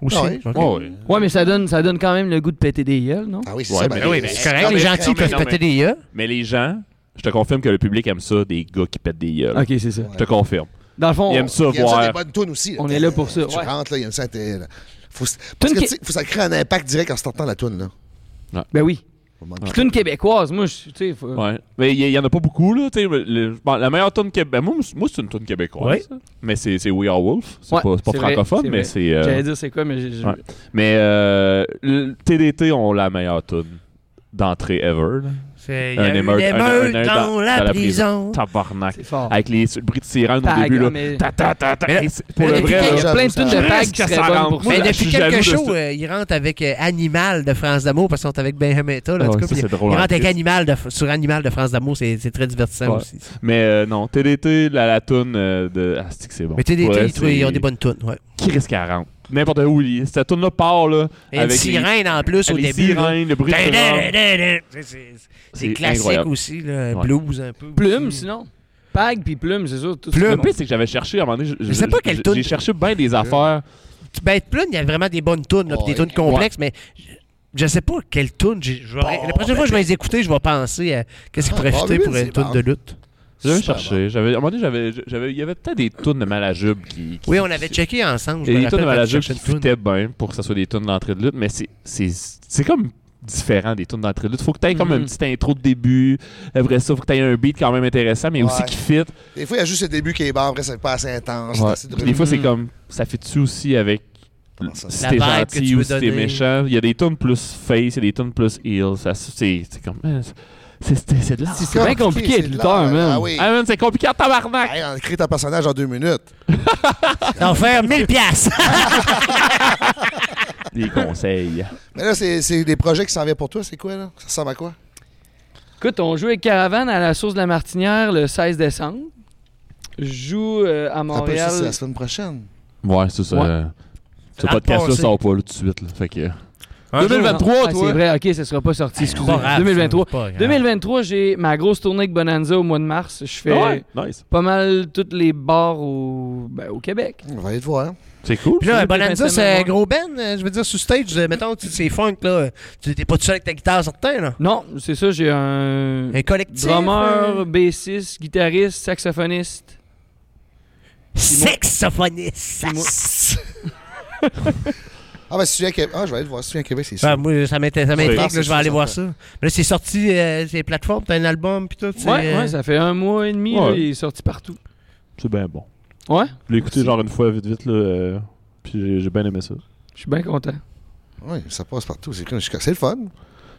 Speaker 3: Aussi. Ah
Speaker 1: Ouais.
Speaker 3: Ok.
Speaker 2: Ouais, ouais.
Speaker 11: Ah Ouais, mais ça donne, ça donne quand même le goût de péter des gueules, non?
Speaker 1: Ah oui, c'est
Speaker 2: Ouais,
Speaker 1: ça.
Speaker 2: mais-
Speaker 1: ben,
Speaker 2: oui,
Speaker 1: ben,
Speaker 3: C'est correct, les
Speaker 2: mais-
Speaker 3: gentils
Speaker 2: non, mais-
Speaker 3: peuvent
Speaker 2: non,
Speaker 3: péter
Speaker 2: mais-
Speaker 3: des yeux.
Speaker 2: Mais les gens, je te confirme que le public aime ça, des gars qui pètent des gueules.
Speaker 11: Ok, c'est ça.
Speaker 2: Je te confirme.
Speaker 11: Dans le fond,
Speaker 2: Ils aiment ça
Speaker 1: Il y a ça, des
Speaker 2: voir.
Speaker 1: bonnes tounes aussi.
Speaker 11: On est là pour ça,
Speaker 1: Tu
Speaker 11: ouais.
Speaker 1: rentres là, il y a ça. t'es- là. Faut, parce que
Speaker 11: qui-
Speaker 1: tu sais, faut que ça crée un impact direct en sortant la toune là.
Speaker 11: ben oui.
Speaker 1: Au moment-
Speaker 11: C'est une québécoise, moi, je- tu sais. faut-
Speaker 2: Ouais. Mais il y, il y en a pas beaucoup, là. tu sais, le- le- bon, la meilleure tune québécoise. Moi, moi, c'est une tune québécoise. Mais c'est c'est We Are Wolf. C'est
Speaker 11: Ouais,
Speaker 2: pas, c'est pas
Speaker 11: c'est vrai,
Speaker 2: francophone,
Speaker 11: c'est
Speaker 2: mais
Speaker 11: vrai.
Speaker 2: c'est. euh,
Speaker 11: J'allais dire c'est quoi, mais j'ai- j'ai-
Speaker 2: Ouais. Mais euh, le TDT ont la meilleure tune d'entrée ever. là.
Speaker 3: C'est
Speaker 2: Un émeute- un- un- un
Speaker 3: dans la prison.
Speaker 2: Tabarnak.
Speaker 11: c'est fort.
Speaker 2: Avec les, le bruit de sirène au
Speaker 11: Pag,
Speaker 2: début, là.
Speaker 11: hein, Ah. mais-
Speaker 2: Ta, ta, ta, ta.
Speaker 3: Mais-
Speaker 2: Hey, c'est- pour
Speaker 3: mais
Speaker 2: le
Speaker 3: depuis
Speaker 2: vrai,
Speaker 11: Il y
Speaker 2: là. Ah
Speaker 11: a
Speaker 1: j'avoue,
Speaker 11: plein de tunes de
Speaker 2: j'avoue,
Speaker 11: Pag
Speaker 2: j'avoue
Speaker 11: qui
Speaker 2: que
Speaker 11: seraient
Speaker 2: ça
Speaker 11: bonnes
Speaker 2: rentre.
Speaker 11: pour
Speaker 2: Moi,
Speaker 3: Mais
Speaker 11: ça.
Speaker 2: là, je
Speaker 3: depuis
Speaker 2: suis
Speaker 3: quelques
Speaker 2: jaloux de
Speaker 3: shows,
Speaker 2: ce-
Speaker 3: euh, ils rentrent avec euh, Animal de France d'amour, parce qu'on est avec Benjameta. Là,
Speaker 2: Ah
Speaker 3: en tout
Speaker 2: ouais,
Speaker 3: cas,
Speaker 2: ça,
Speaker 3: puis
Speaker 2: c'est
Speaker 3: ils
Speaker 2: drôle,
Speaker 3: rentrent
Speaker 2: hein,
Speaker 3: avec
Speaker 2: Chris.
Speaker 3: Animal de, sur Animal de France d'amour, c'est c'est très divertissant
Speaker 2: Ouais.
Speaker 3: aussi. ça.
Speaker 2: Mais euh, non, TDT, la, la toune euh, de. Ah, c'est que c'est bon.
Speaker 3: Mais tu
Speaker 2: Pour vrai,
Speaker 3: sais,
Speaker 2: c'est-
Speaker 3: ils ont des bonnes tunes. Ouais.
Speaker 2: Qui risque à rentrer N'importe où. il- Cette toune-là part, là.
Speaker 3: Et une
Speaker 2: avec les-
Speaker 3: sirène en plus au
Speaker 2: les
Speaker 3: début. là.
Speaker 2: sirènes, le bruit de sirène.
Speaker 3: C'est- c'est- C'est
Speaker 2: C'est
Speaker 3: classique
Speaker 2: incroyable.
Speaker 3: aussi, là,
Speaker 2: Ouais.
Speaker 3: blues un peu.
Speaker 11: Plume,
Speaker 3: aussi.
Speaker 11: sinon. Pag puis plume, c'est sûr. tout-
Speaker 2: Le
Speaker 3: Plume.
Speaker 2: pire, c'est que j'avais cherché à un moment donné. je-
Speaker 3: Je sais pas
Speaker 2: je-
Speaker 3: quelle
Speaker 2: je-
Speaker 3: toune.
Speaker 2: J'ai cherché bien des affaires.
Speaker 3: Ben, Plume, il y a vraiment des bonnes tunes, là, puis des
Speaker 1: Ouais. ben,
Speaker 3: tunes complexes, mais je- je sais pas quelle tune. j'ai- je vais- La prochaine fois que je vais les écouter, je vais penser à qu'est-ce qui
Speaker 1: Ah,
Speaker 3: pourrait
Speaker 1: Bobby
Speaker 3: fitter pour
Speaker 1: Wood,
Speaker 3: une
Speaker 1: c'est
Speaker 3: tune
Speaker 1: bon.
Speaker 3: de lutte.
Speaker 2: J'avais
Speaker 1: Super
Speaker 2: cherché. J'avais, à un moment donné, j'avais, j'avais, il y avait peut-être des tunes de Malajube qui, qui-
Speaker 3: Oui, on avait
Speaker 2: qui-
Speaker 3: checké ensemble. je
Speaker 2: Et
Speaker 3: me
Speaker 2: les tunes de
Speaker 3: rappelle quand
Speaker 2: Malajube
Speaker 3: tu cherchais
Speaker 2: qui
Speaker 3: une toune.
Speaker 2: foutaient bien pour que ça soit des tunes d'entrée de lutte, mais c'est, c'est, c'est comme différent des tunes d'entrée de lutte. Faut que t'aies comme
Speaker 11: Mhm.
Speaker 2: un petit intro de début. Après ça, faut que t'aies un beat quand même intéressant, mais aussi
Speaker 1: Ouais.
Speaker 2: qui fit.
Speaker 1: Des fois, il y a juste le début qui est bon, après, c'est pas assez intense.
Speaker 2: Ouais.
Speaker 1: c'est assez drôle.
Speaker 2: Des fois, c'est
Speaker 11: Mhm.
Speaker 2: comme ça fait tu aussi avec
Speaker 1: Ah, ça,
Speaker 2: si
Speaker 3: La
Speaker 2: t'es
Speaker 3: vibe que
Speaker 2: gentil
Speaker 3: tu
Speaker 2: ou
Speaker 3: veux
Speaker 2: si t'es
Speaker 3: donner.
Speaker 2: méchant. Il y a des tunes plus face, il y a des tunes plus heel. Ça, c'est, c'est comme euh, c'est, c'est, c'est de l'art.
Speaker 1: C'est
Speaker 11: bien compliqué
Speaker 1: c'est
Speaker 11: d'être
Speaker 1: de
Speaker 11: lutteur,
Speaker 1: l'art.
Speaker 11: man.
Speaker 1: Ah oui.
Speaker 2: Ah man, c'est compliqué en tabarnak.
Speaker 1: Hey, on crée ton personnage en deux minutes.
Speaker 3: T'en faire 1000 piastres.
Speaker 2: Des conseils.
Speaker 1: Mais là, c'est c'est des projets qui s'en viennent pour toi, c'est quoi, là? Ça ressemble à quoi?
Speaker 11: Écoute, on joue avec Caravane à la source de la Martinière le 16 décembre. Je joue euh, à
Speaker 1: Rappelle ça, c'est
Speaker 11: Montréal.
Speaker 1: la semaine prochaine.
Speaker 2: Ouais, c'est ça.
Speaker 11: Ouais.
Speaker 2: euh, Ce
Speaker 11: Ça a
Speaker 2: podcast-là
Speaker 11: passé.
Speaker 2: sort pas là, tout de suite. là. Fait que.
Speaker 11: Un
Speaker 2: 2023,
Speaker 11: jour, non. Ah,
Speaker 2: toi.
Speaker 11: C'est vrai, ok, ça sera pas sorti.
Speaker 2: c'est
Speaker 11: excusez.
Speaker 2: pas grave,
Speaker 11: 2023.
Speaker 2: c'est pas grave.
Speaker 11: 2023, j'ai ma grosse tournée avec Bonanza au mois de mars. Je fais
Speaker 2: Ah ouais, nice.
Speaker 11: pas mal toutes les bars au, ben, au Québec.
Speaker 1: On va aller te voir.
Speaker 2: C'est cool.
Speaker 3: Puis là, Bonanza, c'est un gros Ben. euh, Je veux dire, sur stage, euh, mettons, tu- c'est funk, là. euh, Tu t'es pas tout seul avec ta guitare, certain, là.
Speaker 11: Non, c'est ça, j'ai un.
Speaker 3: Un collectif.
Speaker 11: Drummer,
Speaker 3: euh,
Speaker 11: bassiste, guitariste, saxophoniste.
Speaker 3: Saxophoniste.
Speaker 1: Ah, ben, si tu viens à Québec. Ah, je vais aller le voir. Si tu viens à Québec, c'est sûr.
Speaker 2: Ben,
Speaker 3: Ah, moi, ça m'inté- ça
Speaker 1: Ouais.
Speaker 3: m'intrigue, là,
Speaker 1: Parce que
Speaker 3: je vais aller voir
Speaker 1: c'est
Speaker 3: ça. Mais là, c'est sorti, euh, c'est plateforme, t'as un album, puis tout. c'est,
Speaker 11: Ouais,
Speaker 3: euh,
Speaker 11: ouais, ça fait un mois et demi,
Speaker 2: Ouais.
Speaker 11: là, il est sorti partout.
Speaker 2: C'est bien bon.
Speaker 11: Ouais?
Speaker 2: Je l'ai écouté genre une fois vite vite là. euh, Puis j'ai- j'ai bien aimé ça.
Speaker 11: Je suis bien content.
Speaker 1: Oui, ça passe partout. C'est c'est le fun.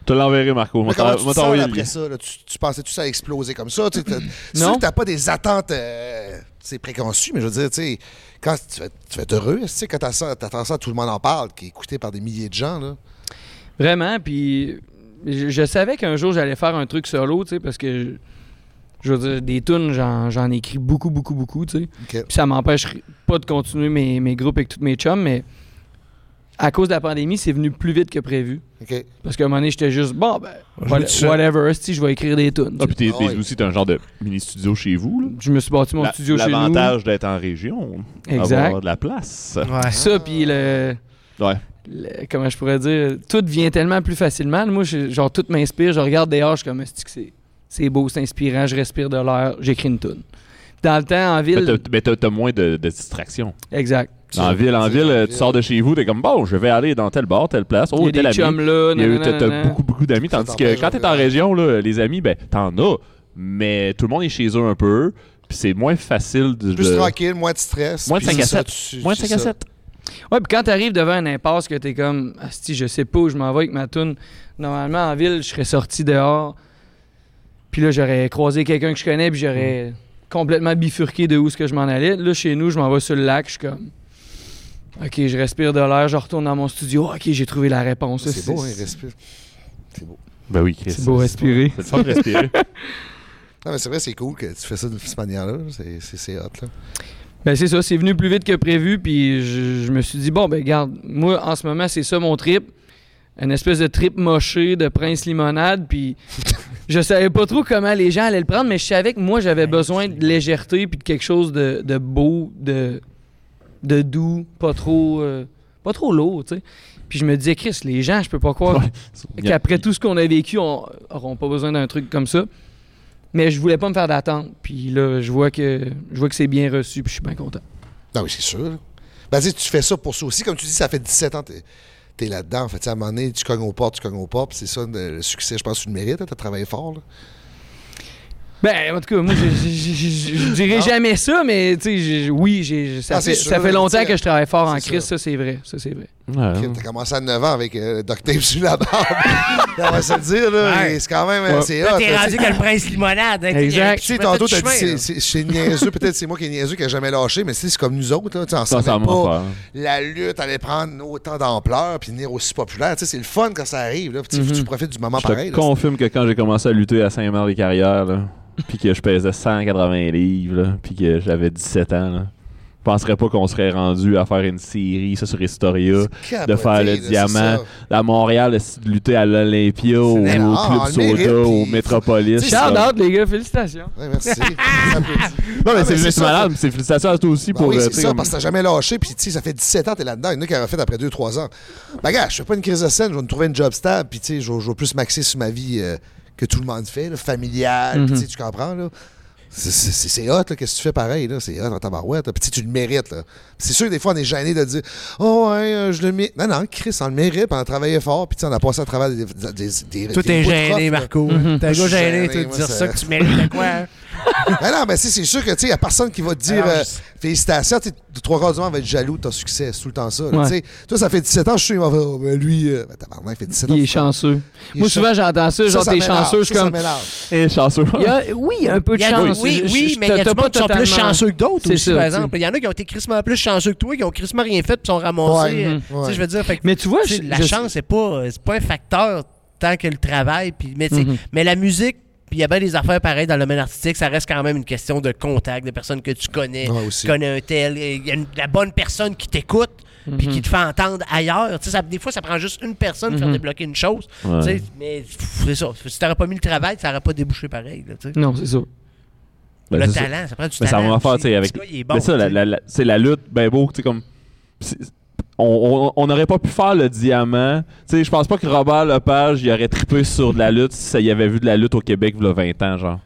Speaker 2: Je te l'enverrai, Marco. Moi,
Speaker 1: Mais comment tu te sens
Speaker 2: t'envoyer le
Speaker 1: après
Speaker 2: lien.
Speaker 1: ça? là? Tu, tu pensais-tu que ça allait exploser comme ça? Tu sais, t'as- c'est
Speaker 11: Non.
Speaker 1: sûr que t'as pas des attentes euh, tu sais, préconçues, mais je veux dire, tu sais, quand tu vas, tu vas être heureux, tu sais, quand t'as ça, t'attends ça, tout le monde en parle, qui est écouté par des milliers de gens, là.
Speaker 11: Vraiment, puis je, je savais qu'un jour j'allais faire un truc solo, tu sais, parce que je, je veux dire, des tunes, j'en, j'en écris beaucoup, beaucoup, beaucoup, tu sais.
Speaker 1: OK.
Speaker 11: Puis ça m'empêche pas de continuer mes, mes groupes avec tous mes chums, mais à cause de la pandémie, c'est venu plus vite que prévu.
Speaker 1: OK.
Speaker 11: Parce qu'à un moment donné, j'étais juste, bon, ben,
Speaker 2: Je
Speaker 11: what-
Speaker 2: me suis-
Speaker 11: whatever, si je vais écrire des tunes.
Speaker 2: Ah,
Speaker 11: tu
Speaker 2: puis t'es,
Speaker 11: sais.
Speaker 1: Ah
Speaker 2: t'es
Speaker 1: ouais.
Speaker 2: aussi, t'as un genre de mini-studio chez vous, là.
Speaker 11: Je me suis bâti mon
Speaker 2: La-
Speaker 11: studio chez nous.
Speaker 2: L'avantage d'être en région.
Speaker 11: Exact.
Speaker 2: Avoir de la place.
Speaker 3: Ouais.
Speaker 11: Ça, puis le.
Speaker 2: Ouais.
Speaker 11: le- comment je pourrais dire, tout vient tellement plus facilement. Moi, je- genre, tout m'inspire. Je regarde dehors, je suis comme, Esti que c'est, c'est beau, c'est inspirant, je respire de l'air, j'écris une toune. Dans le temps, en
Speaker 2: Mais
Speaker 11: ville.
Speaker 2: t'as, mais t'as- t'as moins de, de distractions.
Speaker 11: Exact.
Speaker 2: En ville, en ville, euh, tu sors de chez vous, t'es comme bon, je vais aller dans tel bar, telle place.
Speaker 11: Il y
Speaker 2: Oh,
Speaker 11: a des
Speaker 2: tel ami.
Speaker 11: chums là,
Speaker 2: Il y a eu-
Speaker 11: nanana,
Speaker 2: t'as, t'as
Speaker 11: nanana.
Speaker 2: beaucoup, beaucoup d'amis. Tandis que
Speaker 1: t'empêche
Speaker 2: quand
Speaker 1: de
Speaker 2: t'es en région, là, les amis, ben, t'en as, mais tout le monde est chez eux un peu. Puis c'est moins facile de.
Speaker 1: Plus
Speaker 2: de-
Speaker 1: tranquille, moins de stress.
Speaker 2: Moins de
Speaker 1: puis
Speaker 2: 5 à
Speaker 1: ça,
Speaker 2: 7.
Speaker 1: tu-
Speaker 2: Moins de
Speaker 1: c'est
Speaker 2: 5 à
Speaker 1: ça.
Speaker 2: 7.
Speaker 11: Ouais, puis quand t'arrives devant un impasse que t'es comme, Asti, je sais pas où je m'en vais avec ma toune. Normalement, en ville, je serais sorti dehors. Puis là, j'aurais croisé quelqu'un que je connais, puis j'aurais complètement bifurqué de où est-ce que je m'en allais. Là, chez nous, je m'en vais sur le lac, je suis comme. Ok, je respire de l'air, je retourne dans mon studio. Ah, Ok, j'ai trouvé la réponse.
Speaker 1: C'est beau, hein, respire.
Speaker 2: Ben oui, Chris.
Speaker 11: C'est beau respirer.
Speaker 2: C'est le fun de respirer.
Speaker 1: Non, mais c'est vrai, c'est cool que tu fais ça de cette manière-là. C'est- C'est c'est hot, là.
Speaker 11: Ben c'est ça, c'est venu plus vite que prévu, puis je, je me suis dit, bon, ben garde, moi en ce moment, c'est ça mon trip. Une espèce de trip moché de Prince Limonade, puis je savais pas trop comment les gens allaient le prendre, mais je savais que moi, j'avais besoin de légèreté, puis de quelque chose de, de beau, de, de doux, pas trop, euh, pas trop lourd, tu sais. Puis je me disais, Chris, les gens, je peux pas croire qu'après tout ce qu'on a vécu, on n'auront pas besoin d'un truc comme ça. Mais je voulais pas me faire d'attente. Puis là, je vois que je vois que c'est bien reçu, puis je suis bien content.
Speaker 1: Non, mais c'est sûr. Ben, tu sais, tu fais ça pour ça aussi. Comme tu dis, ça fait 17 ans que tu es là-dedans. En fait, Tu sais, à un moment donné, tu cognes aux portes, tu cognes aux portes. puis C'est ça le le succès, je pense, que tu le mérites. Tu as travaillé fort. là.
Speaker 11: Ben, en tout cas, moi, je, je- je- je- je dirais jamais ça, mais tu sais, je- oui, j'ai- je- ça,
Speaker 1: Ah, c'est
Speaker 11: fait,
Speaker 1: sûr,
Speaker 11: ça fait longtemps
Speaker 1: c'est-
Speaker 11: que je travaille fort en
Speaker 1: c'est
Speaker 11: crise, ça, c'est vrai. Ça, c'est vrai.
Speaker 2: Ouais. hein.
Speaker 1: Tu as commencé à 9 ans avec euh, Doc Tape sur la barbe. on va se le dire, là.
Speaker 3: Ouais.
Speaker 1: Et C'est quand même. euh, C'est hot.
Speaker 3: Là, t'es
Speaker 1: là,
Speaker 3: rendu
Speaker 1: tu
Speaker 3: que le prince limonade. hein, t'es-
Speaker 11: Exact.
Speaker 1: sais,
Speaker 3: fais
Speaker 1: tantôt,
Speaker 3: tout
Speaker 1: t'as
Speaker 3: le
Speaker 1: dit
Speaker 3: chemin, là.
Speaker 1: c'est- c'est c'est niaiseux. Peut-être c'est moi qui est niaiseux, qui a jamais lâché, mais tu sais, c'est comme nous autres. Là, Tu sais, on
Speaker 2: Ça,
Speaker 1: savait
Speaker 2: ça m'a
Speaker 1: pas.
Speaker 2: fait.
Speaker 1: La lutte allait prendre autant d'ampleur puis venir aussi populaire. Tu sais, C'est le fun quand ça arrive. Là, puis tu, tu profites du moment
Speaker 2: Je
Speaker 1: pareil.
Speaker 2: te
Speaker 1: là.
Speaker 2: confirme que quand j'ai commencé à lutter à Saint-Marc-des-Carrières, là, puis que je pesais 180 livres, là, puis que j'avais 17 ans, là, je penserais pas qu'on serait rendu à faire une série, ça sur Historia,
Speaker 1: C'est
Speaker 2: de faire
Speaker 1: capoté,
Speaker 2: le
Speaker 1: là, c'est
Speaker 2: diamant,
Speaker 1: ça.
Speaker 2: à Montréal, de lutter à l'Olympia, au,
Speaker 1: C'est
Speaker 2: au
Speaker 1: ah, on
Speaker 2: Club
Speaker 1: le
Speaker 2: Soda,
Speaker 1: mérite,
Speaker 2: au
Speaker 1: puis-
Speaker 2: Métropolis.
Speaker 1: C'est ça.
Speaker 11: Shout out, les gars, félicitations.
Speaker 1: Ouais, merci. Ça me-
Speaker 2: Non, mais
Speaker 1: Ah,
Speaker 2: c'est
Speaker 1: mais c'est
Speaker 2: juste
Speaker 1: ça,
Speaker 2: malade,
Speaker 1: faut-
Speaker 2: mais c'est félicitations à toi aussi
Speaker 1: Ben
Speaker 2: pour.
Speaker 1: oui,
Speaker 2: euh,
Speaker 1: c'est
Speaker 2: tu sais,
Speaker 1: ça,
Speaker 2: comme-
Speaker 1: parce que t'as jamais lâché. Puis, tu sais, ça fait 17 ans, t'es là-dedans. Il y en a qui en refait après 2-3 ans. Ben, gars, je fais pas une crise de scène, je vais me trouver une job stable. Puis, tu sais, je vais je vais plus m'axer sur ma vie euh, que tout le monde fait, là, familiale. puis, tu
Speaker 2: Mhm.
Speaker 1: sais, tu comprends, là? C'est- C'est c'est- c'est hot, là, qu'est-ce que tu fais pareil, là? C'est hot en tabarouette, là. Puis, tu sais, tu le mérites, là. C'est sûr que des fois, on est gêné de dire, oh, ouais, euh, je le mérite. Non, non, Chris, on le mérite, puis on a travaillé fort, puis, tu sais, on a passé à travers des. des, des- des- des
Speaker 3: Toi, t'es
Speaker 1: bouts de
Speaker 3: gêné,
Speaker 1: rough, là.
Speaker 3: Marco. T'es un
Speaker 1: Je
Speaker 3: gars
Speaker 1: suis
Speaker 3: gêné,
Speaker 1: gêné,
Speaker 3: toi, de
Speaker 1: moi,
Speaker 3: dire
Speaker 1: ça-
Speaker 3: ça que tu mérites de quoi? hein?
Speaker 1: Ben non, mais si, c'est sûr que, tu sais, il n'y a personne qui va te
Speaker 11: Ben
Speaker 1: dire
Speaker 3: Alors, je-
Speaker 1: euh, félicitations. Tu sais, t- trois quarts du monde va être jaloux de ton succès. C'est tout le temps ça. là,
Speaker 11: Ouais.
Speaker 1: tu sais. Toi, ça fait 17 ans, je suis. il va faire, Oh, ben lui, euh, ben, tabarnak, il fait 17 ans.
Speaker 11: Il est
Speaker 1: tu fais-
Speaker 11: chanceux.
Speaker 1: Il est
Speaker 11: Moi,
Speaker 1: chan-
Speaker 11: souvent, j'entends ça,
Speaker 1: Ça,
Speaker 11: genre,
Speaker 1: ça
Speaker 11: t'es
Speaker 1: m'énerve,
Speaker 11: chanceux, je suis
Speaker 1: ça, ça
Speaker 11: comme.
Speaker 1: m'énerve.
Speaker 2: Eh, chanceux.
Speaker 11: Il y a- oui, il y a un peu
Speaker 3: Il
Speaker 11: de
Speaker 3: y a-
Speaker 11: chance.
Speaker 3: oui,
Speaker 11: Je- je-
Speaker 3: oui,
Speaker 11: je
Speaker 3: mais
Speaker 11: te-
Speaker 3: il y a
Speaker 11: t'as
Speaker 3: du monde qui sont plus
Speaker 11: totalement-
Speaker 3: chanceux que d'autres
Speaker 11: C'est
Speaker 3: aussi,
Speaker 11: ça,
Speaker 3: par
Speaker 11: tu sais.
Speaker 3: exemple. Il y en a qui ont été crissement plus chanceux que toi, qui ont crissement rien fait, puis sont ramassés.
Speaker 1: Ouais,
Speaker 3: euh,
Speaker 1: mhm,
Speaker 3: tu sais,
Speaker 1: ouais.
Speaker 3: Je veux dire, fait que-
Speaker 11: Mais tu vois,
Speaker 3: tu sais,
Speaker 11: je-
Speaker 3: la
Speaker 11: je-
Speaker 3: euh, chance, c'est pas, c'est pas un facteur tant que le travail. Puis, mais, tu sais, mais la musique, puis Puis il y a bien des affaires pareilles dans le domaine artistique. Ça reste quand même une question de contact, de personnes que tu connais.
Speaker 1: Ouais, aussi.
Speaker 3: Tu connais un tel. Il y a une- la bonne personne qui t'écoute. Puis
Speaker 1: Mhm.
Speaker 3: qui te fait entendre ailleurs. Tu sais, ça- des fois, ça prend juste une personne pour faire
Speaker 11: Mhm.
Speaker 3: débloquer une chose.
Speaker 11: Ouais.
Speaker 3: Tu sais, Mais pff, c'est ça. Si t'aurais pas mis le travail, ça n'aurait pas débouché pareil. là, tu sais.
Speaker 11: Non, c'est ça.
Speaker 2: Ben,
Speaker 3: le
Speaker 2: c'est
Speaker 3: talent, ça prend du
Speaker 2: Mais
Speaker 3: talent
Speaker 2: Ça va faire,
Speaker 3: aussi.
Speaker 2: tu sais, avec.
Speaker 3: Le petit gars, il est bon,
Speaker 2: mais ça, la-
Speaker 3: tu sais.
Speaker 2: la- la- c'est la lutte, ben beau, tu sais, comme. c'est- On on- on n'aurait pas pu faire le diamant. Tu sais, je pense pas que Robert Lepage il aurait trippé sur de la lutte si ça y avait vu de la lutte au Québec il y a 20 ans, genre.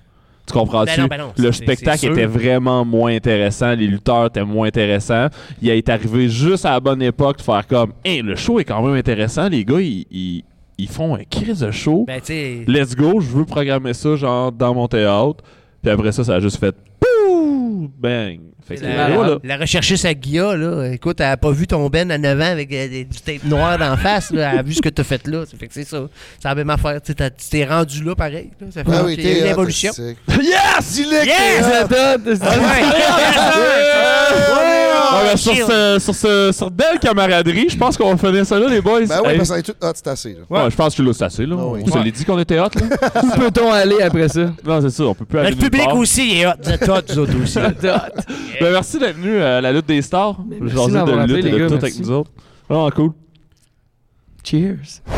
Speaker 2: Tu comprends-tu?
Speaker 3: Ben non, ben non,
Speaker 2: le
Speaker 3: c'est- c'est
Speaker 2: spectacle
Speaker 3: sûr.
Speaker 2: était vraiment moins intéressant, les lutteurs étaient moins intéressants. Il est arrivé juste à la bonne époque de faire comme Hey, le show est quand même intéressant, les gars, ils, ils- ils font un crise de show.
Speaker 3: Ben, tu sais-
Speaker 2: Let's go, je veux programmer ça genre dans mon théâtre. Puis après ça, ça a juste fait Pouh! Bang! Fait que
Speaker 3: La,
Speaker 2: voilà.
Speaker 3: la recherchiste à Guilla, là, écoute, elle a pas vu ton Ben à 9 ans avec euh, des- du tape noir d'en face, là, elle a vu ce que t'as fait là. Fait que c'est ça. C'est la même affaire. Tu sais, t'as- tu t'es rendu là pareil. là. Ça fait
Speaker 1: Ah oui,
Speaker 3: qu'il y a
Speaker 1: t'es
Speaker 3: une
Speaker 1: hot,
Speaker 3: évolution.
Speaker 1: c'est sick.
Speaker 3: Yes!
Speaker 1: Il est que t'es hot.
Speaker 3: Ah ouais.
Speaker 2: Ah, ben, sur, ce, sur, ce, sur belle camaraderie, je pense qu'on va finir ça là, les boys.
Speaker 1: Ben oui,
Speaker 2: Hey.
Speaker 1: parce qu'on est tout hot, c'est assez. là.
Speaker 2: Ouais, je pense que là, c'est assez. Là.
Speaker 1: oui.
Speaker 2: On se
Speaker 1: Ouais.
Speaker 2: l'est dit qu'on était hot. Là.
Speaker 11: Où peut-on aller après ça?
Speaker 2: non, c'est ça, on peut plus aller
Speaker 3: Le
Speaker 2: nulle
Speaker 3: public
Speaker 2: part.
Speaker 3: aussi, il est hot. Vous êtes hot, vous autres aussi.
Speaker 2: Ben, merci d'être venu à la lutte des stars.
Speaker 11: merci
Speaker 2: Jaser
Speaker 11: d'avoir
Speaker 2: de
Speaker 11: appelé,
Speaker 2: lutte
Speaker 11: les
Speaker 2: et de
Speaker 11: gars,
Speaker 2: tout
Speaker 11: merci.
Speaker 2: avec nous autres. Vraiment cool.
Speaker 11: Cheers.